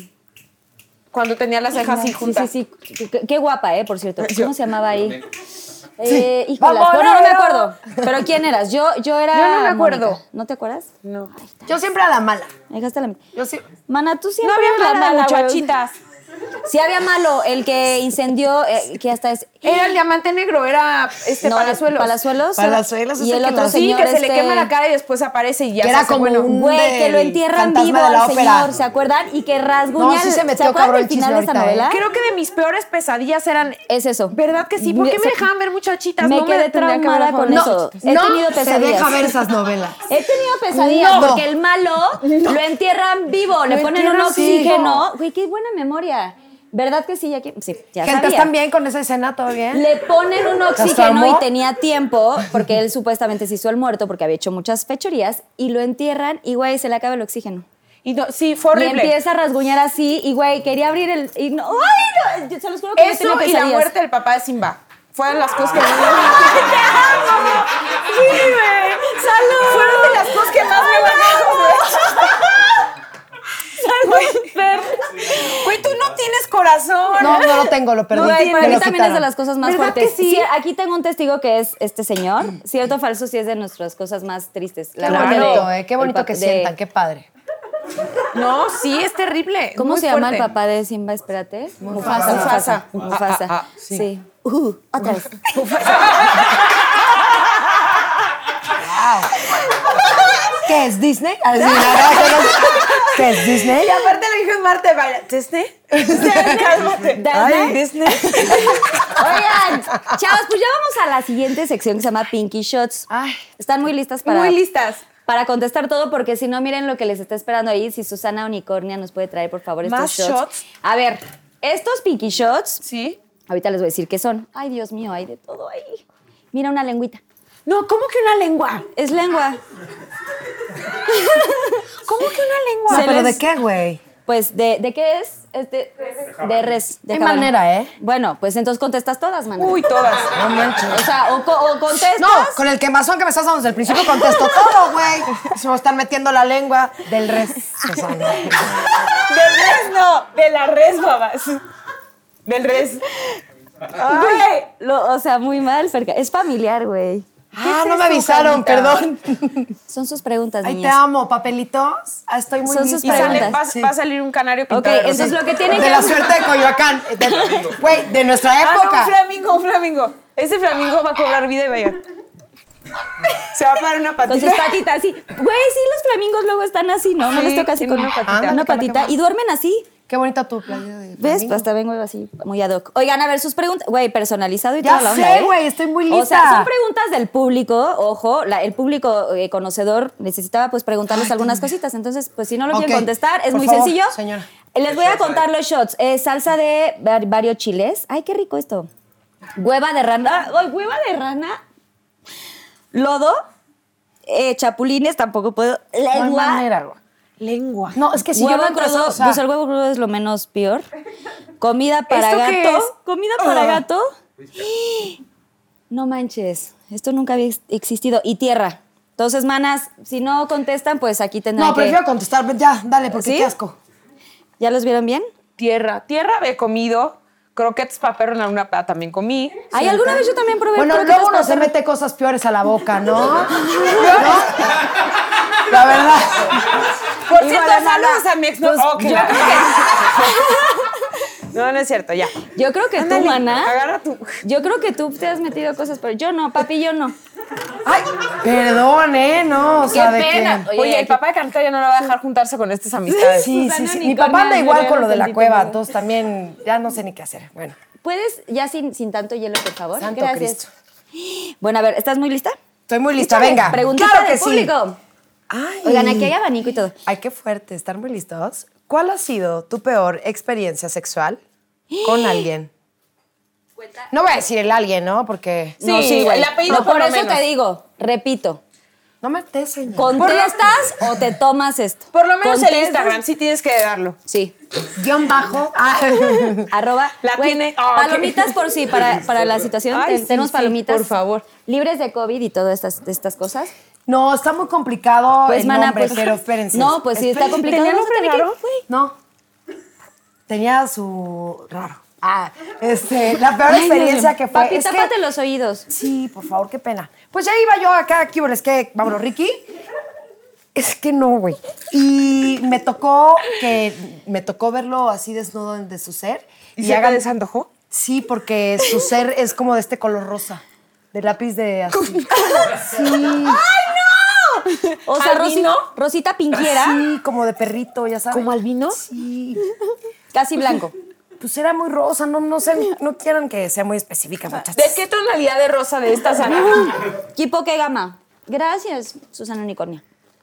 Speaker 3: Cuando tenía las cejas así
Speaker 1: Sí, sí,
Speaker 3: juntas.
Speaker 1: sí. Qué- Qué, qué guapa, ¿eh? Por cierto.
Speaker 3: Yo-
Speaker 1: ¿Cómo se llamaba ahí? Eh, híjolas,
Speaker 4: ¡Vamos,
Speaker 1: bueno, no me
Speaker 4: Leo!
Speaker 1: acuerdo. Pero ¿quién eras? Yo, yo era.
Speaker 3: Yo no me acuerdo.
Speaker 1: Mónica. ¿No te acuerdas?
Speaker 3: No.
Speaker 4: Yo siempre a la mala.
Speaker 1: Me dejaste la.
Speaker 4: Yo sí.
Speaker 1: Mana, tú
Speaker 3: No
Speaker 1: siempre.
Speaker 3: había
Speaker 1: eras la
Speaker 3: nada de
Speaker 1: mala, güey.
Speaker 3: muchachitas.
Speaker 1: Sí, había malo. El que incendió, eh, que hasta es.
Speaker 4: Este,
Speaker 3: Era el diamante negro, era este
Speaker 1: No,
Speaker 3: palazuelos.
Speaker 1: Palazuelos.
Speaker 4: Palazuelos es
Speaker 1: Y
Speaker 4: el
Speaker 1: el
Speaker 4: que
Speaker 1: otro
Speaker 4: nos-
Speaker 3: Sí,
Speaker 1: señor.
Speaker 3: que se le
Speaker 1: este-
Speaker 3: quema la cara y después aparece y ya
Speaker 4: Que
Speaker 3: se
Speaker 4: era
Speaker 3: hace
Speaker 4: como
Speaker 3: bueno.
Speaker 4: un
Speaker 1: Güey, que lo
Speaker 4: del
Speaker 1: entierran
Speaker 4: fantasma
Speaker 1: vivo
Speaker 4: de la
Speaker 1: al
Speaker 4: ópera.
Speaker 1: señor, ¿se acuerdan? Y que rasguña.
Speaker 4: No, sí se metió,
Speaker 1: ¿Se acuerdan
Speaker 4: cabrón,
Speaker 1: del
Speaker 4: el chisme
Speaker 1: final de esta
Speaker 4: ahorita, ¿eh?
Speaker 1: novela?
Speaker 3: Creo que de mis peores pesadillas eran.
Speaker 1: Es eso.
Speaker 3: ¿Verdad que sí? ¿Por
Speaker 1: Me-
Speaker 3: qué me
Speaker 1: se-
Speaker 3: dejaban ver muchachitas?
Speaker 1: me
Speaker 3: no
Speaker 1: quedé
Speaker 3: me tendría que
Speaker 1: traumada
Speaker 3: haber dejado
Speaker 1: con
Speaker 3: ver
Speaker 1: eso. He tenido
Speaker 4: se deja
Speaker 1: pesadillas.
Speaker 4: ver esas novelas.
Speaker 1: He tenido pesadillas
Speaker 4: No.
Speaker 1: porque el malo lo entierran vivo, le
Speaker 4: Lo
Speaker 1: ponen un
Speaker 4: entierran
Speaker 1: oxígeno. Güey, qué buena memoria. ¿Verdad que sí? Ya que, sí, ya
Speaker 4: Gente,
Speaker 1: sabía.
Speaker 4: ¿están bien con esa escena? ¿Todo bien?
Speaker 1: Le ponen un oxígeno
Speaker 4: traumó?
Speaker 1: y tenía tiempo, porque él supuestamente se hizo el muerto porque había hecho muchas fechorías, y lo entierran y, güey, se le acaba el oxígeno.
Speaker 3: Y no- sí,
Speaker 1: Y
Speaker 3: fue horrible.
Speaker 1: empieza a rasguñar así, y, güey, quería abrir el... Y no, ¡Ay, no! Yo Se los juro que yo he tenido
Speaker 3: Eso y la
Speaker 1: pesadillas.
Speaker 3: muerte del papá de Simba. Fueron las cosas que más me ¡Salud! Fueron de las cosas que más me gustaron. Güey, güey, tú no tienes corazón.
Speaker 4: No, no lo tengo, lo perdí.
Speaker 1: Güey,
Speaker 4: Me
Speaker 1: para
Speaker 4: lo
Speaker 1: mí también es
Speaker 4: quitaron.
Speaker 1: de las cosas más
Speaker 3: ¿Verdad que
Speaker 1: fuertes.
Speaker 3: sí?
Speaker 1: Sí, aquí tengo un testigo que es este señor. Cierto o falso, sí es de nuestras cosas más tristes. La
Speaker 4: Qué
Speaker 1: muerte
Speaker 4: bonito,
Speaker 1: de-
Speaker 4: ¿eh? Qué
Speaker 1: el
Speaker 4: bonito
Speaker 1: pap-
Speaker 4: que
Speaker 1: de-
Speaker 4: sientan, qué padre.
Speaker 3: No, sí, es terrible.
Speaker 1: ¿Cómo
Speaker 3: Muy
Speaker 1: se llama el
Speaker 3: fuerte.
Speaker 1: papá de Simba? Espérate.
Speaker 3: Mufasa.
Speaker 1: Mufasa.
Speaker 3: Mufasa.
Speaker 1: Mufasa.
Speaker 3: Ah, ah, ah,
Speaker 1: sí.
Speaker 3: sí.
Speaker 1: Uh, otra vez.
Speaker 4: ¿Qué es Disney? Ah, sí, no, no, no, no. ¿Qué es Disney?
Speaker 3: Y aparte le dije en Marte, vaya, ¿Disney? Cálmate.
Speaker 1: Ay,
Speaker 3: Disney.
Speaker 1: Oigan, chavos, pues ya vamos a la siguiente sección que se llama Pinky Shots.
Speaker 4: Ay.
Speaker 1: Están muy listas para.
Speaker 3: Muy listas.
Speaker 1: Para contestar todo, porque si no, miren lo que les está esperando ahí. Si Susana Unicornia nos puede traer, por favor, estos
Speaker 3: ¿Más shots?
Speaker 1: A ver, estos Pinky Shots
Speaker 3: ¿Sí?
Speaker 1: Ahorita les voy a decir qué son. Ay, Dios mío, hay de todo ahí. Mira una lengüita.
Speaker 3: No, ¿cómo que una lengua?
Speaker 1: Es lengua.
Speaker 3: ¿Cómo que una lengua?
Speaker 1: Se
Speaker 4: ¿Pero
Speaker 1: les-
Speaker 4: de qué, güey?
Speaker 1: Pues, ¿de, de qué es? Es de, de res. De
Speaker 4: Qué
Speaker 1: jabalí.
Speaker 4: manera, ¿eh?
Speaker 1: Bueno, pues entonces contestas todas, mana.
Speaker 3: Uy, todas.
Speaker 4: No manches.
Speaker 1: O sea, o, co- o contestas.
Speaker 4: No, con el quemazón que me estás dando desde el principio contesto todo, güey. Se me están metiendo la lengua del res. Susana.
Speaker 3: Del res no, de la res, babas. Del res. Ay.
Speaker 1: Lo- o sea, muy mal, Ferca. Es familiar, güey.
Speaker 4: Ah,
Speaker 3: es
Speaker 4: no me
Speaker 3: eso,
Speaker 4: avisaron,
Speaker 3: Carlita?
Speaker 4: perdón.
Speaker 1: Son sus preguntas,
Speaker 4: Ahí te
Speaker 1: niñas.
Speaker 4: amo, papelitos. Ah, estoy muy
Speaker 1: Son
Speaker 4: bien.
Speaker 1: sus
Speaker 3: Y sale,
Speaker 1: Preguntas,
Speaker 3: va, va a salir un canario pintado.
Speaker 1: Ok,
Speaker 3: de rosa.
Speaker 1: entonces lo que tienen
Speaker 4: De
Speaker 1: que
Speaker 4: la suerte de Coyoacán. De- Güey, de nuestra
Speaker 3: Ah, no, un
Speaker 4: época.
Speaker 3: flamingo, un flamingo. Ese flamingo va a cobrar vida y vaya. Se va para una
Speaker 1: Con sus patitas así. Güey, sí, los flamingos luego están así, ¿no? No
Speaker 3: Sí,
Speaker 1: les toca así con una
Speaker 3: tienen una
Speaker 1: patita.
Speaker 3: patita.
Speaker 1: Una patita. Y duermen así.
Speaker 4: Qué bonita tu playa de
Speaker 1: ¿Ves? Pues
Speaker 4: flamingo.
Speaker 1: Hasta vengo así, muy ad hoc. Oigan, a ver, sus preguntas. Güey, personalizado y
Speaker 4: Ya
Speaker 1: toda la
Speaker 4: sé,
Speaker 1: onda. ¿eh?
Speaker 4: güey, estoy muy
Speaker 1: O sea,
Speaker 4: lista.
Speaker 1: son preguntas del público, ojo. la- el público eh, conocedor necesitaba, pues, preguntarles algunas cositas. Entonces, pues, si no lo
Speaker 4: Ok,
Speaker 1: quieren contestar, es
Speaker 4: por
Speaker 1: muy
Speaker 4: favor,
Speaker 1: sencillo.
Speaker 4: señora.
Speaker 1: Eh, Les voy a contar los shots. Eh, salsa de var- varios chiles. Ay, qué rico esto. Hueva de rana.
Speaker 4: Ah.
Speaker 1: Ay, hueva de rana. Lodo. Eh, chapulines, tampoco puedo.
Speaker 4: No hay
Speaker 1: Lengua.
Speaker 4: manera, güey.
Speaker 3: Lengua.
Speaker 4: No, es que si yo
Speaker 1: Huevo
Speaker 4: no
Speaker 1: crudo,
Speaker 4: empezó, o sea,
Speaker 1: pues el huevo crudo es lo menos peor. Comida para
Speaker 3: ¿Esto
Speaker 1: gato.
Speaker 3: qué es?
Speaker 1: Comida para
Speaker 3: Ah.
Speaker 1: gato. No manches, esto nunca había ex- existido. Y tierra. Entonces, manas, si no contestan, pues aquí tendrán
Speaker 4: no,
Speaker 1: que...
Speaker 4: prefiero contestar, ya, dale, porque
Speaker 1: ¿Sí?
Speaker 4: qué asco.
Speaker 1: ¿Ya los vieron bien?
Speaker 3: Tierra. Tierra había comido. Croquetes para perro en una plata también comí.
Speaker 1: Ay, alguna vez yo también probé
Speaker 4: Bueno,
Speaker 1: croquetas
Speaker 4: luego uno
Speaker 1: para
Speaker 4: se
Speaker 1: hacer-
Speaker 4: mete cosas peores a la boca, ¿no? ¿No? La verdad.
Speaker 3: Por
Speaker 4: Híjole,
Speaker 3: cierto,
Speaker 4: mana.
Speaker 3: saludos a mi ex. No,
Speaker 4: Pues,
Speaker 3: ok.
Speaker 4: yo creo
Speaker 3: no, no es cierto, ya.
Speaker 1: Yo creo que
Speaker 3: Ándale,
Speaker 1: tú, mana.
Speaker 3: agarra tu-
Speaker 1: Yo creo que tú te has metido cosas, pero yo no, papi, yo no.
Speaker 4: Ay, perdón, ¿eh? No, o sea, de
Speaker 1: pena.
Speaker 4: que...
Speaker 1: Oye,
Speaker 3: Oye,
Speaker 1: hay
Speaker 3: el
Speaker 1: que-
Speaker 3: papá de Carlita ya no la va a dejar juntarse con estas amistades.
Speaker 4: Sí, sí,
Speaker 1: Susana
Speaker 4: sí.
Speaker 1: ni
Speaker 4: Mi
Speaker 1: con
Speaker 4: papá anda
Speaker 1: nadie,
Speaker 4: igual
Speaker 1: yo
Speaker 4: con
Speaker 1: no
Speaker 4: lo de la
Speaker 1: sentí
Speaker 4: cueva,
Speaker 1: nada.
Speaker 4: entonces también ya no sé ni qué hacer. Bueno,
Speaker 1: ¿Puedes ya sin, sin tanto hielo, por favor?
Speaker 4: Santo
Speaker 1: Gracias. Bueno, a ver, ¿estás muy lista?
Speaker 4: estoy muy lista,
Speaker 1: Échale,
Speaker 4: venga.
Speaker 1: Preguntita
Speaker 4: Claro
Speaker 1: del
Speaker 4: que sí. Mm.
Speaker 1: público.
Speaker 4: Ay.
Speaker 1: Oigan, aquí hay abanico y todo.
Speaker 4: Ay, qué fuerte, están muy listos. ¿Cuál ha sido tu peor experiencia sexual con alguien? No voy a decir el alguien, ¿no? Porque...
Speaker 3: Sí, el apellido
Speaker 1: No,
Speaker 3: por
Speaker 1: por
Speaker 3: lo
Speaker 1: eso
Speaker 3: menos.
Speaker 1: te digo, repito,
Speaker 4: No me estés, señor.
Speaker 1: ¿contestas o te tomas esto?
Speaker 3: Por lo menos el
Speaker 1: ¿Contestas?
Speaker 3: Instagram sí tienes que darlo.
Speaker 1: Sí.
Speaker 4: Guión bajo.
Speaker 1: Ah. Arroba.
Speaker 3: La
Speaker 1: güey,
Speaker 3: tiene- ah, ok.
Speaker 1: Palomitas por sí, para, para la situación.
Speaker 3: Ay,
Speaker 1: Ten-
Speaker 3: sí,
Speaker 1: tenemos
Speaker 3: sí,
Speaker 1: palomitas.
Speaker 3: por favor.
Speaker 1: Libres de COVID y todas estas, de estas cosas.
Speaker 4: No, está muy complicado
Speaker 1: Pues,
Speaker 4: el
Speaker 1: mana,
Speaker 4: nombre,
Speaker 1: pues.
Speaker 4: pero espérense.
Speaker 1: No, pues sí, está
Speaker 4: Espérense.
Speaker 1: complicado.
Speaker 4: ¿Tenía
Speaker 1: Vamos a
Speaker 4: nombre
Speaker 1: tener que-
Speaker 4: raro?
Speaker 1: güey.
Speaker 4: No. Tenía su... raro. Ah, este, la peor experiencia que fue...
Speaker 1: Papi,
Speaker 4: es que-
Speaker 1: tápate los oídos.
Speaker 4: Sí, por favor, qué pena. Pues ya iba yo acá, aquí, bueno, es que, vámonos, Ricky. Es que no, güey. Y me tocó que me tocó verlo así desnudo de su ser.
Speaker 3: ¿Y, se
Speaker 4: hagan-
Speaker 3: hagan desantojó?
Speaker 4: Sí, porque su ser es como de este color rosa, de lápiz de azul. Sí,
Speaker 1: O sea,
Speaker 3: ¿Al
Speaker 1: Rosi-
Speaker 3: vino?
Speaker 1: Rosita Pinquiera,
Speaker 4: sí, como de perrito, ya sabes.
Speaker 3: ¿Como albino?
Speaker 4: Sí.
Speaker 1: casi blanco.
Speaker 4: Pues era muy rosa, no, no sé, no quieran que sea muy específica,
Speaker 3: ¿De
Speaker 4: muchachos.
Speaker 3: qué tonalidad de rosa de estas Ana?
Speaker 1: ¿Tipo qué gama? Gracias, Susana Unicornio.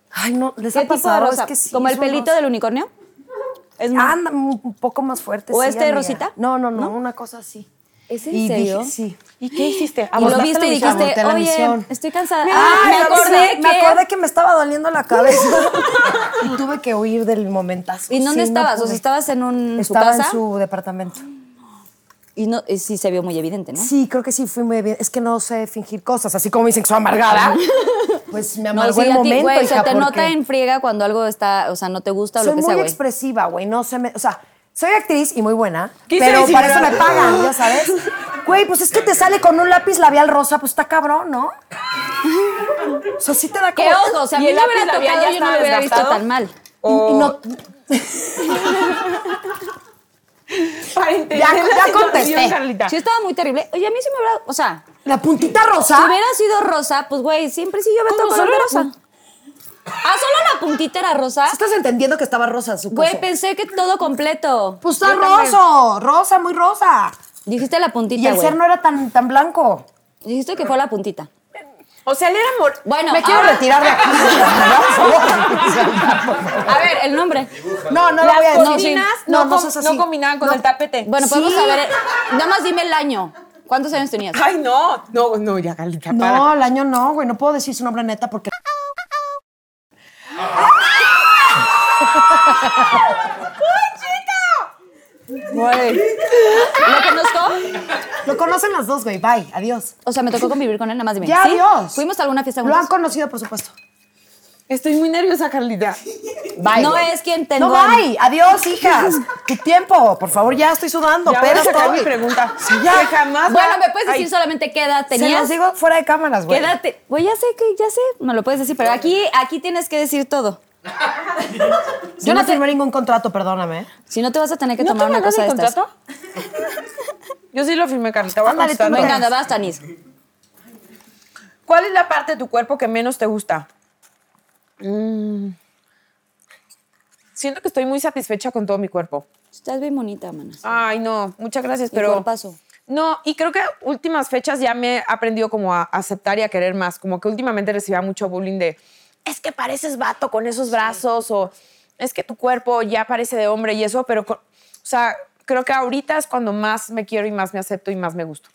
Speaker 4: Ay, no, les
Speaker 1: ¿Qué
Speaker 4: ha
Speaker 1: tipo
Speaker 4: pasado,
Speaker 1: de rosa?
Speaker 4: es que sí,
Speaker 1: ¿Como
Speaker 4: es
Speaker 1: el
Speaker 4: un
Speaker 1: pelito
Speaker 4: rosa.
Speaker 1: del unicornio? Es muy-
Speaker 4: Anda un un poco más fuerte.
Speaker 1: ¿O
Speaker 4: sí,
Speaker 1: este de
Speaker 4: amiga.
Speaker 1: rosita?
Speaker 4: No, no, no, una cosa así.
Speaker 1: ¿Es en
Speaker 4: Y
Speaker 1: serio?
Speaker 4: dije, sí.
Speaker 3: ¿Y qué hiciste?
Speaker 1: Y lo
Speaker 3: ¿Abortaste
Speaker 1: viste
Speaker 3: la
Speaker 1: y
Speaker 3: misión?
Speaker 1: dijiste,
Speaker 4: aborté la
Speaker 1: oye,
Speaker 4: misión".
Speaker 1: estoy cansada.
Speaker 4: Ah,
Speaker 1: ah, me acordé que...
Speaker 4: me acordé que me estaba doliendo la cabeza. y tuve que huir del momentazo.
Speaker 1: ¿Y en dónde
Speaker 4: Sí, no
Speaker 1: estabas? o
Speaker 4: pude.
Speaker 1: sea, estabas en un,
Speaker 4: Estaba
Speaker 1: su casa
Speaker 4: en su departamento.
Speaker 1: y no, y sí se vio muy evidente, ¿no?
Speaker 4: Sí, creo que sí, fui muy bien. Es que no sé fingir cosas, así como dicen que soy amargada. Pues me amargó
Speaker 1: sí, a
Speaker 4: el
Speaker 1: ti,
Speaker 4: momento,
Speaker 1: güey, o sea,
Speaker 4: hija,
Speaker 1: te
Speaker 4: porque
Speaker 1: nota en friega cuando algo está, o sea, no te gusta o
Speaker 4: Soy
Speaker 1: lo que
Speaker 4: muy
Speaker 1: sea, güey.
Speaker 4: expresiva, güey, no se me... O sea, soy actriz y muy buena,
Speaker 3: Quise
Speaker 4: pero
Speaker 3: decir-
Speaker 4: para eso me pagan, ya sabes. Güey, pues es que te sale con un lápiz labial rosa, pues está cabrón, ¿no? O sea, sí te da
Speaker 1: Qué
Speaker 4: como-
Speaker 1: ojo, o sea, a
Speaker 3: ¿Y
Speaker 1: mí
Speaker 3: el
Speaker 1: me
Speaker 3: lápiz
Speaker 1: hubiera
Speaker 3: labial
Speaker 1: tocado,
Speaker 3: ya
Speaker 1: yo no
Speaker 3: estaba
Speaker 1: me hubiera visto
Speaker 3: desgastado?
Speaker 1: tan mal.
Speaker 4: Y- y no-
Speaker 3: Para entender
Speaker 4: Ya-
Speaker 3: la
Speaker 4: ya
Speaker 3: situación,
Speaker 4: contesté.
Speaker 3: Carlita.
Speaker 1: Sí estaba muy terrible. Oye, a mí sí me hubiera, o sea,
Speaker 4: La puntita rosa.
Speaker 1: si hubiera sido rosa, pues, güey, siempre sí yo me
Speaker 4: ¿Cómo?
Speaker 1: toco
Speaker 4: Ah. ¿Solo
Speaker 1: color de
Speaker 4: la
Speaker 1: rosa. Ah, solo la puntita era rosa.
Speaker 4: Estás entendiendo que estaba rosa su
Speaker 1: Güey, pues,
Speaker 4: coso?
Speaker 1: pensé que todo completo.
Speaker 4: Pues está rosa, rosa, muy rosa.
Speaker 1: Dijiste la
Speaker 4: Y
Speaker 1: puntita,
Speaker 4: el
Speaker 1: güey.
Speaker 4: ser no era tan, tan blanco.
Speaker 1: Dijiste que fue la puntita.
Speaker 3: O sea, él era amor.
Speaker 1: Bueno,
Speaker 4: Me quiero
Speaker 1: ahora-
Speaker 4: retirar de aquí.
Speaker 1: A ver, el nombre.
Speaker 4: No, no lo voy a
Speaker 3: Las
Speaker 4: decir.
Speaker 3: cortinas
Speaker 4: no,
Speaker 3: no,
Speaker 4: no
Speaker 3: com-
Speaker 4: seas así.
Speaker 3: no combinaban con el tapete.
Speaker 1: Bueno,
Speaker 4: Sí.
Speaker 1: podemos saber. Nada más dime el año. ¿Cuántos años tenías?
Speaker 3: Ay, no. No, no, ya, Carlita, para.
Speaker 4: pues- No, el año no, güey. No puedo decir su nombre neta porque.
Speaker 1: ¿Lo conozco?
Speaker 4: Lo conocen las dos, güey. Bye, adiós.
Speaker 1: O sea, me tocó convivir con él, nada más dime.
Speaker 4: Ya,
Speaker 1: ¿Sí?
Speaker 4: adiós.
Speaker 1: ¿Fuimos a alguna fiesta
Speaker 4: Lo han
Speaker 1: juntos?
Speaker 4: conocido, por supuesto.
Speaker 3: Estoy muy nerviosa, Carlita.
Speaker 4: Bye.
Speaker 1: No
Speaker 4: güey.
Speaker 1: es quien tengo.
Speaker 4: No, bye. Adiós, hijas. tu tiempo. Por favor, ya estoy sudando.
Speaker 3: Ya voy
Speaker 4: pero
Speaker 3: a sacar
Speaker 4: estoy.
Speaker 3: mi pregunta.
Speaker 4: Sí, ya.
Speaker 3: Que jamás
Speaker 1: Bueno,
Speaker 3: va-
Speaker 1: ¿me puedes decir
Speaker 3: Ay,
Speaker 1: solamente qué edad
Speaker 4: Se los
Speaker 1: tenías?
Speaker 4: digo fuera de cámaras, güey.
Speaker 1: Quédate. Güey, ya sé que, ya sé. Me lo puedes decir, pero aquí, aquí tienes que decir todo.
Speaker 4: Yo no
Speaker 1: te-
Speaker 4: firmé ningún contrato, perdóname. ¿eh?
Speaker 1: Si no, te vas a tener que
Speaker 3: ¿No
Speaker 1: tomar
Speaker 3: te
Speaker 1: una cosa de
Speaker 3: mandaron el
Speaker 1: estas.
Speaker 3: contrato? Yo sí lo firmé, Carlita. Voy a
Speaker 4: Ándale, tú
Speaker 3: contestar.
Speaker 1: Venga,
Speaker 4: Venga.
Speaker 1: anda, vas, Tanis.
Speaker 3: ¿Cuál es la parte de tu cuerpo que menos te gusta? Mm. Siento que estoy muy satisfecha con todo mi cuerpo.
Speaker 1: Estás bien bonita, manas.
Speaker 3: Ay, no, muchas gracias,
Speaker 1: Y
Speaker 3: pero...
Speaker 1: cuerpazo.
Speaker 3: No, y creo que últimas fechas ya me he aprendido como a aceptar y a querer más. Como que últimamente recibía mucho bullying de, es que pareces vato con esos brazos o es que tu cuerpo ya parece de hombre y eso, pero, co- o sea, creo que ahorita es cuando más me quiero y más me acepto y más me gusto.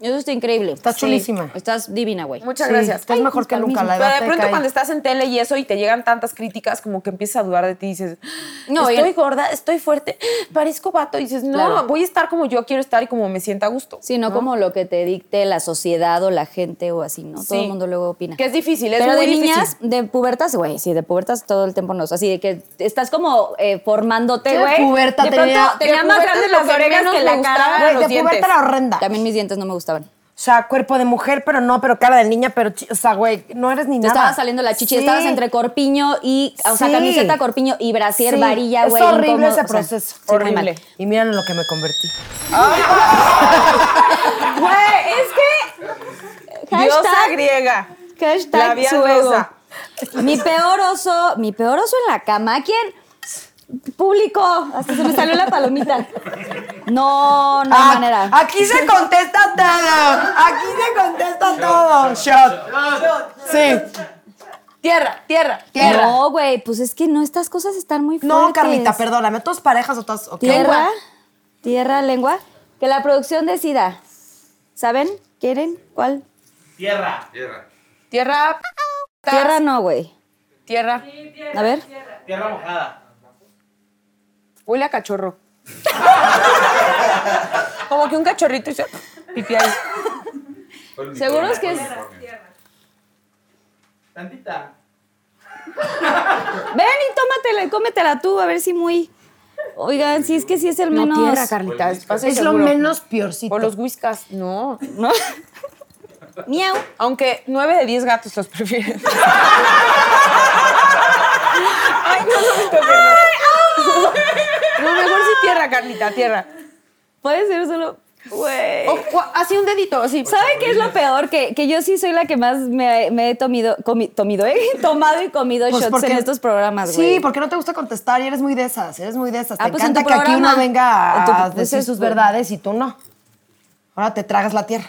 Speaker 1: Eso está increíble.
Speaker 4: Estás
Speaker 1: Sí.
Speaker 4: chulísima.
Speaker 1: Estás divina, güey.
Speaker 3: Muchas
Speaker 4: Sí,
Speaker 3: gracias.
Speaker 4: Estás mejor que nunca, la
Speaker 3: Pero
Speaker 4: edad
Speaker 3: de
Speaker 4: te
Speaker 3: pronto
Speaker 4: cae.
Speaker 3: cuando estás en tele y eso y te llegan tantas críticas, como que empiezas a dudar de ti y dices,
Speaker 1: No,
Speaker 3: estoy
Speaker 1: y-
Speaker 3: gorda, estoy fuerte, parezco vato. Y dices, no,
Speaker 1: Claro.
Speaker 3: voy a estar como yo quiero estar y como me sienta a gusto.
Speaker 1: Sí, no, como lo que te dicte la sociedad o la gente o así, ¿no? Todo
Speaker 3: Sí.
Speaker 1: el mundo luego opina.
Speaker 3: Que es difícil, es
Speaker 1: Pero
Speaker 3: muy
Speaker 1: de
Speaker 3: difícil.
Speaker 1: niñas, de pubertas, güey, sí, de pubertas todo el tiempo no. Así de que estás como eh, formándote,
Speaker 4: Yo de
Speaker 1: güey.
Speaker 4: puberta
Speaker 1: de
Speaker 4: tenía-
Speaker 1: pronto tenía
Speaker 3: de
Speaker 1: más
Speaker 3: puberta
Speaker 1: grandes
Speaker 3: las
Speaker 1: las orejas
Speaker 3: menos
Speaker 1: que
Speaker 3: me
Speaker 1: la
Speaker 3: gustaban.
Speaker 1: cara.
Speaker 4: Güey,
Speaker 3: los
Speaker 4: de
Speaker 3: dientes.
Speaker 4: puberta era horrenda.
Speaker 1: También mis dientes no me gustaban.
Speaker 4: O sea, cuerpo de mujer, pero no, pero cara de niña, pero, chi- o sea, güey, no eres ni
Speaker 1: Te
Speaker 4: nada.
Speaker 1: estaba saliendo la chichi,
Speaker 4: Sí.
Speaker 1: estabas entre corpiño y, o sea,
Speaker 4: Sí.
Speaker 1: camiseta, corpiño y brasier,
Speaker 4: Sí,
Speaker 1: varilla, güey.
Speaker 4: Es horrible
Speaker 1: incómodo,
Speaker 4: ese
Speaker 1: o sea,
Speaker 4: proceso.
Speaker 1: sí, muy mal.
Speaker 3: Horrible.
Speaker 4: Y miren en lo que me convertí.
Speaker 1: Güey, es que.
Speaker 3: Diosa
Speaker 1: Hashtag,
Speaker 3: griega.
Speaker 1: hashtag
Speaker 3: labial
Speaker 1: su ego.
Speaker 3: rosa.
Speaker 1: Mi peor oso, mi peor oso en la cama. ¿Quién? Público. Hasta se me salió la palomita. No, no hay
Speaker 4: Ah,
Speaker 1: manera.
Speaker 4: Aquí se contesta todo. Aquí se contesta todo. Shot. Sí. Tierra, tierra, tierra. No,
Speaker 1: No, güey, pues es que no, estas cosas están muy fuertes.
Speaker 4: Carlita, perdóname. ¿Todas parejas o todas? ok.
Speaker 1: Tierra, tierra, lengua. Que la producción decida. ¿Saben? ¿Quieren? ¿Cuál?
Speaker 6: Tierra. Tierra.
Speaker 3: Tierra.
Speaker 1: Tierra no, güey.
Speaker 3: Tierra.
Speaker 1: A ver.
Speaker 6: Tierra mojada.
Speaker 3: Huele a cachorro. Como que un cachorrito hizo pipí ahí.
Speaker 1: ¿Seguros que es?
Speaker 6: Tantita.
Speaker 1: Ven y tómatela y cómetela tú, a ver si muy. Oigan, si es que sí es el menos.
Speaker 3: Carlita. Es, pase
Speaker 4: Es lo
Speaker 3: seguro.
Speaker 4: menos peorcito.
Speaker 3: O los whiskas. No.
Speaker 1: ¿no? Miau.
Speaker 3: Aunque nueve de diez gatos los prefieren. Ay, no, no me toques, no. No, mejor sí tierra, Carlita, tierra.
Speaker 1: Puede ser solo. Güey.
Speaker 3: O- o así un dedito, así.
Speaker 1: ¿Saben qué es lo peor? Que, que yo sí soy la que más me, me he tomido, comi- tomido, ¿eh? tomado y comido
Speaker 4: Pues,
Speaker 1: shots
Speaker 4: porque-
Speaker 1: en estos programas, güey.
Speaker 4: Sí, porque no te gusta contestar y eres muy de esas, eres muy de esas.
Speaker 1: Ah,
Speaker 4: te
Speaker 1: pues en
Speaker 4: encanta
Speaker 1: tu
Speaker 4: que aquí
Speaker 1: programa.
Speaker 4: uno venga
Speaker 1: En tu-
Speaker 4: a
Speaker 1: pues
Speaker 4: decir
Speaker 1: es-
Speaker 4: sus verdades y tú no. Ahora te tragas la tierra.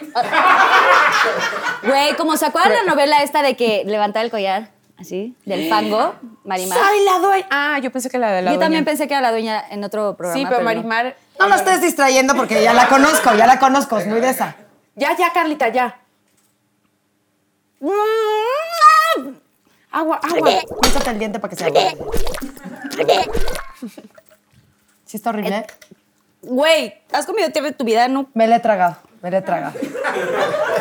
Speaker 1: Güey, como se acuerdan la novela esta de que levantaba el collar, así, del fango, Marimar.
Speaker 3: Soy la dueña. Ah, yo pensé que la de la
Speaker 1: Yo también
Speaker 3: dueña.
Speaker 1: pensé que era la dueña en otro programa.
Speaker 3: Sí, pero
Speaker 1: no.
Speaker 3: Marimar.
Speaker 4: No la estés distrayendo porque ya la conozco, ya la conozco, es muy de esa.
Speaker 3: Ya, ya, Carlita, ya. Mm, ah. Agua, agua.
Speaker 4: Métate el diente para que se abra. Sí está horrible. ¿eh?
Speaker 1: Güey, ¿has comido tierra en tu vida? No.
Speaker 4: Me la he tragado, me la he tragado.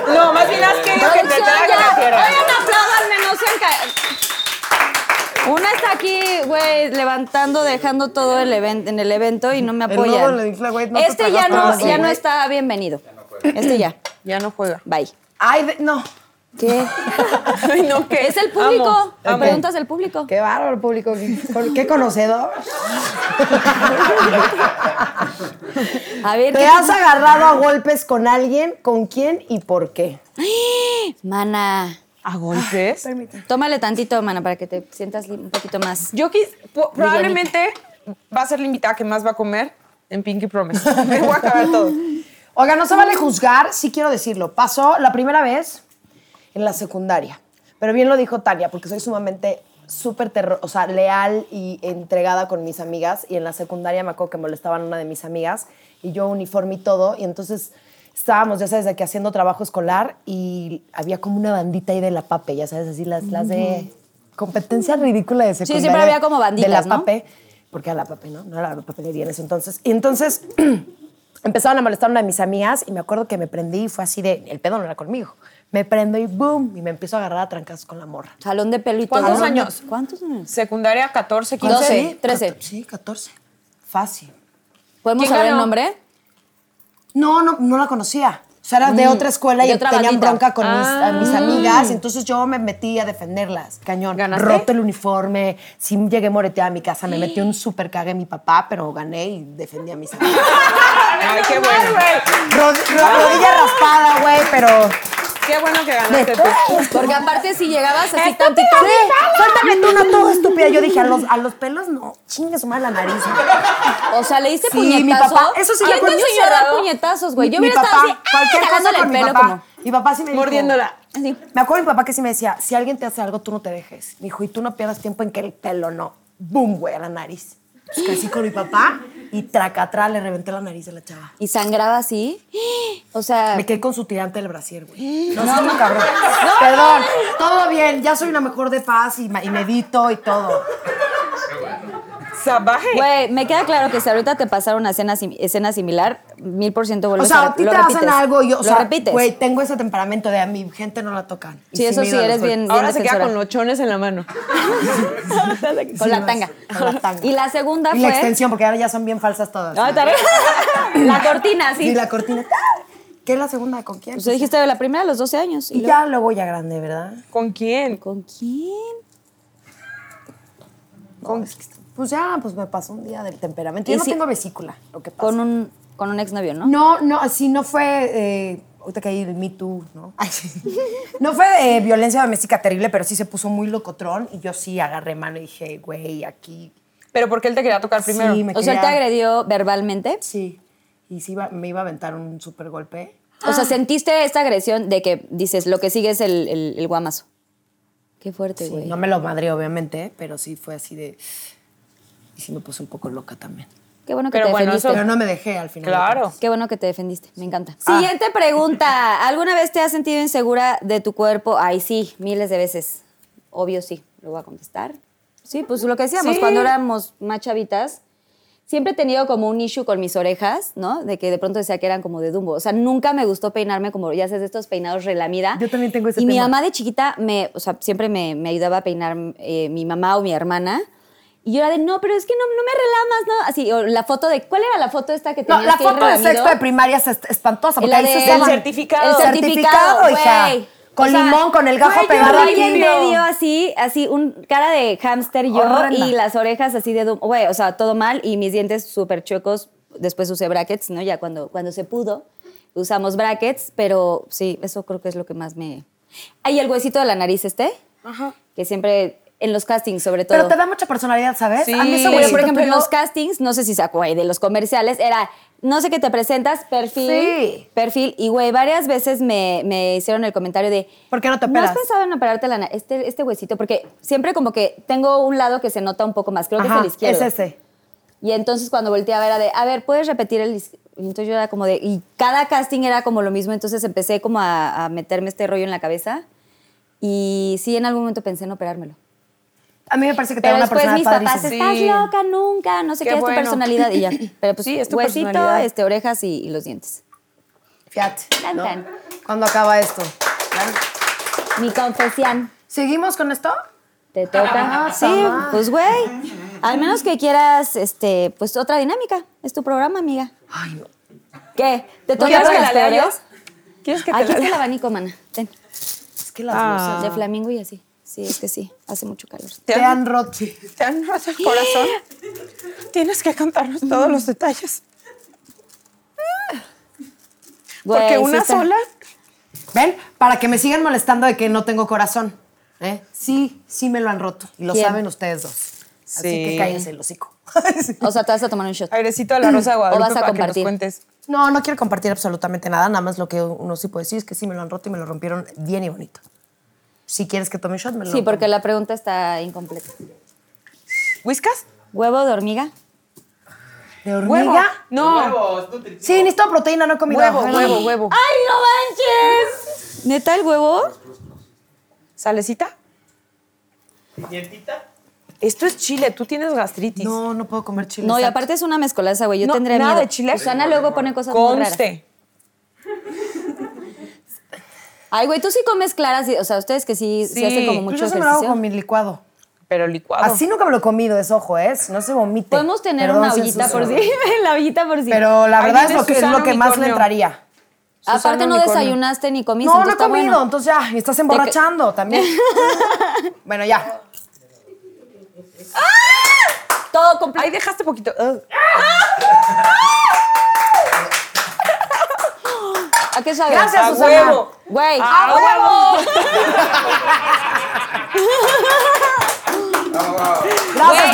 Speaker 3: No, más bien has querido que te
Speaker 1: Producción,
Speaker 3: trague
Speaker 1: ya.
Speaker 3: la tierra.
Speaker 1: Oigan, apláudanme, no sean ca- Una está aquí, güey, levantando, dejando todo el evento, en el evento y no me
Speaker 4: El
Speaker 1: apoya.
Speaker 4: nudo le infla, güey, no te
Speaker 1: este ya
Speaker 4: pegas
Speaker 1: no,
Speaker 4: todo,
Speaker 1: ya no
Speaker 4: güey.
Speaker 1: está bienvenido. Este ya.
Speaker 3: Ya no juega.
Speaker 1: Bye.
Speaker 4: Ay, de- no.
Speaker 1: ¿Qué?
Speaker 3: Ay, no, ¿qué?
Speaker 1: Es el público.
Speaker 3: Amo, amo.
Speaker 1: Preguntas del público.
Speaker 4: Qué bárbaro público. Qué, qué conocedor.
Speaker 1: A ver, ¿qué
Speaker 4: ¿Te has agarrado a golpes con alguien? ¿Con quién y por qué?
Speaker 1: Mana,
Speaker 3: ¿A golpes?
Speaker 1: tómale tantito, mana, para que te sientas li- un poquito más.
Speaker 3: Yo quis- po- probablemente va a ser la invitada que más va a comer en Pinky Promise. Me voy a acabar todo.
Speaker 4: Oiga, no se vale juzgar, sí quiero decirlo. Pasó la primera vez en la secundaria. Pero bien lo dijo Tania, porque soy sumamente súper terro- o sea, leal y entregada con mis amigas. Y en la secundaria me acuerdo que molestaban a una de mis amigas y yo uniforme y todo. Y entonces estábamos, ya sabes, de que haciendo trabajo escolar y había como una bandita ahí de la pape, ya sabes, así las, las de competencia ridícula de secundaria.
Speaker 1: siempre había como
Speaker 4: De la
Speaker 1: banditas, ¿no?
Speaker 4: pape, porque a la pape, ¿no? No era la papelería en ese entonces. Y entonces empezaron a molestar a una de mis amigas y me acuerdo que me prendí y fue así de, el pedo no era conmigo. Me prendo y boom, y me empiezo a agarrar a trancas con la morra.
Speaker 1: Jalón de pelito.
Speaker 3: ¿Cuántos años?
Speaker 1: ¿Cuántos años?
Speaker 3: Secundaria 14, 15.
Speaker 1: Doce.
Speaker 4: Sí,
Speaker 1: 13.
Speaker 4: cator- Sí, 14. Fácil.
Speaker 1: ¿Podemos
Speaker 3: ¿Quién
Speaker 1: saber el
Speaker 3: ganó?
Speaker 1: nombre?
Speaker 4: No, no, no la conocía. O sea, era Mm, de otra Ah. escuela
Speaker 1: de
Speaker 4: y
Speaker 1: otra
Speaker 4: tenían
Speaker 1: bandita.
Speaker 4: bronca con mis, a mis amigas. Entonces yo me metí a defenderlas. Cañón.
Speaker 3: ¿Ganaste?
Speaker 4: Roto el uniforme. Sí, llegué moreteada a mi casa. Me metí un super cague mi papá, pero gané y defendí a mis amigas.
Speaker 3: Ay, qué bueno.
Speaker 4: Rod- ro- rodilla raspada, güey, pero
Speaker 3: Qué bueno que ganaste tú.
Speaker 1: Porque aparte si llegabas así
Speaker 4: Estúpida,
Speaker 1: tantito...
Speaker 4: sí, Suéltame tú una todo estúpida. Yo dije, a los, a los pelos no. Chingue su madre la nariz.
Speaker 1: O sea, le hice
Speaker 4: Sí,
Speaker 1: este puñetazo.
Speaker 4: mi papá, eso sí le
Speaker 1: ¿Quién te
Speaker 4: ponía
Speaker 1: enseñó a dar
Speaker 4: cerrado?
Speaker 1: puñetazos, güey? Yo
Speaker 4: Mi
Speaker 1: hubiera estado así,
Speaker 4: papá,
Speaker 1: ¡ah!
Speaker 4: cualquier cosa
Speaker 1: jalándole el
Speaker 4: con mi
Speaker 1: pelo
Speaker 4: papá.
Speaker 1: como...
Speaker 4: Mi papá sí me dijo-
Speaker 3: Mordiéndola.
Speaker 1: Así.
Speaker 4: Me acuerdo de mi papá que sí me decía, si alguien te hace algo, tú no te dejes. Me dijo, y tú no pierdas tiempo en que el pelo no. ¡Bum, güey! A la nariz. Pues crecí con mi papá y tracatrá le reventé la nariz a la chava.
Speaker 1: Y sangraba así. O sea,
Speaker 4: Me quedé con su tirante del brasier, güey. No, no, cabrón. Perdón. Todo bien. Ya soy una mejor de paz y, ma- y medito y todo.
Speaker 3: Salvaje.
Speaker 1: güey, me queda claro que si ahorita te pasara una escena, sim- escena similar, mil por ciento
Speaker 4: O
Speaker 1: vuelves
Speaker 4: sea,
Speaker 1: a
Speaker 4: a ti
Speaker 1: Pues lo
Speaker 4: te hacen
Speaker 1: repites.
Speaker 4: algo y yo, o
Speaker 1: Lo
Speaker 4: sea,
Speaker 1: repites.
Speaker 4: güey, tengo ese temperamento de a mi gente no la tocan. Y
Speaker 1: Sí, eso
Speaker 4: me
Speaker 1: sí,
Speaker 4: iba a los
Speaker 1: eres bien-
Speaker 4: golpes.
Speaker 3: Ahora se queda
Speaker 1: defensora.
Speaker 3: con lochones en la mano.
Speaker 1: con
Speaker 4: Sí,
Speaker 1: la
Speaker 4: vas,
Speaker 1: tanga.
Speaker 4: con la tanga.
Speaker 1: Y la segunda
Speaker 4: Y
Speaker 1: fue...
Speaker 4: la extensión, porque ahora ya son bien falsas todas.
Speaker 1: Ah, tal vez. la cortina,
Speaker 4: Y
Speaker 1: sí.
Speaker 4: la cortina. ¡ah! ¿Qué es la segunda? ¿Con quién?
Speaker 1: Pues tú dijiste la primera a los 12 años.
Speaker 4: Y
Speaker 1: luego-
Speaker 4: ya luego ya grande, ¿verdad?
Speaker 3: ¿Con quién?
Speaker 1: ¿Con quién?
Speaker 3: ¿Con
Speaker 4: Pues ya, pues me pasó un día del temperamento. Yo
Speaker 1: Y
Speaker 4: no
Speaker 1: si-
Speaker 4: tengo vesícula, lo que pasa.
Speaker 1: Con un, con un exnovio, ¿no?
Speaker 4: No, no, así no fue. Eh, ahorita que hay el Me Too, ¿no? Ay, sí. no fue eh, violencia doméstica terrible, pero sí se puso muy locotrón y yo sí agarré mano y dije, güey, aquí.
Speaker 3: ¿Pero por qué él te quería tocar primero?
Speaker 4: Sí, me
Speaker 1: o sea, él te
Speaker 4: quería-
Speaker 1: agredió verbalmente.
Speaker 4: Sí. Y sí iba- me iba a aventar un super golpe.
Speaker 1: O
Speaker 3: Ah.
Speaker 1: sea, sentiste esta agresión de que dices, lo que sigue es el, el- el guamazo. Qué fuerte,
Speaker 4: Sí,
Speaker 1: güey.
Speaker 4: no me lo madré, obviamente, pero sí fue así de. Y sí me puse un poco loca también.
Speaker 1: Qué bueno que
Speaker 3: Pero
Speaker 1: te
Speaker 3: bueno,
Speaker 1: defendiste.
Speaker 4: Pero no me dejé al final. de
Speaker 3: Claro.
Speaker 4: cuentas.
Speaker 1: Qué bueno que te defendiste. Me encanta.
Speaker 4: Ah.
Speaker 1: Siguiente pregunta. ¿Alguna vez te has sentido insegura de tu cuerpo? Ay, sí, miles de veces. Obvio, sí. Lo voy a contestar. Sí, pues lo que decíamos,
Speaker 3: Sí.
Speaker 1: cuando éramos más chavitas, siempre he tenido como un issue con mis orejas, ¿no? De que de pronto decía que eran como de Dumbo. O sea, nunca me gustó peinarme como, ya sabes, de estos peinados relamida.
Speaker 4: Yo también tengo ese
Speaker 1: Y mi
Speaker 4: tema.
Speaker 1: mamá de chiquita me, o sea, siempre me, me ayudaba a peinar eh, mi mamá o mi hermana. Y yo era de, no, pero es que no, no me relamas, ¿no? Así, o la foto de, ¿cuál era la foto esta que
Speaker 4: No,
Speaker 1: tenías
Speaker 4: la
Speaker 1: que ir
Speaker 4: foto de
Speaker 1: relamido?
Speaker 4: sexto de primaria es est- espantosa. Porque
Speaker 1: La
Speaker 4: ahí se
Speaker 1: del
Speaker 4: llaman-
Speaker 3: certificado.
Speaker 1: El certificado,
Speaker 4: certificado, hija.
Speaker 1: güey.
Speaker 4: Con
Speaker 1: O sea,
Speaker 4: limón, con el gajo
Speaker 1: güey, yo
Speaker 4: pegado
Speaker 1: lo
Speaker 4: al
Speaker 1: vi en
Speaker 4: vidrio.
Speaker 1: medio así, así, un cara de hámster yo
Speaker 4: Horrenda.
Speaker 1: y las orejas así de... dum- Güey, o sea, todo mal y mis dientes súper chuecos. Después usé brackets, ¿no? Ya cuando, cuando se pudo usamos brackets, pero sí, eso creo que es lo que más me... Hay el huesito de la nariz este, que siempre... En los castings, sobre todo.
Speaker 4: Pero te da mucha personalidad, ¿sabes?
Speaker 3: Sí.
Speaker 4: A mí ese
Speaker 1: Pero,
Speaker 4: huesito
Speaker 1: por ejemplo, en
Speaker 4: peludo-
Speaker 1: los castings, no sé si se acuerda de los comerciales, era, no sé qué te presentas, perfil,
Speaker 4: Sí.
Speaker 1: perfil. Y, güey, varias veces me, me hicieron el comentario de...
Speaker 4: ¿Por qué no te
Speaker 1: ¿No has
Speaker 4: operas?
Speaker 1: pensado en operarte la, na- este, este huesito? Porque siempre como que tengo un lado que se nota un poco más, creo que es
Speaker 4: Ajá,
Speaker 1: el izquierdo.
Speaker 4: es ese.
Speaker 1: Y entonces cuando volteaba era de, a ver, ¿puedes repetir el...? dis-?" Y entonces yo era como de... Y cada casting era como lo mismo, entonces empecé como a, a meterme este rollo en la cabeza. Y sí, en algún momento pensé en operármelo.
Speaker 4: A mí me parece que te da
Speaker 1: Pero
Speaker 4: una
Speaker 1: después mis
Speaker 4: personalidad
Speaker 1: papás,
Speaker 4: padrísima.
Speaker 1: estás
Speaker 3: Sí.
Speaker 1: loca, nunca, no sé qué,
Speaker 3: Qué
Speaker 1: es tu
Speaker 3: bueno.
Speaker 1: personalidad. Y ya. Pero pues,
Speaker 3: Sí, es tu
Speaker 1: huesito,
Speaker 3: personalidad.
Speaker 1: este, orejas y, y los dientes.
Speaker 4: Fíjate,
Speaker 1: Tan,
Speaker 4: ¿no?
Speaker 1: tan.
Speaker 4: ¿Cuándo acaba esto?
Speaker 1: Mi confesión.
Speaker 4: ¿Seguimos con esto?
Speaker 1: ¿Te toca?
Speaker 4: Ah,
Speaker 1: sí,
Speaker 4: tamás.
Speaker 1: pues güey. Al menos que quieras, este, pues otra dinámica. Es tu programa, amiga. Ay, no. ¿Qué? ¿Te toca
Speaker 3: ¿quieres
Speaker 1: las
Speaker 3: que la lea yo?
Speaker 1: peores?
Speaker 3: ¿Quieres que te
Speaker 1: Aquí
Speaker 3: la Ah.
Speaker 1: está el
Speaker 3: lea?
Speaker 1: abanico, mana. Ten.
Speaker 4: Es que las luces
Speaker 1: De flamingo y así. Sí, es que sí. Hace mucho calor.
Speaker 3: ¿Te han-
Speaker 4: te han roto.
Speaker 3: ¿Te han roto el corazón? Tienes que contarnos todos los detalles.
Speaker 1: Güey,
Speaker 3: Porque
Speaker 1: sí
Speaker 3: una
Speaker 1: está-
Speaker 3: sola...
Speaker 4: ¿Ven? Para que me sigan molestando de que no tengo corazón. ¿eh? Sí, sí me lo han roto. Y lo
Speaker 1: ¿Quién?
Speaker 4: saben ustedes dos. Así que
Speaker 3: Sí.
Speaker 4: cállense el hocico.
Speaker 1: O sea, te vas a tomar un shot.
Speaker 3: Airecito a la Rosa de Guadalupe
Speaker 1: vas a
Speaker 3: para que
Speaker 1: compartir?
Speaker 3: nos cuentes.
Speaker 4: No, no quiero compartir absolutamente nada. Nada más lo que uno sí puede decir es que sí me lo han roto y me lo rompieron bien y bonito. Si quieres que tome shot, me lo
Speaker 1: Sí,
Speaker 4: tomo.
Speaker 1: porque la pregunta está incompleta.
Speaker 3: ¿Whiskas?
Speaker 1: ¿Huevo de hormiga?
Speaker 4: ¿De
Speaker 3: ¿Huevo?
Speaker 4: hormiga?
Speaker 3: No.
Speaker 6: Huevo, es nutritivo.
Speaker 4: Sí, necesito proteína, no he comido.
Speaker 3: Huevo,
Speaker 4: Ay,
Speaker 3: huevo, huevo.
Speaker 1: ¡Ay, no manches! ¿Neta el huevo?
Speaker 3: ¿Salecita?
Speaker 6: ¿Dientita?
Speaker 3: Esto es chile, tú tienes gastritis.
Speaker 4: No, no puedo comer chile.
Speaker 1: No, y
Speaker 4: exacto.
Speaker 1: aparte es una mezcolaza, güey. Yo
Speaker 3: No,
Speaker 1: tendría
Speaker 3: nada
Speaker 1: miedo.
Speaker 3: de chile.
Speaker 1: Susana luego pone cosas muy raras.
Speaker 3: Conste.
Speaker 1: Ay, güey, tú sí comes claras. y- O sea, ustedes que sí, sí
Speaker 3: Sí,
Speaker 1: hacen como
Speaker 4: Pues
Speaker 1: mucho
Speaker 4: yo se me lo hago
Speaker 1: ejercicio.
Speaker 4: con mi licuado.
Speaker 3: Pero licuado.
Speaker 4: Así nunca me lo he comido, es ojo, ¿eh? Si No se vomite.
Speaker 1: Podemos tener
Speaker 4: Perdón
Speaker 1: una
Speaker 4: si
Speaker 1: ollita
Speaker 4: ensucio.
Speaker 1: por sí. la ollita por sí.
Speaker 4: Pero la
Speaker 3: Ahí
Speaker 4: verdad es
Speaker 3: viene
Speaker 4: lo que, es
Speaker 3: Susana
Speaker 4: lo que más le
Speaker 3: Unicornio.
Speaker 4: entraría.
Speaker 1: Aparte no
Speaker 3: Susana Unicornio.
Speaker 1: desayunaste ni comiste.
Speaker 4: No, no he
Speaker 1: entonces
Speaker 4: comido,
Speaker 1: está bueno.
Speaker 4: entonces ya, me estás emborrachando también. bueno, ya.
Speaker 1: Todo completo.
Speaker 3: Ahí dejaste poquito. Ugh.
Speaker 1: ¿A qué sabe?
Speaker 4: Gracias,
Speaker 3: A
Speaker 1: Ah,
Speaker 4: Susana.
Speaker 3: huevo.
Speaker 1: Güey.
Speaker 3: ¡A huevo!
Speaker 4: Gracias,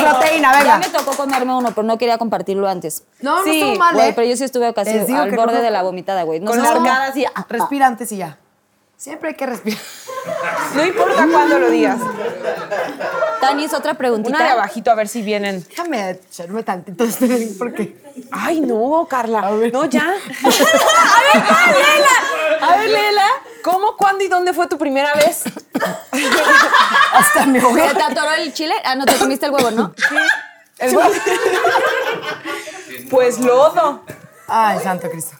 Speaker 1: Güey,
Speaker 4: proteína,
Speaker 1: Ya
Speaker 4: venga.
Speaker 1: me tocó comerme uno, pero no quería compartirlo antes.
Speaker 4: No, no
Speaker 3: Sí,
Speaker 4: estuvo mal,
Speaker 1: Güey,
Speaker 4: ¿eh?
Speaker 1: pero yo sí estuve casi
Speaker 4: Les digo
Speaker 1: al
Speaker 4: que
Speaker 1: borde
Speaker 4: no-
Speaker 1: de la vomitada, güey. No
Speaker 3: Con
Speaker 1: sé
Speaker 3: la
Speaker 1: cómo-
Speaker 3: arcada así. ah, ah.
Speaker 4: Respira antes y ya. Siempre hay que respirar.
Speaker 3: No importa cuándo lo digas.
Speaker 1: Tanis, otra preguntita.
Speaker 3: Una de abajito a ver si vienen.
Speaker 4: Déjame echarme tantito este drink porque...
Speaker 3: Ay, no, Carla. No, ya.
Speaker 1: A ver, Lela.
Speaker 3: ¿Cómo, cuándo y dónde fue tu primera vez?
Speaker 4: Hasta me ahogué.
Speaker 1: ¿Se te atoró el chile? Ah, no, te comiste el huevo, ¿no?
Speaker 3: El hue- pues lodo.
Speaker 4: Ay, santo Cristo.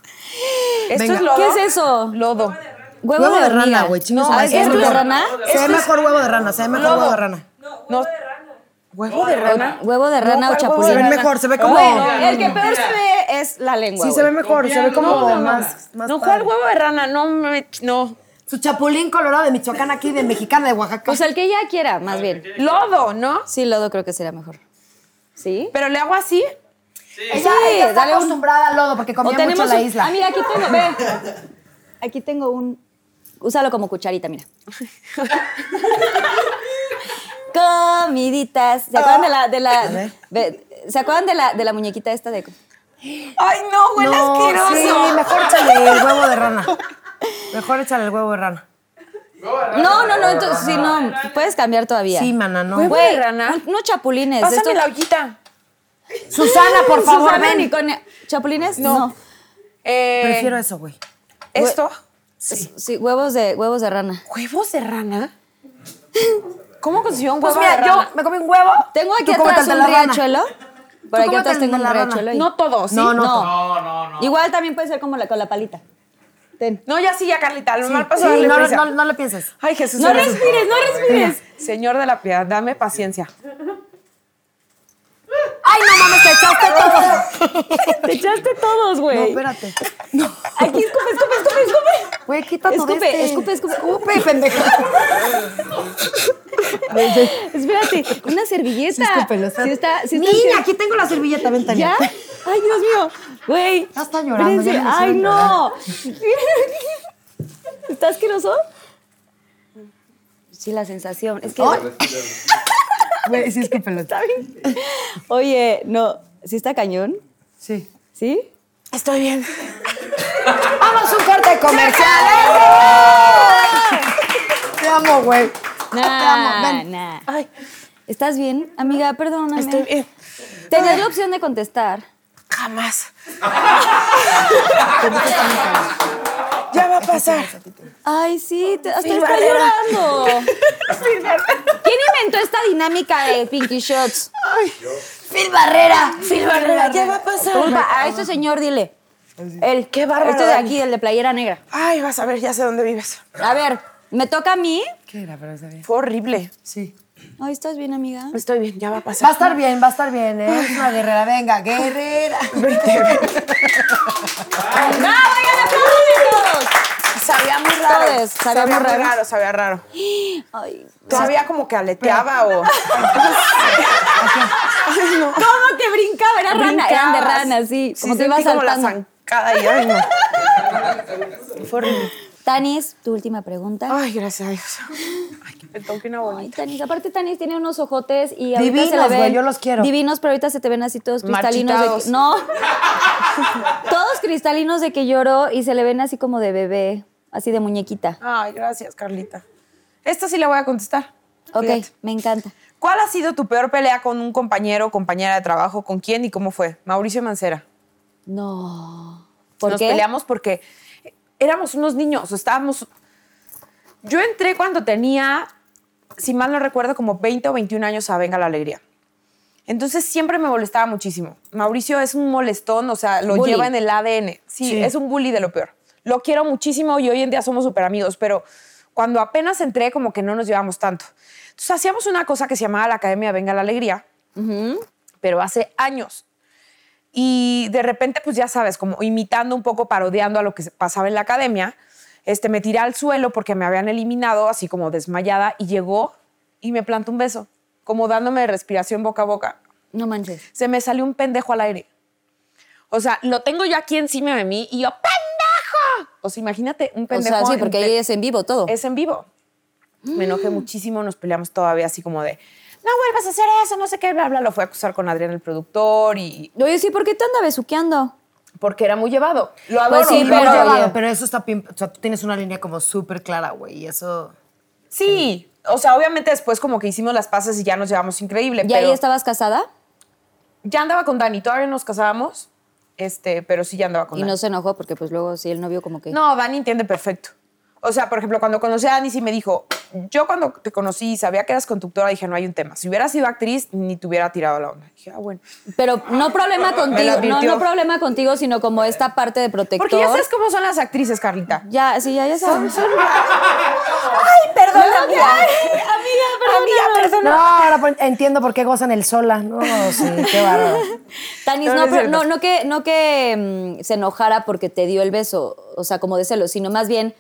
Speaker 3: ¿Esto
Speaker 4: Venga.
Speaker 3: es lodo?
Speaker 1: ¿Qué es eso?
Speaker 3: Lodo.
Speaker 1: Huevo,
Speaker 4: Huevo de
Speaker 1: hormiga.
Speaker 4: rana, güey. chingue su
Speaker 1: No,
Speaker 4: madre,
Speaker 1: ¿sabes qué es
Speaker 4: se ve
Speaker 1: huevo de
Speaker 4: mejor.
Speaker 1: rana?
Speaker 4: Se ve mejor huevo de rana, se ve mejor huevo de rana.
Speaker 3: No. ¿Huevo de rana?
Speaker 1: Huevo de rana o
Speaker 3: ¿cuál huevo
Speaker 1: chapulín.
Speaker 3: de
Speaker 4: Pues Se ve
Speaker 3: rana?
Speaker 4: mejor, se ve como...
Speaker 1: Güey, el que peor se ve es la lengua.
Speaker 4: Sí,
Speaker 1: güey.
Speaker 4: se ve mejor, se ve como más... más
Speaker 3: No, ¿cuál
Speaker 4: padre.
Speaker 3: huevo de rana? No, me- no.
Speaker 4: Su chapulín colorado de Michoacán aquí, de Mexicana, de Oaxaca.
Speaker 1: O sea, el Ah, que ella quiera, más bien.
Speaker 3: Lodo, ¿no?
Speaker 1: Sí, lodo creo que sería mejor. ¿Sí?
Speaker 3: Pero le hago así.
Speaker 4: ella,
Speaker 1: sí,
Speaker 4: ella está
Speaker 1: dale un-
Speaker 4: acostumbrada al lodo porque comía
Speaker 1: o
Speaker 4: mucho
Speaker 1: tenemos
Speaker 4: en la
Speaker 1: un-
Speaker 4: isla.
Speaker 1: Ah, mira, aquí tengo, ve. Aquí tengo un... Úsalo como cucharita, mira. Comiditas. ¿Se acuerdan de la... De la ve, ¿Se acuerdan de la, de la muñequita esta de...
Speaker 3: Ay, no, huele
Speaker 4: no,
Speaker 3: asqueroso.
Speaker 4: sí, mejor échale el huevo de rana. Mejor échale el huevo de rana.
Speaker 1: No, no, no, entonces, sí, no. Puedes cambiar todavía.
Speaker 4: Sí, mana, no.
Speaker 3: Huevo
Speaker 1: Güey,
Speaker 3: de rana.
Speaker 1: un- unos chapulines. de
Speaker 3: Pásame
Speaker 1: estos-
Speaker 3: la ollita.
Speaker 4: Susana, por favor,
Speaker 1: Susana
Speaker 4: ven.
Speaker 1: ni con- ¿Chapulines? No.
Speaker 3: Eh,
Speaker 4: Prefiero eso, güey.
Speaker 3: esto.
Speaker 1: Sí. huevos de, huevos de rana.
Speaker 3: ¿Huevos de rana? ¿Cómo consiguió un huevo
Speaker 4: Pues mira,
Speaker 3: de rana?
Speaker 4: yo me comí un huevo.
Speaker 1: Tengo aquí
Speaker 4: tú cómete
Speaker 1: atrás
Speaker 4: el de
Speaker 1: un
Speaker 4: la rana.
Speaker 1: riachuelo. Por
Speaker 4: Tú
Speaker 1: aquí
Speaker 4: cómete
Speaker 1: atrás
Speaker 4: el
Speaker 1: tengo
Speaker 4: de
Speaker 1: un
Speaker 4: la rana.
Speaker 1: riachuelo. y-
Speaker 3: No todos, ¿sí?
Speaker 4: No, no.
Speaker 6: No, no, no.
Speaker 1: Igual también puede ser como la, con la palita. Ten.
Speaker 3: No, ya sí, ya Carlita, al mal paso
Speaker 4: Sí,
Speaker 3: darle
Speaker 4: no,
Speaker 3: prisa.
Speaker 4: no, no le pienses.
Speaker 3: Ay, Jesús.
Speaker 1: No
Speaker 3: eres-
Speaker 1: respires, no respires.
Speaker 3: Señor de la piedad, dame paciencia.
Speaker 4: Ay, no mames, te echaste todo.
Speaker 1: Te echaste todos,
Speaker 4: No,
Speaker 1: güey.
Speaker 4: espérate.
Speaker 1: Aquí escupe, escupe, escupe, escupe.
Speaker 4: Güey, quita todo
Speaker 1: Escupe,
Speaker 4: este.
Speaker 1: escupe, escupe.
Speaker 4: Escupe, pendeja.
Speaker 1: Espérate, una servilleta.
Speaker 4: Sí, escúpelo,
Speaker 1: Sí está, sí está
Speaker 4: Niña,
Speaker 1: chido.
Speaker 4: aquí tengo la servilleta, ven, Tania.
Speaker 1: ¿Ya? Ay, Dios mío. Güey.
Speaker 4: Ya está llorando,
Speaker 1: espérense.
Speaker 4: ya me
Speaker 1: Ay,
Speaker 4: hicieron
Speaker 1: no. ¿Estás asqueroso? Sí, la sensación. Es que.
Speaker 4: Güey, sí, escúpelo.
Speaker 1: Está bien. Oye, no. ¿Sí está cañón?
Speaker 4: Sí.
Speaker 1: ¿Sí?
Speaker 3: Estoy bien.
Speaker 4: Vamos a un corte comercial. ¿eh? Te amo, güey. amo,
Speaker 1: Nah,
Speaker 4: ven.
Speaker 1: nah.
Speaker 3: Ay,
Speaker 1: ¿Estás bien? Amiga, perdóname.
Speaker 3: estoy bien.
Speaker 1: Tenías la opción de contestar.
Speaker 3: Jamás. ya va a pasar.
Speaker 1: Ay, sí, te- hasta
Speaker 3: Mil
Speaker 1: está
Speaker 3: barrera.
Speaker 1: llorando. ¿Quién inventó esta dinámica de Pinky Shots?
Speaker 4: Phil Barrera. Phil
Speaker 3: Ya va a pasar.
Speaker 1: Culpa a este señor, dile. El
Speaker 3: Qué bárbaro,
Speaker 1: Este de
Speaker 3: Dani.
Speaker 1: aquí, el de playera negra.
Speaker 3: Ay, vas a ver, ya sé dónde vives.
Speaker 1: A ver, me toca a mí.
Speaker 4: ¿Qué era? Pero está bien.
Speaker 3: Fue horrible.
Speaker 4: Sí.
Speaker 1: Ay, ¿estás bien, amiga?
Speaker 3: Estoy bien, ya va a
Speaker 4: Va a
Speaker 3: pasar.
Speaker 4: estar bien, va a estar bien, ¿eh? Es una guerrera, venga, guerrera.
Speaker 1: ¡Bravo, oigan, aplausos!
Speaker 3: Sabía muy
Speaker 1: Todos, sabía muy
Speaker 3: muy
Speaker 1: raro.
Speaker 3: raro, sabía raro.
Speaker 1: Ay,
Speaker 3: Todavía como que aleteaba o. Ay, no.
Speaker 1: ¿Cómo que brincaba? Era rana. Eran de
Speaker 3: Brincabas.
Speaker 1: rana, sí. Como que iba
Speaker 3: sentí como la
Speaker 1: saltando.
Speaker 3: zancada y ay, no. Fue horrible.
Speaker 1: Tanis, tu última pregunta.
Speaker 3: Ay, gracias a Dios. Ay, que me toque una
Speaker 1: Ay,
Speaker 3: bonita.
Speaker 1: Tanis, aparte Tanis tiene unos ojotes y ahorita se
Speaker 4: Divinos,
Speaker 1: le
Speaker 4: güey,
Speaker 1: ven
Speaker 4: yo los quiero.
Speaker 1: Divinos, pero ahorita se te ven así todos cristalinos de
Speaker 3: Marchitados.
Speaker 1: que, no. todos cristalinos de que lloró y se le ven así como de bebé, así de muñequita.
Speaker 3: Ay, gracias, Carlita. Esta sí la voy a contestar.
Speaker 1: Ok,
Speaker 3: Fíjate.
Speaker 1: me encanta.
Speaker 3: ¿Cuál ha sido tu peor pelea con un compañero o compañera de trabajo? ¿Con quién y cómo fue? Mauricio Mancera.
Speaker 1: No. ¿Por
Speaker 3: Nos
Speaker 1: qué?
Speaker 3: peleamos porque éramos unos niños, estábamos... Yo entré cuando tenía, si mal no recuerdo, como 20 o 21 años a Venga la Alegría. Entonces siempre me molestaba muchísimo. Mauricio es un molestón, o sea, lo
Speaker 1: Bully.
Speaker 3: lleva en el ADN. Sí, es un bully de lo peor. Lo quiero muchísimo y hoy en día somos súper amigos, pero cuando apenas entré como que no nos llevamos tanto. Entonces hacíamos una cosa que se llamaba la Academia Venga la Alegría, pero hace años. Y de repente, pues ya sabes, como imitando un poco, parodiando a lo que se- pasaba en la academia, este, me tiré al suelo porque me habían eliminado, así como desmayada, y llegó y me plantó un beso, como dándome respiración boca a boca.
Speaker 1: No manches.
Speaker 3: Se me salió un pendejo al aire. O sea, lo tengo yo aquí encima de mí y yo, ¡pendejo! O sea, imagínate un
Speaker 1: O
Speaker 3: pendejo.
Speaker 1: sea, sí,
Speaker 3: en
Speaker 1: porque
Speaker 3: te-
Speaker 1: ahí es Mm. en vivo todo.
Speaker 3: es en vivo. Me enojé muchísimo, nos peleamos todavía así como de, no vuelvas a hacer eso, no sé qué, bla, bla. Lo fui a acusar con Adrián, el productor, y
Speaker 1: Oye, sí, ¿por qué te anda besuqueando?
Speaker 3: porque era muy llevado. Lo adoro.
Speaker 1: Pues sí,
Speaker 3: lo
Speaker 1: pero-
Speaker 3: adoro.
Speaker 4: Pero, pero eso está bien. O sea, tú tienes una línea como súper clara, güey. Y eso.
Speaker 3: Sí, Mm. o sea, obviamente después como que hicimos las paces y ya nos llevamos increíble.
Speaker 1: ¿Y
Speaker 3: pero
Speaker 1: ahí estabas casada?
Speaker 3: Ya andaba con Dani, todavía nos casábamos, este, pero sí ya andaba con
Speaker 1: Y
Speaker 3: Dani.
Speaker 1: no se enojó porque pues luego sí, el novio como que...
Speaker 3: No, Dani entiende perfecto. O sea, por ejemplo, cuando conocí a Dani sí me dijo, yo cuando te conocí y sabía que eras conductora, dije, no hay un tema. Si hubiera sido actriz, ni te hubiera tirado la onda. Dije, ah, bueno.
Speaker 1: Pero no problema contigo, no,
Speaker 3: advirtió.
Speaker 1: no problema contigo, sino como esta parte de protector.
Speaker 3: Porque ya sabes cómo son las actrices, Carlita.
Speaker 1: Ya, sí, ya, ya sabes.
Speaker 3: Ay, perdón, amiga. Amiga,
Speaker 4: No,
Speaker 3: perdón.
Speaker 4: ahora pon- entiendo por qué gozan el sola. No, sí, qué bárbaro.
Speaker 1: Tanis,
Speaker 3: No,
Speaker 1: no,
Speaker 3: no es
Speaker 1: pero- no,
Speaker 3: cierto.
Speaker 1: no que, no que mm, se enojara porque te dio el beso, o sea, como de celos, sino más bien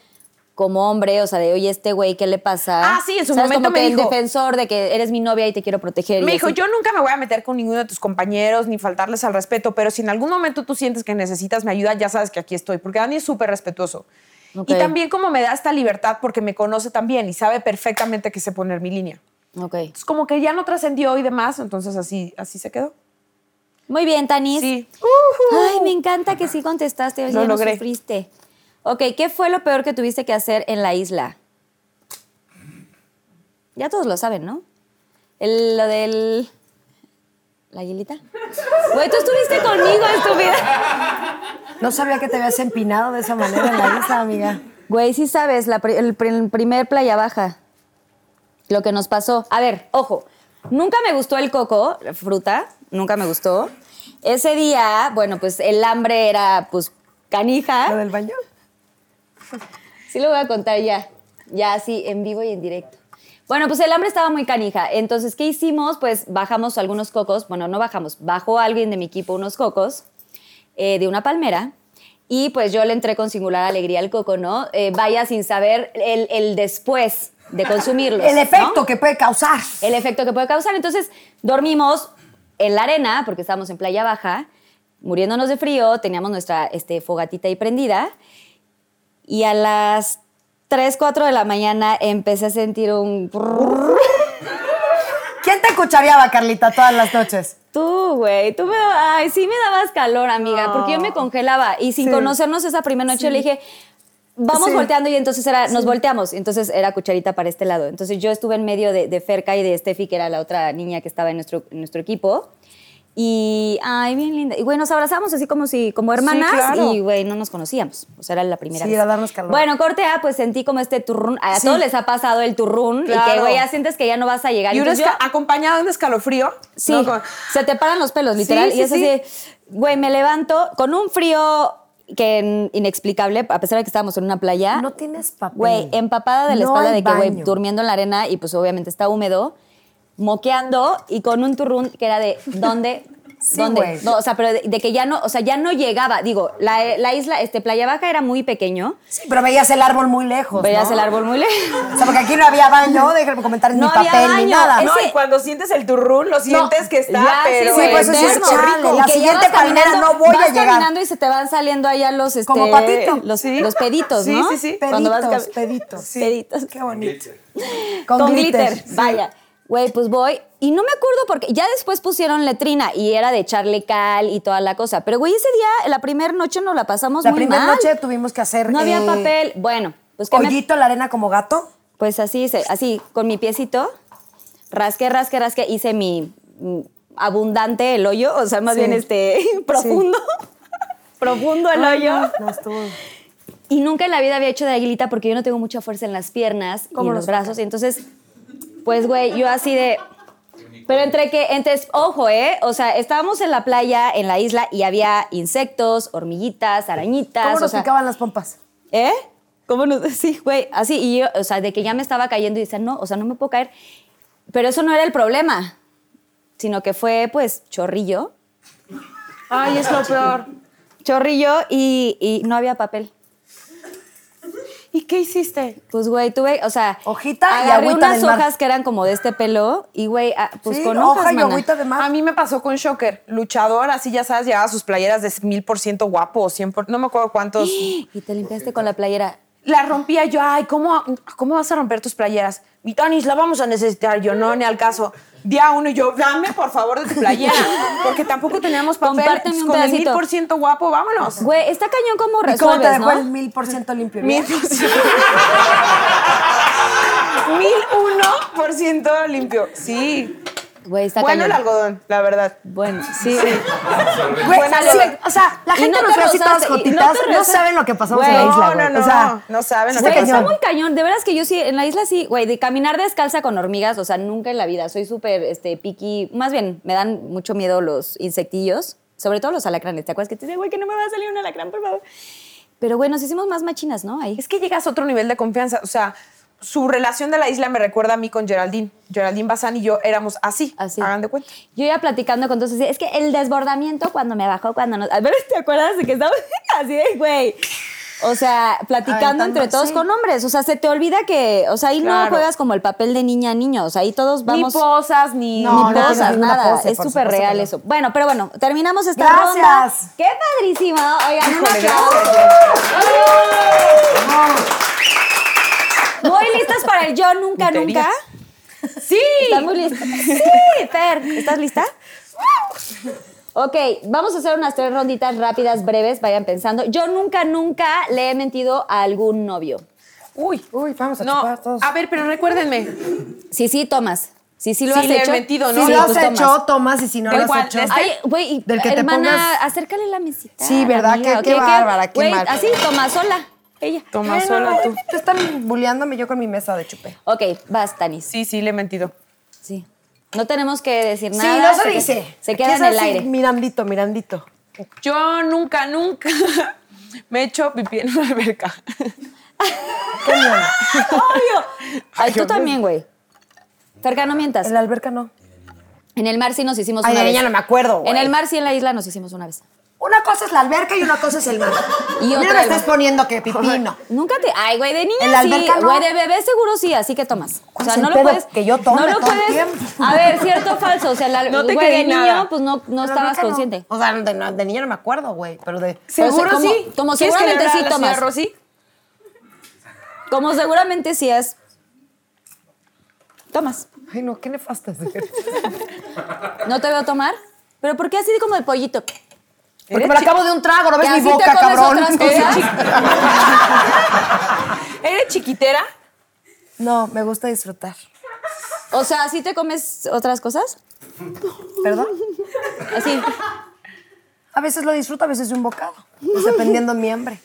Speaker 1: como hombre, o sea, de, oye, este güey, ¿qué le pasa?
Speaker 3: Ah, sí, en su
Speaker 1: ¿Sabes?
Speaker 3: momento
Speaker 1: como
Speaker 3: me
Speaker 1: que el
Speaker 3: dijo-
Speaker 1: defensor de que eres mi novia y te quiero proteger. y
Speaker 3: Me dijo,
Speaker 1: así.
Speaker 3: yo nunca me voy a meter con ninguno de tus compañeros ni faltarles al respeto, pero si en algún momento tú sientes que necesitas mi ayuda, ya sabes que aquí estoy, porque Dani es súper respetuoso.
Speaker 1: Ok.
Speaker 3: Y también como me da esta libertad porque me conoce también y sabe perfectamente que sé poner mi línea.
Speaker 1: Ok.
Speaker 3: Entonces, como que ya no trascendió y demás, entonces así, así se quedó.
Speaker 1: Muy bien, Tanis.
Speaker 3: Sí.
Speaker 1: Ay, me encanta que sí contestaste, o sea,
Speaker 3: Lo
Speaker 1: ya no
Speaker 3: logré.
Speaker 1: sufriste. Ok, ¿qué fue lo peor que tuviste que hacer en la isla? Ya todos lo saben, ¿no? El- lo del... ¿La hielita? Güey, tú estuviste conmigo, estúpida.
Speaker 4: No sabía que te habías empinado de esa manera en la isla, amiga.
Speaker 1: Güey, sí sabes, la pri- el, pri- el primer playa baja. Lo que nos pasó. A ver, ojo. Nunca me gustó el coco, la fruta. Nunca me gustó. Ese día, bueno, pues el hambre era, pues, canija.
Speaker 4: ¿Lo del baño?
Speaker 1: Sí lo voy a contar ya, ya así en vivo y en directo. Bueno, pues el hambre estaba muy canija. Entonces, ¿qué hicimos? Pues bajamos algunos cocos. Bueno, no bajamos, bajó alguien de mi equipo unos cocos eh, de una palmera. Y pues yo le entré con singular alegría al coco, ¿no? Eh, vaya sin saber el, el después de consumirlos.
Speaker 4: El
Speaker 1: ¿no?
Speaker 4: efecto que puede causar.
Speaker 1: el efecto que puede causar. Entonces, dormimos en la arena, porque estábamos en playa baja, muriéndonos de frío, teníamos nuestra este, fogatita ahí prendida, y a las 3, 4 de la mañana empecé a sentir un... prrrr.
Speaker 4: ¿Quién te cuchareaba, Carlita, todas las noches?
Speaker 1: Tú, güey, tú me... Ay, sí me dabas calor, amiga, porque yo me congelaba, y sin conocernos esa primera noche le dije... Vamos
Speaker 4: Sí.
Speaker 1: volteando y entonces era, nos volteamos. Entonces era cucharita para este lado. Entonces yo estuve en medio de, de Ferca y de Steffi, que era la otra niña que estaba en nuestro, en nuestro equipo. Y, ay, bien linda. Y, güey, nos abrazamos así como si, como hermanas.
Speaker 3: claro.
Speaker 1: Y, güey, no nos conocíamos. O sea, era la primera
Speaker 4: Sí,
Speaker 1: vez.
Speaker 4: era darnos calor.
Speaker 1: Bueno, corte A, pues sentí como este turrún. A todos les ha pasado el turrún. Y que,
Speaker 3: Claro.
Speaker 1: güey, ya sientes que ya no vas a llegar.
Speaker 3: Y uno
Speaker 1: Ah, Entonces yo-
Speaker 3: esca- acompañado de un escalofrío.
Speaker 1: Sí,
Speaker 3: ¿no? Como-
Speaker 1: se te paran los pelos, literal.
Speaker 3: Sí,
Speaker 1: y
Speaker 3: sí,
Speaker 1: es así,
Speaker 3: sí.
Speaker 1: de, güey, me levanto con un frío que en- inexplicable, a pesar de que estábamos en una playa.
Speaker 4: No tienes papel.
Speaker 1: ¿Ah? Güey, empapada de la
Speaker 4: No
Speaker 1: espalda de
Speaker 4: hay
Speaker 1: que, güey,
Speaker 4: baño.
Speaker 1: durmiendo en la arena y pues obviamente está húmedo, moqueando y con un turrún que era de, ¿dónde?
Speaker 4: Sí,
Speaker 1: ¿Dónde?
Speaker 4: güey.
Speaker 1: No, o sea, pero de, de que ya no, o sea, ya no llegaba. Digo, la, la isla, este, Playa Baja era muy pequeño,
Speaker 4: Sí, pero veías el árbol muy lejos.
Speaker 1: veías
Speaker 4: Pues ¿no?
Speaker 1: el árbol muy lejos.
Speaker 4: O sea, porque aquí no había baño, déjame comentar,
Speaker 1: No
Speaker 4: ni
Speaker 1: había
Speaker 4: papel, ni
Speaker 1: baño.
Speaker 4: nada.
Speaker 1: Es-
Speaker 3: No,
Speaker 1: Ese-
Speaker 3: y cuando sientes el turrún, lo sientes que está,
Speaker 1: Ya,
Speaker 3: pero...
Speaker 4: sí,
Speaker 1: güey,
Speaker 4: pues, eso sí es
Speaker 1: eterno.
Speaker 4: chale, la
Speaker 1: Y que ya
Speaker 4: siguiente
Speaker 1: vas
Speaker 4: palmera
Speaker 1: caminando-
Speaker 4: no voy a
Speaker 1: vas
Speaker 4: llegar.
Speaker 1: caminando y se te van saliendo allá los... Este,
Speaker 4: Como patito.
Speaker 1: Los,
Speaker 3: Sí.
Speaker 1: los peditos,
Speaker 3: Sí,
Speaker 1: ¿no?
Speaker 3: sí, sí.
Speaker 1: Cuando vas
Speaker 4: Peditos,
Speaker 1: cam-
Speaker 4: peditos. Sí.
Speaker 1: Peditos.
Speaker 4: Qué bonito.
Speaker 1: Con, glitter. Vaya. Güey, pues voy. Y no me acuerdo porque ya después pusieron letrina y era de echarle cal y toda la cosa. Pero, güey, ese día, la primera noche nos la pasamos
Speaker 4: La
Speaker 1: muy
Speaker 4: primera
Speaker 1: mal.
Speaker 4: noche tuvimos que hacer.
Speaker 1: No había
Speaker 4: eh,
Speaker 1: papel. Bueno, pues que me-
Speaker 4: Hoyito en la arena como gato.
Speaker 1: pues así, hice, así, con mi piecito, rasqué, rasqué, rasqué, hice mi mm, abundante el hoyo, o sea, más bien este, profundo, profundo el hoyo.
Speaker 4: No estuvo.
Speaker 1: Y nunca en la vida había hecho de aguilita porque yo no tengo mucha fuerza en las piernas y en los brazos. Y entonces, pues, güey, yo así de... Pero entre que, entre, ojo, ¿eh? O sea, estábamos en la playa, en la isla, y había insectos, hormiguitas, arañitas.
Speaker 4: ¿Cómo
Speaker 1: o
Speaker 4: nos
Speaker 1: sea,
Speaker 4: picaban las pompas?
Speaker 1: ¿Eh? ¿Cómo no? Sí, güey, así. Y yo, o sea, de que ya me estaba cayendo y decía, no, o sea, no me puedo caer. Pero eso no era el problema, sino que fue, pues, chorrillo.
Speaker 3: Ay, es lo peor.
Speaker 1: Chorrillo y, y no había papel.
Speaker 3: ¿Y qué hiciste?
Speaker 1: Pues, güey, tuve, o sea,
Speaker 4: Hojita y
Speaker 1: agarré
Speaker 4: agüita
Speaker 1: unas
Speaker 4: del mar.
Speaker 1: hojas que eran como de este pelo y, güey, ah, pues
Speaker 4: Sí,
Speaker 1: con hojas,
Speaker 4: hoja y
Speaker 1: mana.
Speaker 4: agüita de
Speaker 3: A
Speaker 4: mar.
Speaker 3: mí me pasó con Shocker, luchador, así ya sabes, llevaba sus playeras de mil por ciento guapo, o cien por, no me acuerdo cuántos.
Speaker 1: Y te limpiaste con la playera.
Speaker 3: La rompía yo, ay, ¿cómo, ¿cómo vas a romper tus playeras? Mi Tonis, la vamos a necesitar. Yo, no, ni al caso. Día uno, y yo, dame por favor de tu playera, porque tampoco teníamos papel.
Speaker 1: Compárteme
Speaker 3: Pues,
Speaker 1: un
Speaker 3: con el mil
Speaker 1: pedacito.
Speaker 3: por ciento guapo, vámonos.
Speaker 1: Güey, está cañón como
Speaker 4: ¿Y cómo
Speaker 1: resuelves,
Speaker 4: te dejó
Speaker 1: pues ¿no?
Speaker 4: el mil por ciento limpio?
Speaker 3: Mil por ciento. Mil uno por ciento limpio. Sí.
Speaker 1: Güey, está
Speaker 3: bueno el
Speaker 1: cañón.
Speaker 3: algodón, la verdad.
Speaker 1: Bueno, sí.
Speaker 4: Güey,
Speaker 3: Buena
Speaker 4: así,
Speaker 3: leche.
Speaker 4: o sea, la
Speaker 1: Y
Speaker 4: gente
Speaker 1: no
Speaker 4: nos
Speaker 1: te
Speaker 4: ve así todas
Speaker 1: rozaste, y no
Speaker 4: jotitas.
Speaker 1: te
Speaker 4: No,
Speaker 1: rozaste.
Speaker 4: saben lo que pasamos en
Speaker 1: Güey,
Speaker 4: la
Speaker 1: no,
Speaker 4: isla,
Speaker 3: no,
Speaker 4: güey.
Speaker 3: no,
Speaker 4: o sea,
Speaker 3: no saben lo
Speaker 4: sí
Speaker 3: que
Speaker 1: Güey,
Speaker 4: está
Speaker 1: está
Speaker 4: cañón.
Speaker 1: muy cañón. De veras que yo sí, en la isla sí, güey, de caminar descalza con hormigas, o sea, nunca en la vida. Soy súper, este, piqui. Más bien, me dan mucho miedo los insectillos, sobre todo los alacranes. ¿Te acuerdas que te dicen, güey, que no me va a salir un alacrán, por favor? Pero, güey, nos hicimos más machinas, ¿no? Ahí.
Speaker 3: Es que llegas a otro nivel de confianza. O sea, su relación de la isla me recuerda a mí con Geraldine. Geraldine Bazán y yo éramos así.
Speaker 1: Así.
Speaker 3: Hagan de cuenta.
Speaker 1: Yo iba platicando con todos así, es que el desbordamiento cuando me bajó, cuando nos... A ver, ¿te acuerdas de que estábamos así de, güey? O sea, platicando
Speaker 4: Aventando,
Speaker 1: entre todos
Speaker 4: sí.
Speaker 1: con hombres. O sea, se te olvida que, o sea, ahí no
Speaker 3: Claro.
Speaker 1: juegas como el papel de niña a niño. O sea, ahí todos vamos...
Speaker 3: Ni posas, ni.
Speaker 1: ni
Speaker 4: No, no
Speaker 1: posas,
Speaker 4: tienes ninguna
Speaker 1: nada.
Speaker 4: pose,
Speaker 1: es
Speaker 4: por
Speaker 1: súper
Speaker 4: supuesto que
Speaker 1: real
Speaker 4: no.
Speaker 1: eso. Bueno, pero bueno, terminamos esta
Speaker 4: Gracias.
Speaker 1: ronda. ¡Qué padrísimo! Oigan, un
Speaker 3: Híjole,
Speaker 1: aplauso. Muy listas para el yo nunca,
Speaker 3: Tonterías.
Speaker 1: nunca.
Speaker 3: Sí.
Speaker 1: ¿Estás muy lista? Sí, Fer, ¿estás lista? Ok, vamos a hacer unas tres ronditas rápidas, breves, vayan pensando. Yo nunca, nunca le he mentido a algún novio.
Speaker 3: Uy.
Speaker 4: Uy, vamos a
Speaker 3: No.
Speaker 4: chupar todos.
Speaker 3: A ver, pero recuérdenme.
Speaker 1: Sí, sí, tomas. Sí, sí lo
Speaker 3: Sí,
Speaker 1: has
Speaker 3: le he
Speaker 1: hecho.
Speaker 3: mentido,
Speaker 1: Sí,
Speaker 3: ¿no?
Speaker 4: Si
Speaker 1: sí,
Speaker 4: lo has
Speaker 1: pues, tomas.
Speaker 4: hecho, tomas y si no
Speaker 3: ¿De
Speaker 4: lo has
Speaker 3: cuál?
Speaker 4: hecho.
Speaker 3: ¿De este?
Speaker 1: Ay, güey, y-
Speaker 4: Del que te
Speaker 1: hermana,
Speaker 4: pongas-
Speaker 1: acércale la mesita.
Speaker 4: Sí, ¿verdad?
Speaker 1: amiga,
Speaker 4: Qué-
Speaker 1: ¿o
Speaker 4: qué bárbara, qué
Speaker 1: Güey,
Speaker 4: mal.
Speaker 1: Así, toma sola. Ella.
Speaker 3: Toma sola tú.
Speaker 4: Te están bulleándome yo con mi mesa de chupé.
Speaker 1: Ok, vas, Tanis.
Speaker 3: Sí, sí, le he mentido.
Speaker 1: Sí. No tenemos que decir
Speaker 4: Sí,
Speaker 1: nada.
Speaker 4: no se
Speaker 1: que-
Speaker 4: dice.
Speaker 1: Se queda
Speaker 4: Es
Speaker 1: en el
Speaker 4: así,
Speaker 1: aire.
Speaker 4: Mirandito, mirandito.
Speaker 3: Yo nunca, nunca me he hecho pipí en una alberca.
Speaker 1: Obvio. Ay, tú también, güey. Ferca, no mientas.
Speaker 4: En la alberca no.
Speaker 1: En el mar sí nos hicimos
Speaker 4: Ay,
Speaker 1: una
Speaker 4: de
Speaker 1: vez.
Speaker 4: niña no me acuerdo, güey.
Speaker 1: En el mar sí, en la isla nos hicimos una vez.
Speaker 4: Una cosa es la alberca y una cosa es el mar.
Speaker 1: Y
Speaker 4: Mira,
Speaker 1: otra
Speaker 4: me
Speaker 1: el-
Speaker 4: estás poniendo que pipino.
Speaker 1: Nunca te. Ay, güey, de niña
Speaker 4: En la
Speaker 1: sí.
Speaker 4: alberca no.
Speaker 1: Güey, de bebé seguro sí, así que tomas. O
Speaker 4: ¿Cuál
Speaker 1: sea,
Speaker 4: es
Speaker 1: no
Speaker 4: el
Speaker 1: lo
Speaker 4: pedo?
Speaker 1: puedes.
Speaker 4: Que yo tome
Speaker 1: no lo
Speaker 4: todo el
Speaker 1: puedes.
Speaker 4: tiempo.
Speaker 1: A ver, cierto o falso. O sea, la,
Speaker 3: No te
Speaker 1: güey, de
Speaker 3: creí nada.
Speaker 1: niño, pues no, no
Speaker 4: En la
Speaker 1: estabas
Speaker 4: alberca no.
Speaker 1: consciente.
Speaker 4: O sea, de, no- de niña no me acuerdo, güey. Pero de.
Speaker 1: Pero se- como- como
Speaker 3: ¿Quieres que le
Speaker 1: seguramente
Speaker 3: abra
Speaker 1: sí
Speaker 3: a la
Speaker 1: tomas.
Speaker 3: señora Rosy?
Speaker 1: Como seguramente sí es. Tomas.
Speaker 4: Ay, no, qué nefasta es.
Speaker 1: No te veo tomar. ¿Pero por qué así como el pollito?
Speaker 4: Porque me la acabo de un trago, no
Speaker 1: ¿Que
Speaker 4: ves
Speaker 1: así
Speaker 4: mi
Speaker 1: te
Speaker 4: boca,
Speaker 1: comes
Speaker 4: cabrón.
Speaker 1: otras cosas?
Speaker 3: ¿Eres chiquitera?
Speaker 4: No, me gusta disfrutar.
Speaker 1: O sea, ¿así te comes otras cosas?
Speaker 4: ¿Perdón?
Speaker 1: Así.
Speaker 4: A veces lo disfruto, a veces de un bocado. Pues dependiendo mi hambre.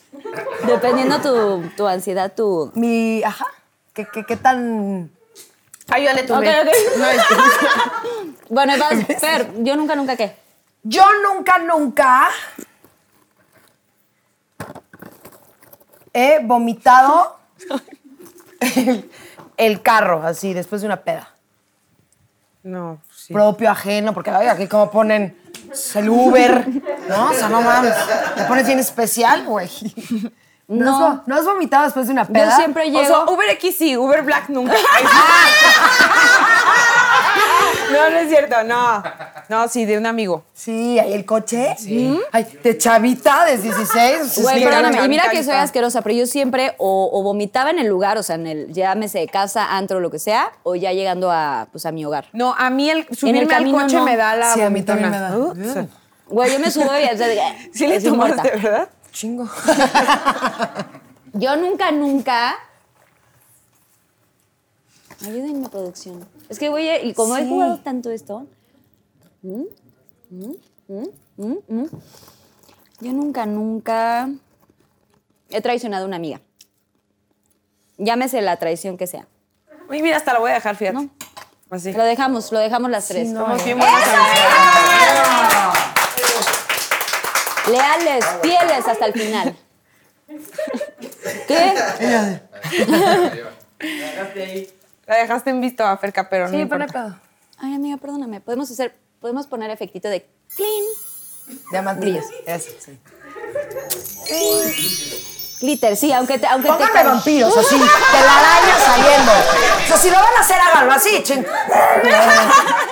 Speaker 1: Dependiendo tu, tu ansiedad, tu.
Speaker 4: Mi. Ajá. ¿Qué, qué, qué tan.
Speaker 3: Ayúdale tú.
Speaker 1: Ok,
Speaker 3: ve.
Speaker 1: ok.
Speaker 3: No, es que-
Speaker 1: Bueno, vas, Fer, yo nunca, nunca qué.
Speaker 4: Yo nunca, nunca. He vomitado el, el carro, así, después de una peda.
Speaker 3: No, sí.
Speaker 4: propio, ajeno, porque ay, aquí como ponen el Uber, ¿no? O sea, no mames, te pones bien especial, güey. No. has vo- ¿No has vomitado después de una peda?
Speaker 1: Yo siempre
Speaker 3: O sea,
Speaker 1: llego.
Speaker 3: Uber X sí, Uber Black nunca. no, no es cierto, no. No, sí, de un amigo.
Speaker 4: Sí, ahí el coche. Sí. Ay, de chavita, desde 16.
Speaker 1: Güey,
Speaker 4: sí,
Speaker 1: perdóname,
Speaker 4: claro,
Speaker 1: y mira que
Speaker 4: chavita,
Speaker 1: soy
Speaker 4: Pues ahí está.
Speaker 1: asquerosa, pero yo siempre o, o vomitaba en el lugar, o sea, en el, llámese casa, antro, lo que sea, o ya llegando a, pues, a mi hogar.
Speaker 3: No, a mí el subirme al
Speaker 1: camino,
Speaker 3: coche
Speaker 1: no.
Speaker 3: me da la
Speaker 4: Sí, a mí también
Speaker 3: vomitona.
Speaker 4: me da.
Speaker 3: Uh, sí.
Speaker 1: Güey, yo me subo y... o sea, de que-
Speaker 3: Sí le
Speaker 1: así
Speaker 3: tomaste,
Speaker 1: muerta.
Speaker 3: ¿verdad?
Speaker 4: Chingo.
Speaker 1: Yo nunca, nunca... Ayúdenme, producción. Es que, güey, y como he
Speaker 4: Sí.
Speaker 1: jugado tanto esto... ¿Mm? ¿Mm? ¿Mm? ¿Mm? ¿Mm? Yo nunca, nunca... He traicionado a una amiga. Llámese la traición que sea.
Speaker 3: Uy, mira, hasta la voy a dejar, fíjate.
Speaker 1: No.
Speaker 3: Así.
Speaker 1: Lo dejamos, lo dejamos las tres.
Speaker 3: Estamos bien buenas amigas.
Speaker 1: Leales, fieles hasta el final. ¿Qué?
Speaker 3: La dejaste en visto a Ferca, pero no
Speaker 4: Sí, pero no
Speaker 3: importa.
Speaker 4: hay pedo.
Speaker 1: Ay, amiga, perdóname. Podemos hacer, podemos poner efectito de clean.
Speaker 4: Diamantillas. Eso, sí.
Speaker 1: Glitter, sí, aunque te, aunque te
Speaker 4: Pónganme vampiros, así, telaraña saliendo. O sea, si lo van a hacer, háganlo así, ching.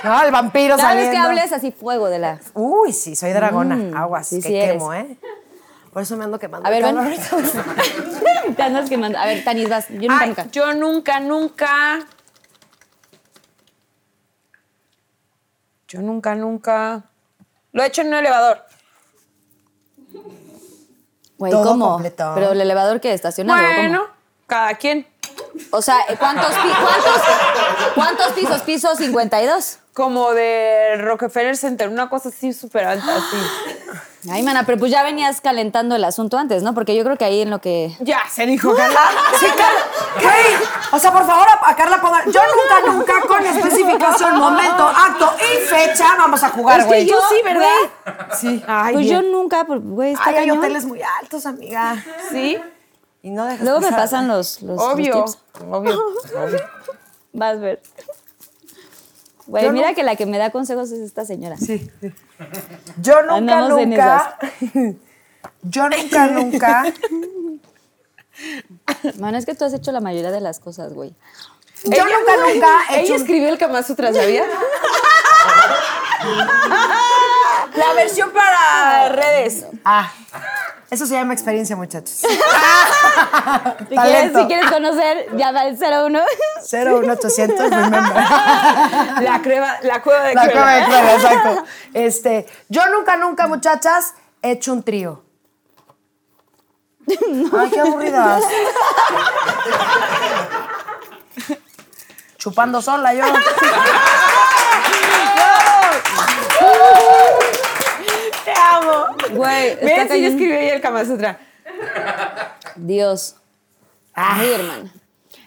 Speaker 4: No, el vampiro
Speaker 1: Cada vez
Speaker 4: saliendo.
Speaker 1: que hables así fuego de la.
Speaker 4: Uy, sí, soy dragona.
Speaker 1: Mm,
Speaker 4: Aguas,
Speaker 1: sí,
Speaker 4: que
Speaker 1: sí eres.
Speaker 4: quemo, ¿eh? Por eso me ando quemando.
Speaker 1: A ver, ven.
Speaker 4: Calor.
Speaker 1: Te andas quemando. A ver, Tanis, vas. Yo nunca,
Speaker 3: Ay,
Speaker 1: nunca.
Speaker 3: yo nunca, nunca. Yo nunca, nunca. Lo he hecho en un elevador.
Speaker 1: Güey,
Speaker 4: Todo
Speaker 1: ¿cómo?
Speaker 4: completo.
Speaker 1: Pero el elevador que estacionado. ¿cómo?
Speaker 3: Bueno, cada quien.
Speaker 1: O sea, eh, ¿cuántos, pi- cuántos, cuántos pisos? Piso 52.
Speaker 3: Como de Rockefeller Center, una cosa así súper alta, así.
Speaker 1: Ay, mana, pero pues ya venías calentando el asunto antes, ¿no? Porque yo creo que ahí en lo que.
Speaker 3: Ya, se dijo que
Speaker 4: Sí, Carla. Güey, O sea, por favor, a a Carla pongan. Yo nunca, nunca, con especificación, momento, acto y fecha, vamos a jugar,
Speaker 1: Es que
Speaker 4: güey.
Speaker 1: yo sí, ¿verdad?
Speaker 4: Sí. Ay,
Speaker 1: pues
Speaker 4: bien.
Speaker 1: yo nunca, pues, güey, está
Speaker 4: Ay, hay
Speaker 1: cañón.
Speaker 4: hoteles muy altos, amiga.
Speaker 3: Sí,
Speaker 4: Y no dejas
Speaker 1: Luego me
Speaker 4: pasar.
Speaker 1: pasan los, los, los
Speaker 3: obvio.
Speaker 1: tips.
Speaker 3: Obvio.
Speaker 1: Vas a ver. Güey, mira que la que me da consejos es esta señora.
Speaker 4: Sí. sí. Yo nunca,
Speaker 1: Andamos en
Speaker 4: nunca. Yo nunca, nunca.
Speaker 1: Mana, es que tú has hecho la mayoría de las cosas, güey.
Speaker 4: Yo nunca, nunca he hecho
Speaker 3: Ella escribió el Kama Sutra, ¿sabía? La versión para redes.
Speaker 4: Ah, eso se llama experiencia, muchachos.
Speaker 1: Si quieres,
Speaker 4: Talento.
Speaker 1: si quieres conocer, ya da el 01.
Speaker 4: 01800, remember.
Speaker 3: La, crema, la cueva de
Speaker 4: La
Speaker 3: crema.
Speaker 4: cueva de Cruella, exacto. Este, yo nunca, nunca, muchachas, he hecho un trío. Ay, qué aburridas. Chupando sola yo.
Speaker 3: Te amo.
Speaker 1: Güey,
Speaker 3: Mira
Speaker 1: está
Speaker 3: si yo
Speaker 1: cañón.
Speaker 3: escribí ahí el Kama Sutra.
Speaker 1: Dios.
Speaker 3: Ah.
Speaker 1: Ay, hermana.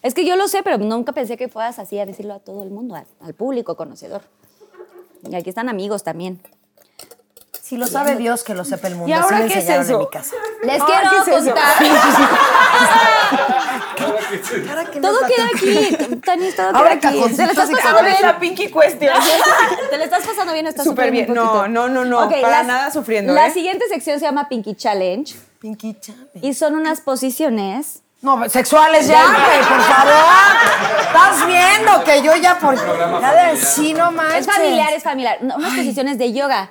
Speaker 1: Es que yo lo sé, pero nunca pensé que fueras así a decirlo a todo el mundo, al, al público conocedor. Y aquí están amigos también.
Speaker 4: Si lo sabe Dios, que lo sepa el mundo.
Speaker 3: ¿Y
Speaker 4: Así
Speaker 3: ahora
Speaker 4: me
Speaker 3: qué es
Speaker 4: enseñaron
Speaker 3: eso?
Speaker 4: en mi casa.
Speaker 1: Les
Speaker 3: Ay,
Speaker 1: quiero
Speaker 3: Ah, ¿qué es eso?
Speaker 1: contar.
Speaker 4: Ahora que me
Speaker 1: todo queda
Speaker 4: platican.
Speaker 1: aquí. Tanis, todo
Speaker 4: Ahora
Speaker 1: queda aquí.
Speaker 4: cajoncitos
Speaker 1: Te lo estás
Speaker 4: y
Speaker 1: pasando
Speaker 3: Ahora es
Speaker 1: bien.
Speaker 3: Pues, la Pinky Question.
Speaker 1: Te lo estás pasando bien, o estás
Speaker 3: Súper bien.
Speaker 1: sufriendo un
Speaker 3: No,
Speaker 1: poquito?
Speaker 3: no, no, no,
Speaker 1: Ok,
Speaker 3: para nada sufriendo,
Speaker 1: La
Speaker 3: ¿eh?
Speaker 1: siguiente sección se llama Pinky Challenge
Speaker 4: Pinky Chame.
Speaker 1: y son unas posiciones
Speaker 4: No, pues, sexuales ya, güey, por favor. Estás viendo que yo ya por. Ya de sí, no manches.
Speaker 1: Es familiar, es familiar. No, unas posiciones de yoga.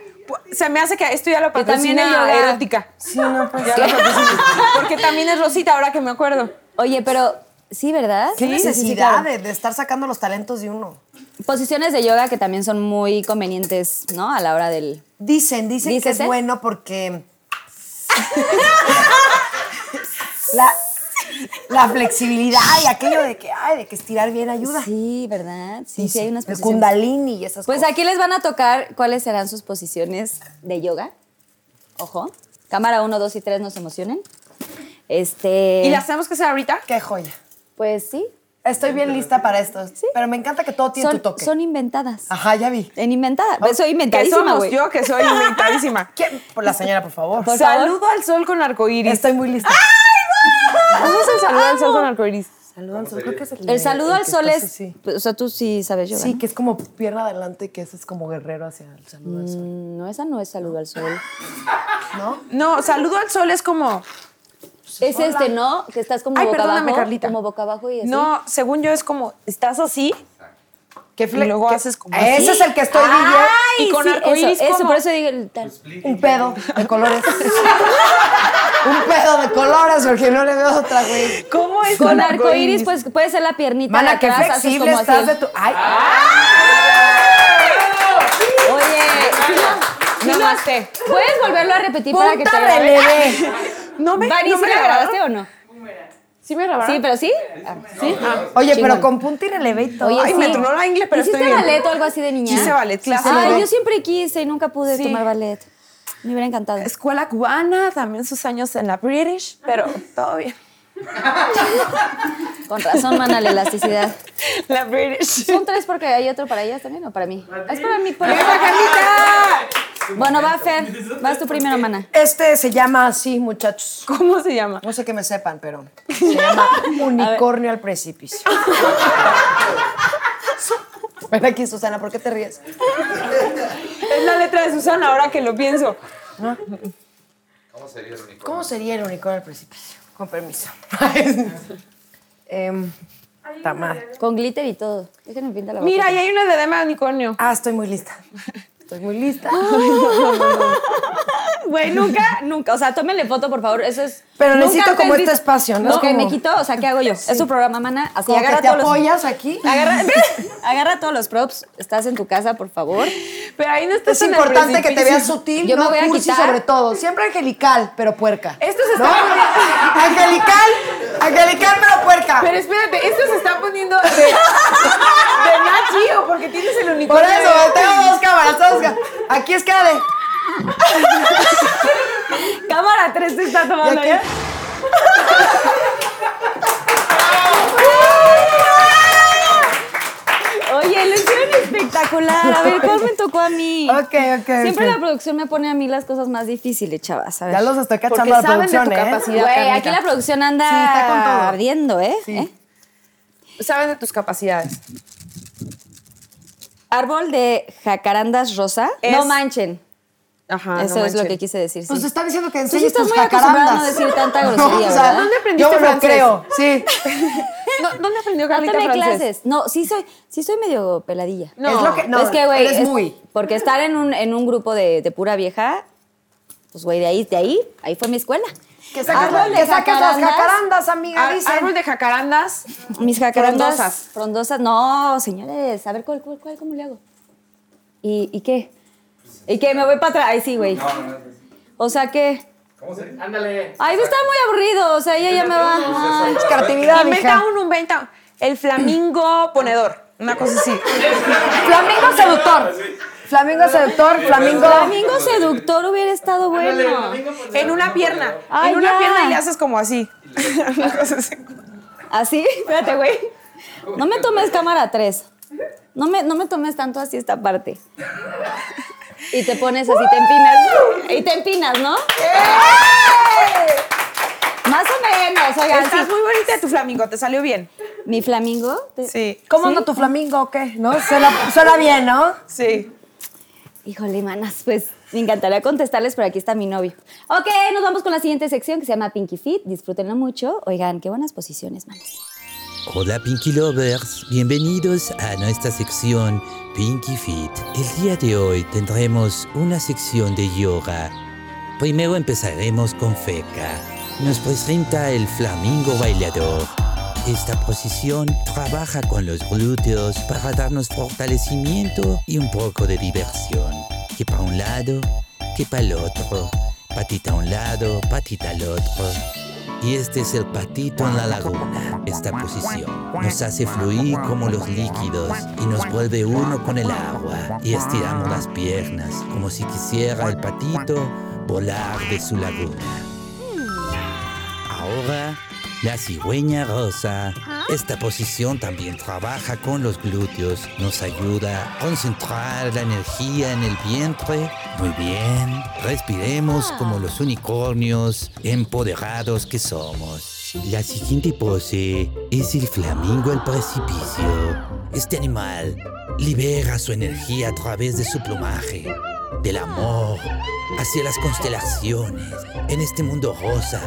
Speaker 3: Se me hace que esto ya lo
Speaker 1: Y también
Speaker 3: patrocina
Speaker 1: el yoga.
Speaker 3: erótica.
Speaker 4: Sí, no, pues.
Speaker 3: Ya lo patrocina. Porque también es Rosita, ahora que me acuerdo.
Speaker 1: Oye, pero sí, ¿verdad?
Speaker 4: Qué
Speaker 1: Sí, sí, sí,
Speaker 4: necesidad
Speaker 1: claro.
Speaker 4: de, de estar sacando los talentos de uno.
Speaker 1: Posiciones de yoga que también son muy convenientes, ¿no? A la hora del.
Speaker 4: Dicen, dicen que
Speaker 1: ¿Dícese?
Speaker 4: es bueno porque. la, la flexibilidad y aquello de que, ay, de que estirar bien ayuda.
Speaker 1: Sí, ¿verdad? Sí, sí, hay unas
Speaker 4: El
Speaker 1: posiciones.
Speaker 4: kundalini y esas
Speaker 1: Pues
Speaker 4: cosas.
Speaker 1: aquí les van a tocar cuáles serán sus posiciones de yoga. Ojo. Cámara 1, 2 y 3 nos emocionen. Este.
Speaker 3: ¿Y las tenemos que hacer ahorita?
Speaker 1: ah,
Speaker 4: Qué joya.
Speaker 1: Pues sí.
Speaker 4: Estoy bien lista para esto. Pero me encanta que todo tiene
Speaker 1: Son,
Speaker 4: tu toque.
Speaker 1: son inventadas.
Speaker 4: Ajá, ya vi.
Speaker 1: En inventada. Pues soy
Speaker 3: Que
Speaker 1: inventadísima,
Speaker 3: somos
Speaker 1: güey.
Speaker 3: yo, que soy inventadísima.
Speaker 4: ¿Quién? Por la señora, por favor.
Speaker 1: Por favor. ¡Ah!
Speaker 3: Saludo al sol con arcoíris.
Speaker 4: Estoy muy lista.
Speaker 3: Vamos a saludar al sol con arcoíris.
Speaker 4: Saludos, creo que es
Speaker 1: El saludo
Speaker 4: el
Speaker 1: al
Speaker 4: que
Speaker 1: sol
Speaker 4: está
Speaker 1: es.
Speaker 4: así.
Speaker 1: O sea, tú sí sabes yoga.
Speaker 4: Sí,
Speaker 1: ¿no?
Speaker 4: que es como pierna adelante, que eso es como guerrero hacia el saludo
Speaker 1: Mm.
Speaker 4: al sol.
Speaker 1: No, esa no es saludo al sol.
Speaker 3: Pues,
Speaker 4: ¿No?
Speaker 3: No, saludo al sol es como.
Speaker 1: Es este, ¿no? Que estás como
Speaker 3: pues, Ay,
Speaker 1: boca
Speaker 3: perdóname,
Speaker 1: abajo.
Speaker 3: Carlita.
Speaker 1: Como boca abajo y así.
Speaker 3: No, según yo es como. Estás así. Que y luego haces como. así.
Speaker 4: Ese es el que estoy
Speaker 1: ¡Ay!
Speaker 3: Y con
Speaker 1: sí,
Speaker 3: arcoíris,
Speaker 1: Eso, eso,
Speaker 3: ¿cómo? Pues,
Speaker 1: por eso digo el tal.
Speaker 4: DJ. Un pedo de colores. Un pedo de colores, porque no le veo otra, güey.
Speaker 3: ¿Cómo es
Speaker 1: Con arcoíris, pues puede ser la piernita. de
Speaker 4: Mana, qué
Speaker 1: atrás, haces
Speaker 4: flexible
Speaker 1: como
Speaker 4: estás
Speaker 1: así. Ah,
Speaker 4: de tu. ¡Ay!
Speaker 1: Oye, no,
Speaker 3: Namaste.
Speaker 1: ¿Puedes volverlo a repetir para que te
Speaker 3: Punta
Speaker 1: grabe?
Speaker 4: Lele.
Speaker 3: No me,
Speaker 1: Vani,
Speaker 3: no
Speaker 1: ¿sí
Speaker 3: me
Speaker 1: la grabaste
Speaker 3: grabaron.
Speaker 1: o no?
Speaker 3: Sí me grabaron.
Speaker 1: Sí, pero sí. Ah, sí.
Speaker 4: Oye,
Speaker 1: Chingón.
Speaker 4: pero con punta y releve y todo.
Speaker 1: Oye,
Speaker 3: Ay,
Speaker 1: sí.
Speaker 3: me tronó la ingle, pero
Speaker 1: ¿Hiciste
Speaker 3: estoy bien.
Speaker 1: ballet o algo así de niña?
Speaker 3: Hice ballet, claro.
Speaker 1: Ay,
Speaker 4: Sí.
Speaker 1: yo siempre quise y nunca pude
Speaker 3: Sí.
Speaker 1: tomar ballet. Me hubiera encantado.
Speaker 3: Escuela cubana, también sus años en la British, pero todo bien.
Speaker 1: Con razón, mana, la elasticidad.
Speaker 3: La British.
Speaker 1: ¿Son tres porque hay otro para ellas también o para mí? Es para mí. Por
Speaker 3: ¡Venga, Carlita!
Speaker 1: Bueno, va, Fer. Vas tú primero, mana.
Speaker 4: Este se llama así, muchachos.
Speaker 3: ¿Cómo se llama?
Speaker 4: No sé que me sepan, pero se llama unicornio al precipicio. Ven aquí, Susana, ¿por qué te ríes?
Speaker 3: Es la letra de Susana, ahora que lo pienso.
Speaker 4: ¿Cómo sería el unicornio al precipicio? Con permiso. Em, ta madre.
Speaker 1: Con glitter y todo. Déjenme pintar la boca.
Speaker 3: Mira, ahí hay una dedema de unicornio.
Speaker 4: Ah, estoy muy lista. Estoy muy lista.
Speaker 1: Güey, nunca, nunca. O sea, tómenle foto, por favor. Eso es.
Speaker 4: Pero
Speaker 1: nunca
Speaker 4: necesito
Speaker 1: antes
Speaker 4: como este
Speaker 1: visto.
Speaker 4: espacio, ¿no?
Speaker 1: Lo que
Speaker 4: Como-
Speaker 1: me quito, o sea, ¿qué hago yo? Es tu programa, mana. Así
Speaker 4: Como
Speaker 1: agarra
Speaker 4: que te
Speaker 1: todos
Speaker 4: apoyas aquí.
Speaker 1: los. Agarra, agarra todos los props. Estás en tu casa, por favor.
Speaker 3: Pero ahí no estás
Speaker 4: Es
Speaker 3: en el
Speaker 4: importante que te
Speaker 3: precipicio.
Speaker 4: veas sutil,
Speaker 1: Yo me
Speaker 4: no
Speaker 1: voy a
Speaker 4: cursi
Speaker 1: quitar.
Speaker 4: sobre todo. Siempre angelical, pero puerca.
Speaker 3: Esto se
Speaker 4: ¿No?
Speaker 3: está poniendo-
Speaker 4: angelical, angelical, pero puerca.
Speaker 3: Pero espérate, esto se está poniendo de, de Nachio, porque tienes el unicornio.
Speaker 4: Por eso,
Speaker 3: de-
Speaker 4: tengo dos cámaras, tengo dos cámaras. Aquí es cada de...
Speaker 1: Cámara 3 se está tomando
Speaker 4: aquí-
Speaker 1: ya. Oye, lo hicieron espectacular. A ver, ¿cuál me tocó a mí?
Speaker 4: Ok, ok,
Speaker 1: Siempre
Speaker 4: ok.
Speaker 1: la producción me pone a mí las cosas más difíciles, chavas. A ver.
Speaker 4: Ya los estoy cachando
Speaker 3: Porque
Speaker 4: a la
Speaker 3: saben de tu
Speaker 4: producción, ¿eh?
Speaker 3: capacidad.
Speaker 1: Güey,
Speaker 3: Carlita.
Speaker 1: aquí la producción anda
Speaker 4: Sí, está con todo.
Speaker 1: ardiendo, ¿eh?
Speaker 4: Sí.
Speaker 1: ¿Eh?
Speaker 3: Saben de tus capacidades.
Speaker 1: Árbol de jacarandas rosa.
Speaker 3: Es-
Speaker 1: No manchen.
Speaker 3: Ajá.
Speaker 1: Eso es lo que quise decir.
Speaker 4: Ah, Pues
Speaker 1: sí.
Speaker 4: te están diciendo que
Speaker 1: Pues sí
Speaker 4: enseñes
Speaker 1: estás
Speaker 4: tus
Speaker 1: muy acostumbrada a no
Speaker 4: jacarandas.
Speaker 1: decir tanta grosería,
Speaker 4: o sea,
Speaker 1: ¿verdad?
Speaker 3: ¿dónde aprendiste
Speaker 4: Yo me lo
Speaker 3: francés?
Speaker 4: creo, sí.
Speaker 3: ¿Dónde aprendió
Speaker 1: No
Speaker 3: Carlita
Speaker 1: tomé
Speaker 3: francés?
Speaker 1: clases. No, sí soy, sí soy medio peladilla.
Speaker 3: No.
Speaker 4: Es lo que, no,
Speaker 1: es que, güey.
Speaker 4: eres
Speaker 1: es-
Speaker 4: muy...
Speaker 1: Porque estar en un, en un grupo de, de pura vieja, pues, güey, de ahí, de ahí, ahí fue mi escuela.
Speaker 4: Que sacas,
Speaker 1: Árbol de
Speaker 4: que sacas las
Speaker 1: jacarandas. Ah,
Speaker 4: jacarandas, amiga,
Speaker 3: Ar-
Speaker 4: dicen.
Speaker 3: árbol de jacarandas.
Speaker 1: Mis jacarandas.
Speaker 3: Frondosas.
Speaker 1: Frondosas. No, señores, a ver, ¿cuál, cuál, cuál, cómo le hago? ¿Y, y qué? ¿Y qué? Me voy para atrás. Ay, sí, güey. O sea, que...
Speaker 6: Ándale.
Speaker 1: Ay, pues, está muy aburrido. O sea, ella Pues ya me va...
Speaker 4: Es creatividad,
Speaker 3: Inventa
Speaker 4: mija.
Speaker 3: uno, inventa El flamingo ponedor. Una cosa así.
Speaker 4: Flamingo seductor. Flamingo seductor, flamingo...
Speaker 1: Flamingo seductor hubiera estado bueno.
Speaker 6: pues,
Speaker 3: En una pierna.
Speaker 1: Ay,
Speaker 3: en una
Speaker 1: Ah, ya.
Speaker 3: pierna y le haces como así. Una cosa así.
Speaker 1: ¿Así? ¿Ah, Espérate, güey. No me tomes cámara 3. No me, no me tomes tanto así esta parte. Y te pones así, te empinas. Y te empinas, ¿no?
Speaker 3: ¡Eh!
Speaker 1: Más o menos, oigan.
Speaker 3: Estás
Speaker 1: sí.
Speaker 3: muy bonita de tu flamingo, te salió bien.
Speaker 1: ¿Mi flamingo? te-
Speaker 3: Sí.
Speaker 4: ¿Cómo
Speaker 1: Sí.
Speaker 4: anda tu flamingo o qué? ¿No? Suena, suena bien, ¿no?
Speaker 3: Sí.
Speaker 1: Híjole, manas, pues me encantaría contestarles, pero aquí está mi novio. Ok, nos vamos con la siguiente sección que se llama Pinky Fit. Disfrútenlo mucho. Oigan, qué buenas posiciones, manas.
Speaker 7: Hola Pinky Lovers, bienvenidos a nuestra sección Pinky Fit. El día de hoy tendremos una sección de yoga. Primero empezaremos con Feca. Nos presenta el flamingo bailador. Esta posición trabaja con los glúteos para darnos fortalecimiento y un poco de diversión. Que para un lado, que para el otro. Patita a un lado, patita al otro. Y este es el patito en la laguna. Esta posición nos hace fluir como los líquidos y nos vuelve uno con el agua. Y estiramos las piernas como si quisiera el patito volar de su laguna. Ahora, la cigüeña rosa. Esta posición también trabaja con los glúteos. Nos ayuda a concentrar la energía en el vientre. Muy bien. Respiremos como los unicornios empoderados que somos. La siguiente pose es el flamingo al precipicio. Este animal libera su energía a través de su plumaje del amor, hacia las constelaciones, en este mundo rosa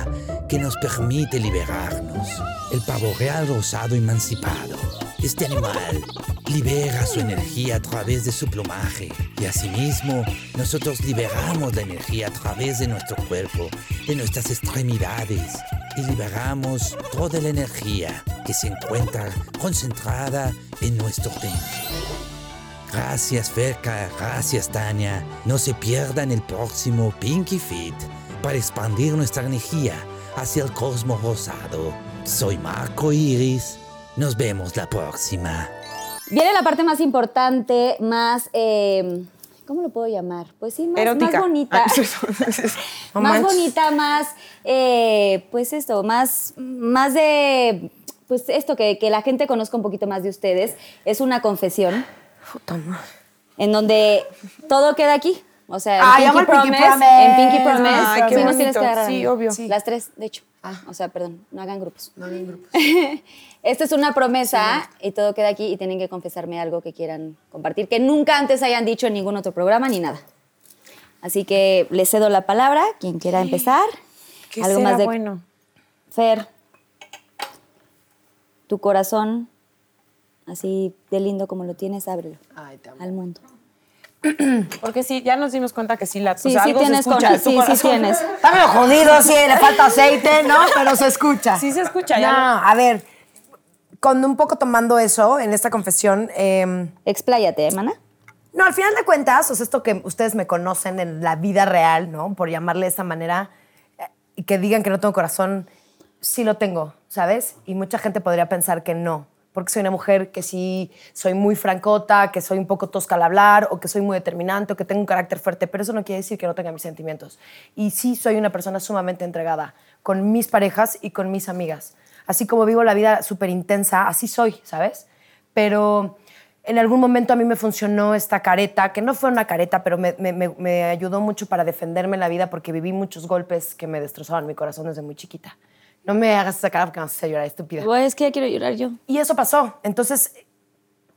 Speaker 7: que nos permite liberarnos. El pavo real rosado emancipado. Este animal libera su energía a través de su plumaje y asimismo nosotros liberamos la energía a través de nuestro cuerpo, de nuestras extremidades y liberamos toda la energía que se encuentra concentrada en nuestro templo. Gracias Ferca, gracias Tania. No se pierdan el próximo Pinky Fit para expandir nuestra energía hacia el cosmos rosado. Soy Marco Iris. Nos vemos la próxima.
Speaker 1: Viene la parte más importante, más. eh, ¿Cómo lo puedo llamar? Pues sí, más, más
Speaker 3: Erótica.
Speaker 1: bonita.
Speaker 3: Ah, sí.
Speaker 4: No
Speaker 1: más
Speaker 4: manches.
Speaker 1: bonita, más. eh, pues esto, más, más de. Pues esto, que, que la gente conozca un poquito más de ustedes. Es una confesión en donde todo queda aquí. O
Speaker 3: Ah,
Speaker 1: sea, en
Speaker 4: Ay,
Speaker 1: Pinky,
Speaker 4: amo el Pinky
Speaker 1: Promise,
Speaker 4: Promise.
Speaker 1: En Pinky Promise.
Speaker 3: Eh, Ay, qué
Speaker 1: sí nos tienes
Speaker 3: bonito.
Speaker 1: que agarrar.
Speaker 3: Sí,
Speaker 1: amiga.
Speaker 3: obvio. Ah.
Speaker 1: Las tres, de hecho. O sea, perdón, no hagan grupos. No hagan grupos. Esta es una promesa y todo queda aquí y tienen que confesarme algo que quieran compartir, que nunca antes hayan dicho en ningún otro programa ni nada. Así que les cedo la palabra, quien quiera empezar.
Speaker 3: ¿Qué
Speaker 1: algo
Speaker 3: será
Speaker 1: más de
Speaker 3: bueno?
Speaker 1: Fer, tu corazón, así de lindo como lo tienes, ábrelo
Speaker 3: Ay, te amo.
Speaker 1: al mundo.
Speaker 3: Porque sí, ya nos dimos cuenta que sí la
Speaker 1: Sí,
Speaker 3: o sea,
Speaker 1: sí
Speaker 3: algo se
Speaker 1: tienes
Speaker 3: escucha,
Speaker 1: con-
Speaker 3: es tu
Speaker 1: sí, sí
Speaker 3: corazón.
Speaker 1: tienes.
Speaker 4: Está medio jodido, sí, le falta aceite, ¿no? Pero se escucha.
Speaker 3: Sí se escucha, ya
Speaker 4: No, a ver, con un poco tomando eso en esta confesión, eh,
Speaker 1: Expláyate, hermana.
Speaker 4: no, al final de cuentas, o sea, esto que ustedes me conocen en la vida real, ¿no? Por llamarle de esa manera, eh, y que digan que no tengo corazón, sí lo tengo, ¿sabes? Y mucha gente podría pensar que no, porque soy una mujer que sí soy muy francota, que soy un poco tosca al hablar, o que soy muy determinante, o que tengo un carácter fuerte, pero eso no quiere decir que no tenga mis sentimientos. Y sí soy una persona sumamente entregada con mis parejas y con mis amigas. Así como vivo la vida súper intensa, así soy, ¿sabes? pero en algún momento a mí me funcionó esta careta, que no fue una careta, pero me, me- me- me ayudó mucho para defenderme en la vida porque viví muchos golpes que me destrozaban mi corazón desde muy chiquita. No me hagas esa cara porque me vas a hacer llorar, estúpida.
Speaker 1: Güey, Pues, es que ya quiero llorar yo.
Speaker 4: Y eso pasó. Entonces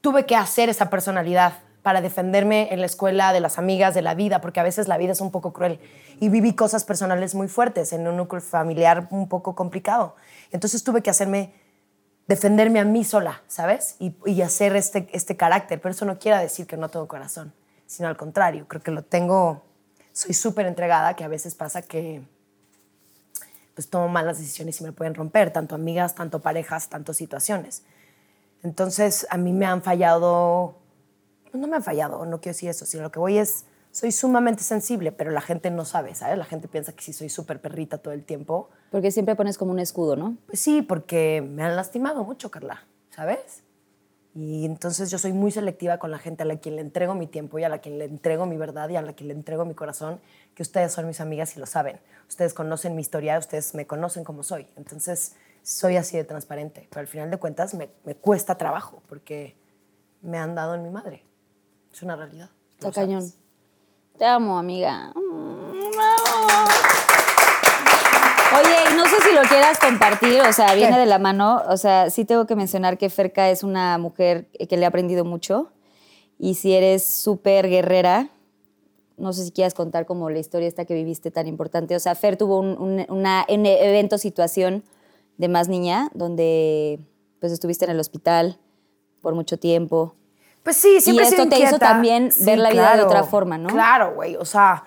Speaker 4: tuve que hacer esa personalidad para defenderme en la escuela, de las amigas, de la vida, porque a veces la vida es un poco cruel. Y viví cosas personales muy fuertes en un núcleo familiar un poco complicado. Entonces tuve que hacerme, defenderme a mí sola, ¿sabes? Y, y hacer este, este carácter. Pero eso no quiere decir que no tengo corazón, sino al contrario, creo que lo tengo, soy súper entregada, que a veces pasa que pues tomo malas decisiones y me pueden romper, tanto amigas, tanto parejas, tanto situaciones. Entonces, a mí me han fallado, no me han fallado, no quiero decir eso, sino lo que voy es, soy sumamente sensible, pero la gente no sabe, ¿sabes? La gente piensa que si soy súper perrita todo el tiempo,
Speaker 1: Porque siempre pones como un escudo, ¿no?
Speaker 4: pues sí, porque me han lastimado mucho, Carla, ¿sabes? Y entonces yo soy muy selectiva con la gente a la quien le entrego mi tiempo y a la quien le entrego mi verdad y a la quien le entrego mi corazón, que ustedes son mis amigas y lo saben. Ustedes conocen mi historia, ustedes me conocen como soy. Entonces soy así de transparente, pero al final de cuentas me, me cuesta trabajo porque me han dado en mi madre. Es una realidad.
Speaker 1: Está
Speaker 4: lo sabes.
Speaker 1: cañón. Te amo, amiga. Mm, bravo. Oye, y no sé si lo quieras compartir, o sea, viene de la mano. O sea, sí tengo que mencionar que Ferca es una mujer que le ha aprendido mucho. Y si eres súper guerrera, no sé si quieras contar como la historia esta que viviste tan importante. O sea, Fer tuvo un, un- una- un evento, situación de más niña, donde pues estuviste en el hospital por mucho tiempo.
Speaker 4: Pues sí, siempre he
Speaker 1: esto
Speaker 4: sido
Speaker 1: te hizo
Speaker 4: inquieta.
Speaker 1: también ver la vida de otra forma, ¿no?
Speaker 4: Claro, güey. O sea,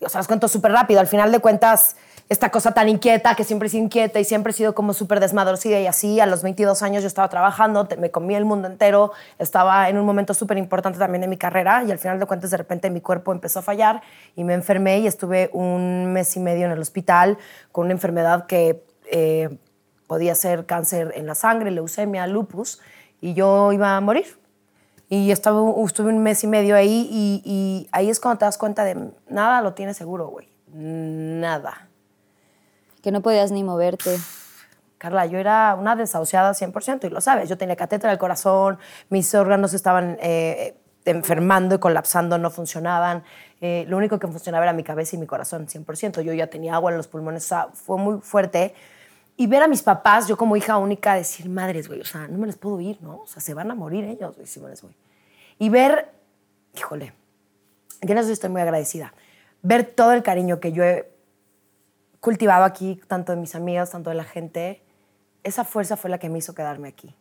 Speaker 4: o sea, los cuento súper rápido. Al final de cuentas, esta cosa tan inquieta, que siempre he sido inquieta y siempre he sido como súper desmadrocida y así. A los 22 años yo estaba trabajando, te- me comía el mundo entero. Estaba en un momento súper importante también de mi carrera y al final de cuentas, de repente, mi cuerpo empezó a fallar y me enfermé y estuve un mes y medio en el hospital con una enfermedad que... eh, podía ser cáncer en la sangre, leucemia, lupus, y yo iba a morir. Y estaba, estuve un mes y medio ahí y, y ahí es cuando te das cuenta de nada lo tienes seguro, güey. Nada.
Speaker 1: Que no podías ni moverte.
Speaker 4: Carla, yo era una desahuciada 100% y lo sabes. Yo tenía catéter al corazón, mis órganos estaban eh, enfermando y colapsando, no funcionaban. Eh, lo único que funcionaba era mi cabeza y mi corazón 100%. Yo ya tenía agua en los pulmones, o sea, fue muy fuerte. Y ver a mis papás, yo como hija única, decir, madres, güey, o sea, no me les puedo ir, ¿no? O sea, se van a morir ellos, güey, si me les voy. Y ver, híjole, yo en eso estoy muy agradecida. Ver todo el cariño que yo he cultivado aquí, tanto de mis amigas, tanto de la gente, esa fuerza fue la que me hizo quedarme aquí.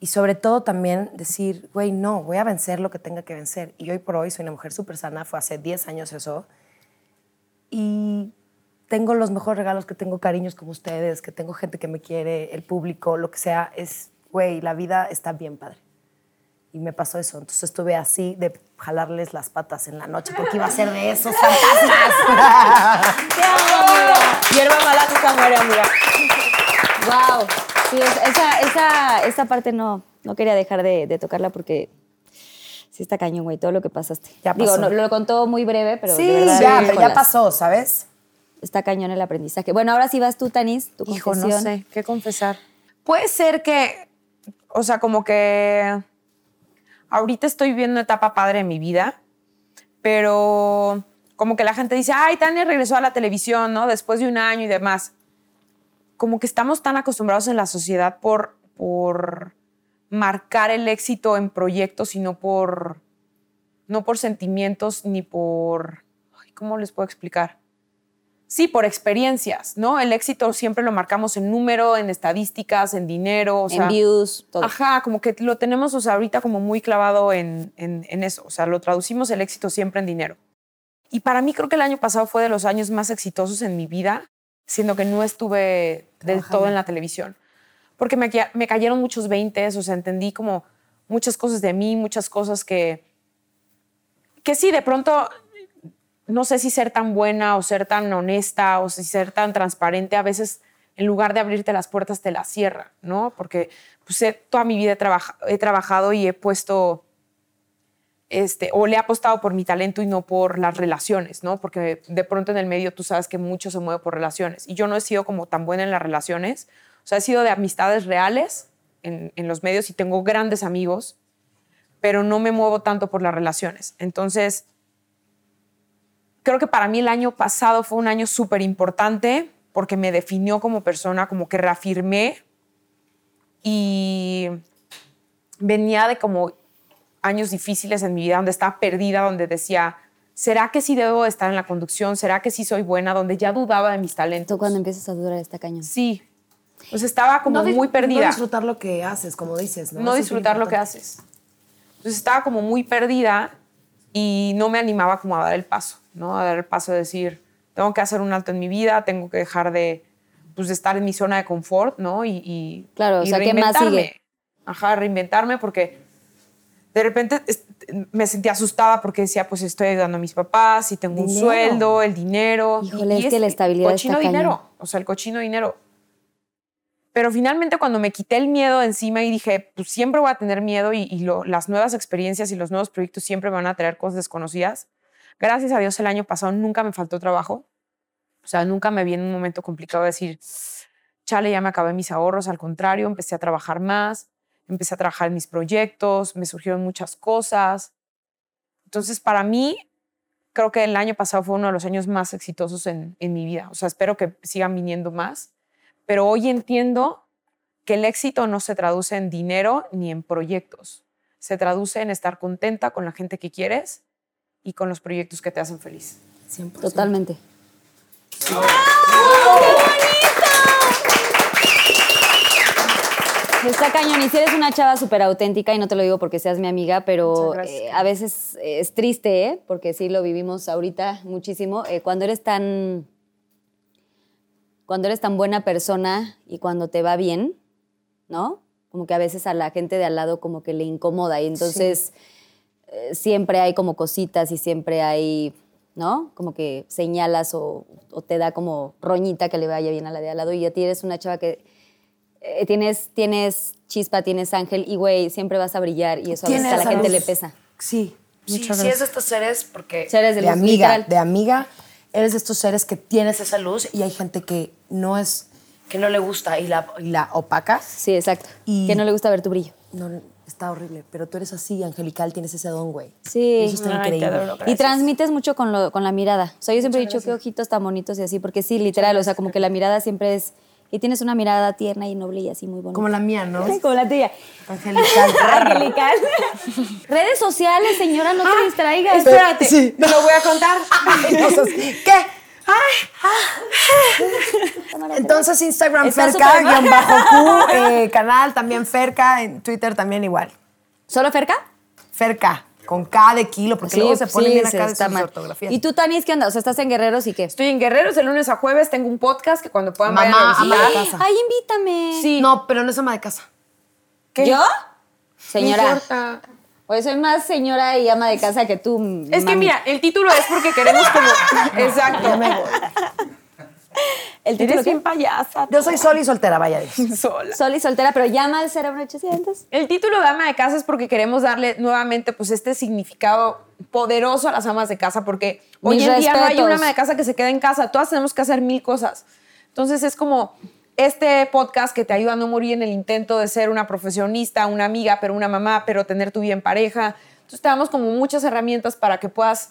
Speaker 4: Y sobre todo también decir, güey, no, voy a vencer lo que tenga que vencer. Y hoy por hoy soy una mujer súper sana, fue hace 10 años eso. Y tengo los mejores regalos, que tengo cariños como ustedes, que tengo gente que me quiere, el público, lo que sea. Es, güey, la vida está bien padre. Y me pasó eso. Entonces estuve así de jalarles las patas en la noche porque iba a ser de esos fantasmas.
Speaker 3: Hierba mala nunca muere, amiga.
Speaker 1: ¡Wow! Sí, es- esa, esa, esa parte no, no quería dejar de, de tocarla porque sí está cañón, güey, todo lo que pasaste.
Speaker 4: Ya
Speaker 1: Digo,
Speaker 4: pasó.
Speaker 1: no, lo contó muy breve, pero de
Speaker 4: Sí,
Speaker 1: verdad,
Speaker 4: ya, pero ya
Speaker 1: híjolas,
Speaker 4: pasó, ¿sabes?
Speaker 1: Está cañón el aprendizaje. Bueno, ahora sí vas tú, Tanis, tu
Speaker 3: Hijo, no
Speaker 1: confesión.
Speaker 3: sé, ¿qué confesar? Puede ser que, o sea, como que ahorita estoy viviendo una etapa padre de mi vida, pero como que la gente dice, ay, Tania regresó a la televisión, ¿no? Después de un año y demás. Como que estamos tan acostumbrados en la sociedad por, por marcar el éxito en proyectos y no por, no por sentimientos ni por... ay, ¿Cómo les puedo explicar? Sí, por experiencias, ¿no? El éxito siempre lo marcamos en número, en estadísticas, en dinero, o sea,
Speaker 1: en views, todo.
Speaker 4: ah.
Speaker 3: Ajá, como que lo tenemos, o sea, ahorita como muy clavado en, en- en eso. O sea, lo traducimos el éxito siempre en dinero. Y para mí creo que el año pasado fue de los años más exitosos en mi vida, siendo que no estuve del todo en la televisión. Porque me, ca- me cayeron muchos 20, o sea, entendí como muchas cosas de mí, muchas cosas que, que sí, de pronto no sé si ser tan buena o ser tan honesta o si ser tan transparente a veces en lugar de abrirte las puertas te las cierra, ¿no? Porque pues, he- toda mi vida he, trabaja- he trabajado y he puesto este o le he apostado por mi talento y no por las relaciones, ¿no? Porque de pronto en el medio tú sabes que mucho se mueve por relaciones y yo no he sido como tan buena en las relaciones, o sea, he sido de amistades reales en, en los medios y tengo grandes amigos, pero no me muevo tanto por las relaciones. Entonces, creo que para mí el año pasado fue un año súper importante porque me definió como persona, como que reafirmé y venía de como años difíciles en mi vida donde estaba perdida, donde decía, ¿será que sí debo de estar en la conducción? ¿Será que sí soy buena? Donde ya dudaba de mis talentos.
Speaker 1: Tú cuando empiezas a durar esta cañón.
Speaker 3: Sí. Pues estaba como
Speaker 4: No di-
Speaker 3: muy
Speaker 4: No
Speaker 3: perdida
Speaker 4: disfrutar lo que haces, como dices. No,
Speaker 3: no,
Speaker 4: Eso es bien
Speaker 3: disfrutar lo que
Speaker 4: importante.
Speaker 3: haces. Entonces estaba como muy perdida y no me animaba como a dar el paso, ¿no? A dar el paso de decir, tengo que hacer un alto en mi vida, tengo que dejar de, pues, de estar en mi zona de confort, ¿no? Y, y-
Speaker 1: Claro, o
Speaker 3: y
Speaker 1: sea, ¿qué más sigue?
Speaker 3: reinventarme. Ajá, reinventarme porque de repente es- me sentía asustada porque decía, pues estoy ayudando a mis papás y tengo un
Speaker 4: Dinero.
Speaker 3: sueldo, el dinero.
Speaker 1: Híjole,
Speaker 3: y- y
Speaker 1: es que la estabilidad está
Speaker 3: cochino
Speaker 1: cañón.
Speaker 3: dinero, o sea, el cochino dinero. Pero finalmente cuando me quité el miedo de encima y dije, pues siempre voy a tener miedo y, y lo- las nuevas experiencias y los nuevos proyectos siempre me van a traer cosas desconocidas. Gracias a Dios el año pasado nunca me faltó trabajo. O sea, nunca me vi en un momento complicado de decir, chale, ya me acabé mis ahorros. Al contrario, empecé a trabajar más, empecé a trabajar en mis proyectos, me surgieron muchas cosas. Entonces, para mí, creo que el año pasado fue uno de los años más exitosos en, en mi vida. O sea, espero que sigan viniendo más. Pero hoy entiendo que el éxito no se traduce en dinero ni en proyectos. Se traduce en estar contenta con la gente que quieres y con los proyectos que te hacen feliz.
Speaker 1: Totalmente. Está cañón. Y si eres una chava súper auténtica, y no te lo digo porque seas mi amiga, pero
Speaker 3: Muchas gracias.
Speaker 1: eh, a veces eh, es triste, ¿eh? porque sí lo vivimos ahorita muchísimo. eh, cuando eres tan. Cuando eres tan buena persona y cuando te va bien, ¿no? Como que a veces a la gente de al lado como que le incomoda y entonces eh, siempre hay como cositas y siempre hay, ¿no? Como que señalas o, o te da como roñita que le vaya bien a la de al lado y a ti eres una chava que eh, tienes, tienes chispa, tienes ángel y güey, siempre vas a brillar y eso a veces
Speaker 4: Tienes
Speaker 1: a la
Speaker 4: esa
Speaker 1: gente le
Speaker 4: luz.
Speaker 1: pesa.
Speaker 4: Sí. Sí, sí es de estos seres porque...
Speaker 1: Seres de luz,
Speaker 4: amiga,
Speaker 1: literal.
Speaker 4: de amiga. Eres de estos seres que tienes esa luz y hay gente que no es... que no le gusta y la, y la opacas.
Speaker 1: Sí, exacto.
Speaker 4: Y-
Speaker 1: Que no le gusta ver tu brillo.
Speaker 4: No, está horrible. Pero tú eres así, angelical, tienes ese don, güey.
Speaker 1: Sí.
Speaker 4: Y Eso está
Speaker 3: Ay, te
Speaker 4: increíble.
Speaker 3: adoro.
Speaker 1: Y transmites mucho con, lo- con la mirada. O sea, yo siempre he dicho que ojitos tan bonitos y así, porque sí, literal, o sea, como que la mirada siempre es... Y tienes una mirada tierna y noble y así muy bonita.
Speaker 4: Como la mía, ¿no?
Speaker 1: Como la tuya.
Speaker 4: Angelical.
Speaker 1: Angelical. Redes sociales, señora, no te distraigas.
Speaker 3: Espérate,
Speaker 4: Sí.
Speaker 3: te lo voy a contar.
Speaker 4: Entonces, ¿qué? Entonces Instagram
Speaker 1: Está
Speaker 4: Ferca,
Speaker 1: súper mal.
Speaker 4: guión bajo Q, eh, canal también Ferca, en Twitter también igual.
Speaker 1: ¿Solo cerca?
Speaker 4: Ferca, con K de kilo, porque luego se ponen bien acá de sus ortografías.
Speaker 1: ¿Y tú, Tanis, qué onda? O sea, estás en Guerreros y qué.
Speaker 3: Estoy en Guerreros de lunes a jueves, tengo un podcast que cuando puedan vayan
Speaker 4: Mamá,
Speaker 3: a visitar.
Speaker 4: ama de casa.
Speaker 1: Ay, invítame.
Speaker 3: Sí.
Speaker 4: No, pero no es ama de casa.
Speaker 3: ¿Qué?
Speaker 1: ¿Yo?
Speaker 3: No
Speaker 1: Señora.
Speaker 3: importa.
Speaker 1: Hoy soy más señora y ama de casa que tú.
Speaker 3: Es que
Speaker 1: mami.
Speaker 3: mira, el título es porque queremos como... Exacto.
Speaker 1: el título
Speaker 3: Eres
Speaker 1: que
Speaker 3: bien payasa.
Speaker 4: Yo soy sola y soltera, vaya. dije.
Speaker 3: sola.
Speaker 1: Sol y soltera, pero llama al 01800.
Speaker 3: El título de ama de casa es porque queremos darle nuevamente pues este significado poderoso a las amas de casa porque hoy
Speaker 1: Mis
Speaker 3: en día no hay
Speaker 1: respetos.
Speaker 3: una ama de casa que se quede en casa, todas tenemos que hacer mil cosas. Entonces es como este podcast que te ayuda a no morir en el intento de ser una profesionista, una amiga, pero una mamá, pero tener tu vida en pareja. Entonces te damos como muchas herramientas para que puedas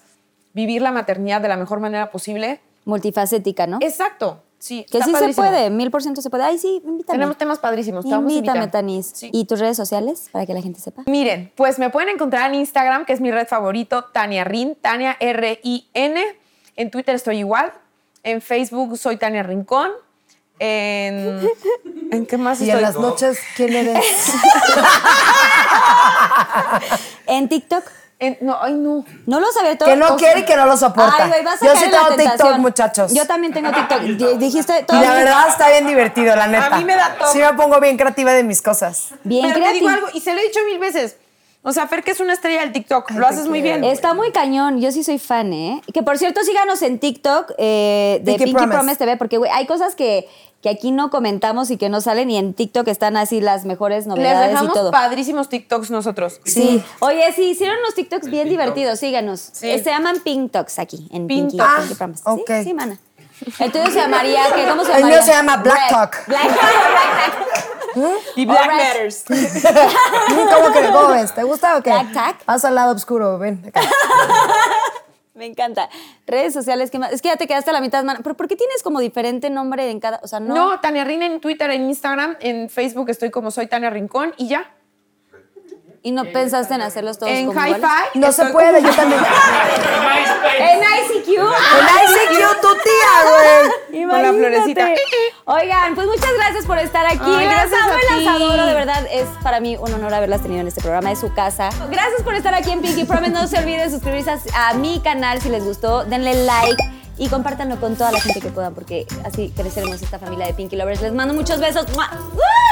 Speaker 3: vivir la maternidad de la mejor manera posible.
Speaker 1: Multifacética, ¿no?
Speaker 3: Exacto, sí.
Speaker 1: que
Speaker 3: está
Speaker 1: sí se
Speaker 3: padrísimo.
Speaker 1: puede, mil por ciento se puede. Ay, sí, invítame.
Speaker 3: Tenemos temas padrísimos. te vamos a
Speaker 1: Invítame,
Speaker 3: invitar.
Speaker 1: Tanis.
Speaker 3: Sí.
Speaker 1: ¿Y tus redes sociales para que la gente sepa?
Speaker 3: Miren, pues me pueden encontrar en Instagram, que es mi red favorito, Tania Rin, Tania R-I-N. En Twitter estoy igual. En Facebook soy Tania Rincón. En, ¿en qué más
Speaker 4: Y
Speaker 3: estoy?
Speaker 4: en las noches, ¿quién eres?
Speaker 1: En TikTok.
Speaker 3: En- no, ay, no.
Speaker 1: No lo sabía todo.
Speaker 4: Que no
Speaker 1: O sea,
Speaker 4: quiere y que no lo soporta.
Speaker 1: Ay, güey, vas a
Speaker 4: Yo
Speaker 1: caer
Speaker 4: sí
Speaker 1: en la
Speaker 4: tengo TikTok,
Speaker 1: tentación.
Speaker 4: muchachos.
Speaker 1: Yo también tengo TikTok. Di- Dijiste
Speaker 4: Y
Speaker 1: todo.
Speaker 4: la verdad está bien divertido, la neta.
Speaker 3: mí me da toque.
Speaker 4: Sí me pongo bien creativa de mis cosas.
Speaker 1: Bien,
Speaker 3: Pero te digo
Speaker 1: creativo.
Speaker 3: algo, y se lo he dicho mil veces. O sea, Fer, que es una estrella del TikTok. lo haces muy bien.
Speaker 1: Está muy cañón, yo sí soy fan, ¿eh? Que por cierto, síganos en TikTok eh, de
Speaker 4: Pinky
Speaker 1: Pinky,
Speaker 4: Promise.
Speaker 1: Promise. TV, porque güey, hay cosas que, que aquí no comentamos y que no salen, y en TikTok están así las mejores
Speaker 3: Les
Speaker 1: novedades y
Speaker 3: dejamos
Speaker 1: todo.
Speaker 3: padrísimos TikToks nosotros.
Speaker 1: Sí. Oye, sí, hicieron unos TikToks bien divertidos, síganos.
Speaker 3: Sí.
Speaker 1: Eh, Se llaman Pink Talks aquí, en
Speaker 3: Pink
Speaker 1: Pinky,
Speaker 4: Talks.
Speaker 1: Pinky Promise.
Speaker 4: Ah, ok.
Speaker 1: Sí, sí, mana. El tuyo se llamaría, ¿qué? ¿cómo se
Speaker 4: El mío
Speaker 1: llamaría?
Speaker 4: se llama Black Talk.
Speaker 1: Black Talk.
Speaker 3: Y Black
Speaker 1: Alright.
Speaker 3: Matters.
Speaker 4: ¿Cómo que cómo ves? ¿Te gusta o qué?
Speaker 1: Tac, tac.
Speaker 4: Vas al lado oscuro, ven. acá.
Speaker 1: Me encanta. Redes sociales, ¿qué más? Es que ya te quedaste a la mitad, mana. ¿Pero por qué tienes como diferente nombre en cada...? O sea, no...
Speaker 3: No, Tania Rin en Twitter, en Instagram, en Facebook estoy como soy Tania Rincón y ya.
Speaker 1: ¿Y no pensaste en hacerlos todos
Speaker 3: en
Speaker 1: como
Speaker 3: Hi-Fi.
Speaker 1: iguales?
Speaker 4: No se
Speaker 3: estoy
Speaker 4: puede, yo también.
Speaker 1: En ICQ.
Speaker 4: El ICQ, tu tía, güey.
Speaker 1: Imagínate.
Speaker 3: Con la florecita.
Speaker 1: Oigan, pues muchas gracias por estar aquí.
Speaker 3: Ay,
Speaker 1: las
Speaker 3: gracias
Speaker 1: amo
Speaker 3: a
Speaker 1: y las
Speaker 3: ti.
Speaker 1: adoro. De verdad, es para mí un honor haberlas tenido en este programa. Es su casa. Gracias por estar aquí en Pinky Promise. No se olviden suscribirse a, a mi canal si les gustó. Denle like. Y compártanlo con toda la gente que puedan, porque así creceremos esta familia de Pinky Lovers. Les mando muchos besos. ¡Mua! ¡Ah!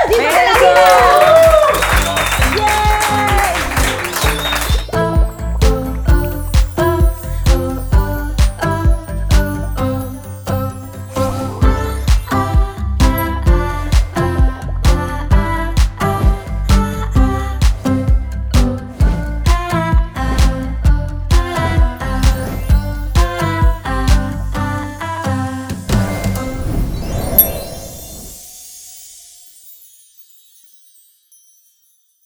Speaker 1: ¡Disfruten la vida! ¡Yay!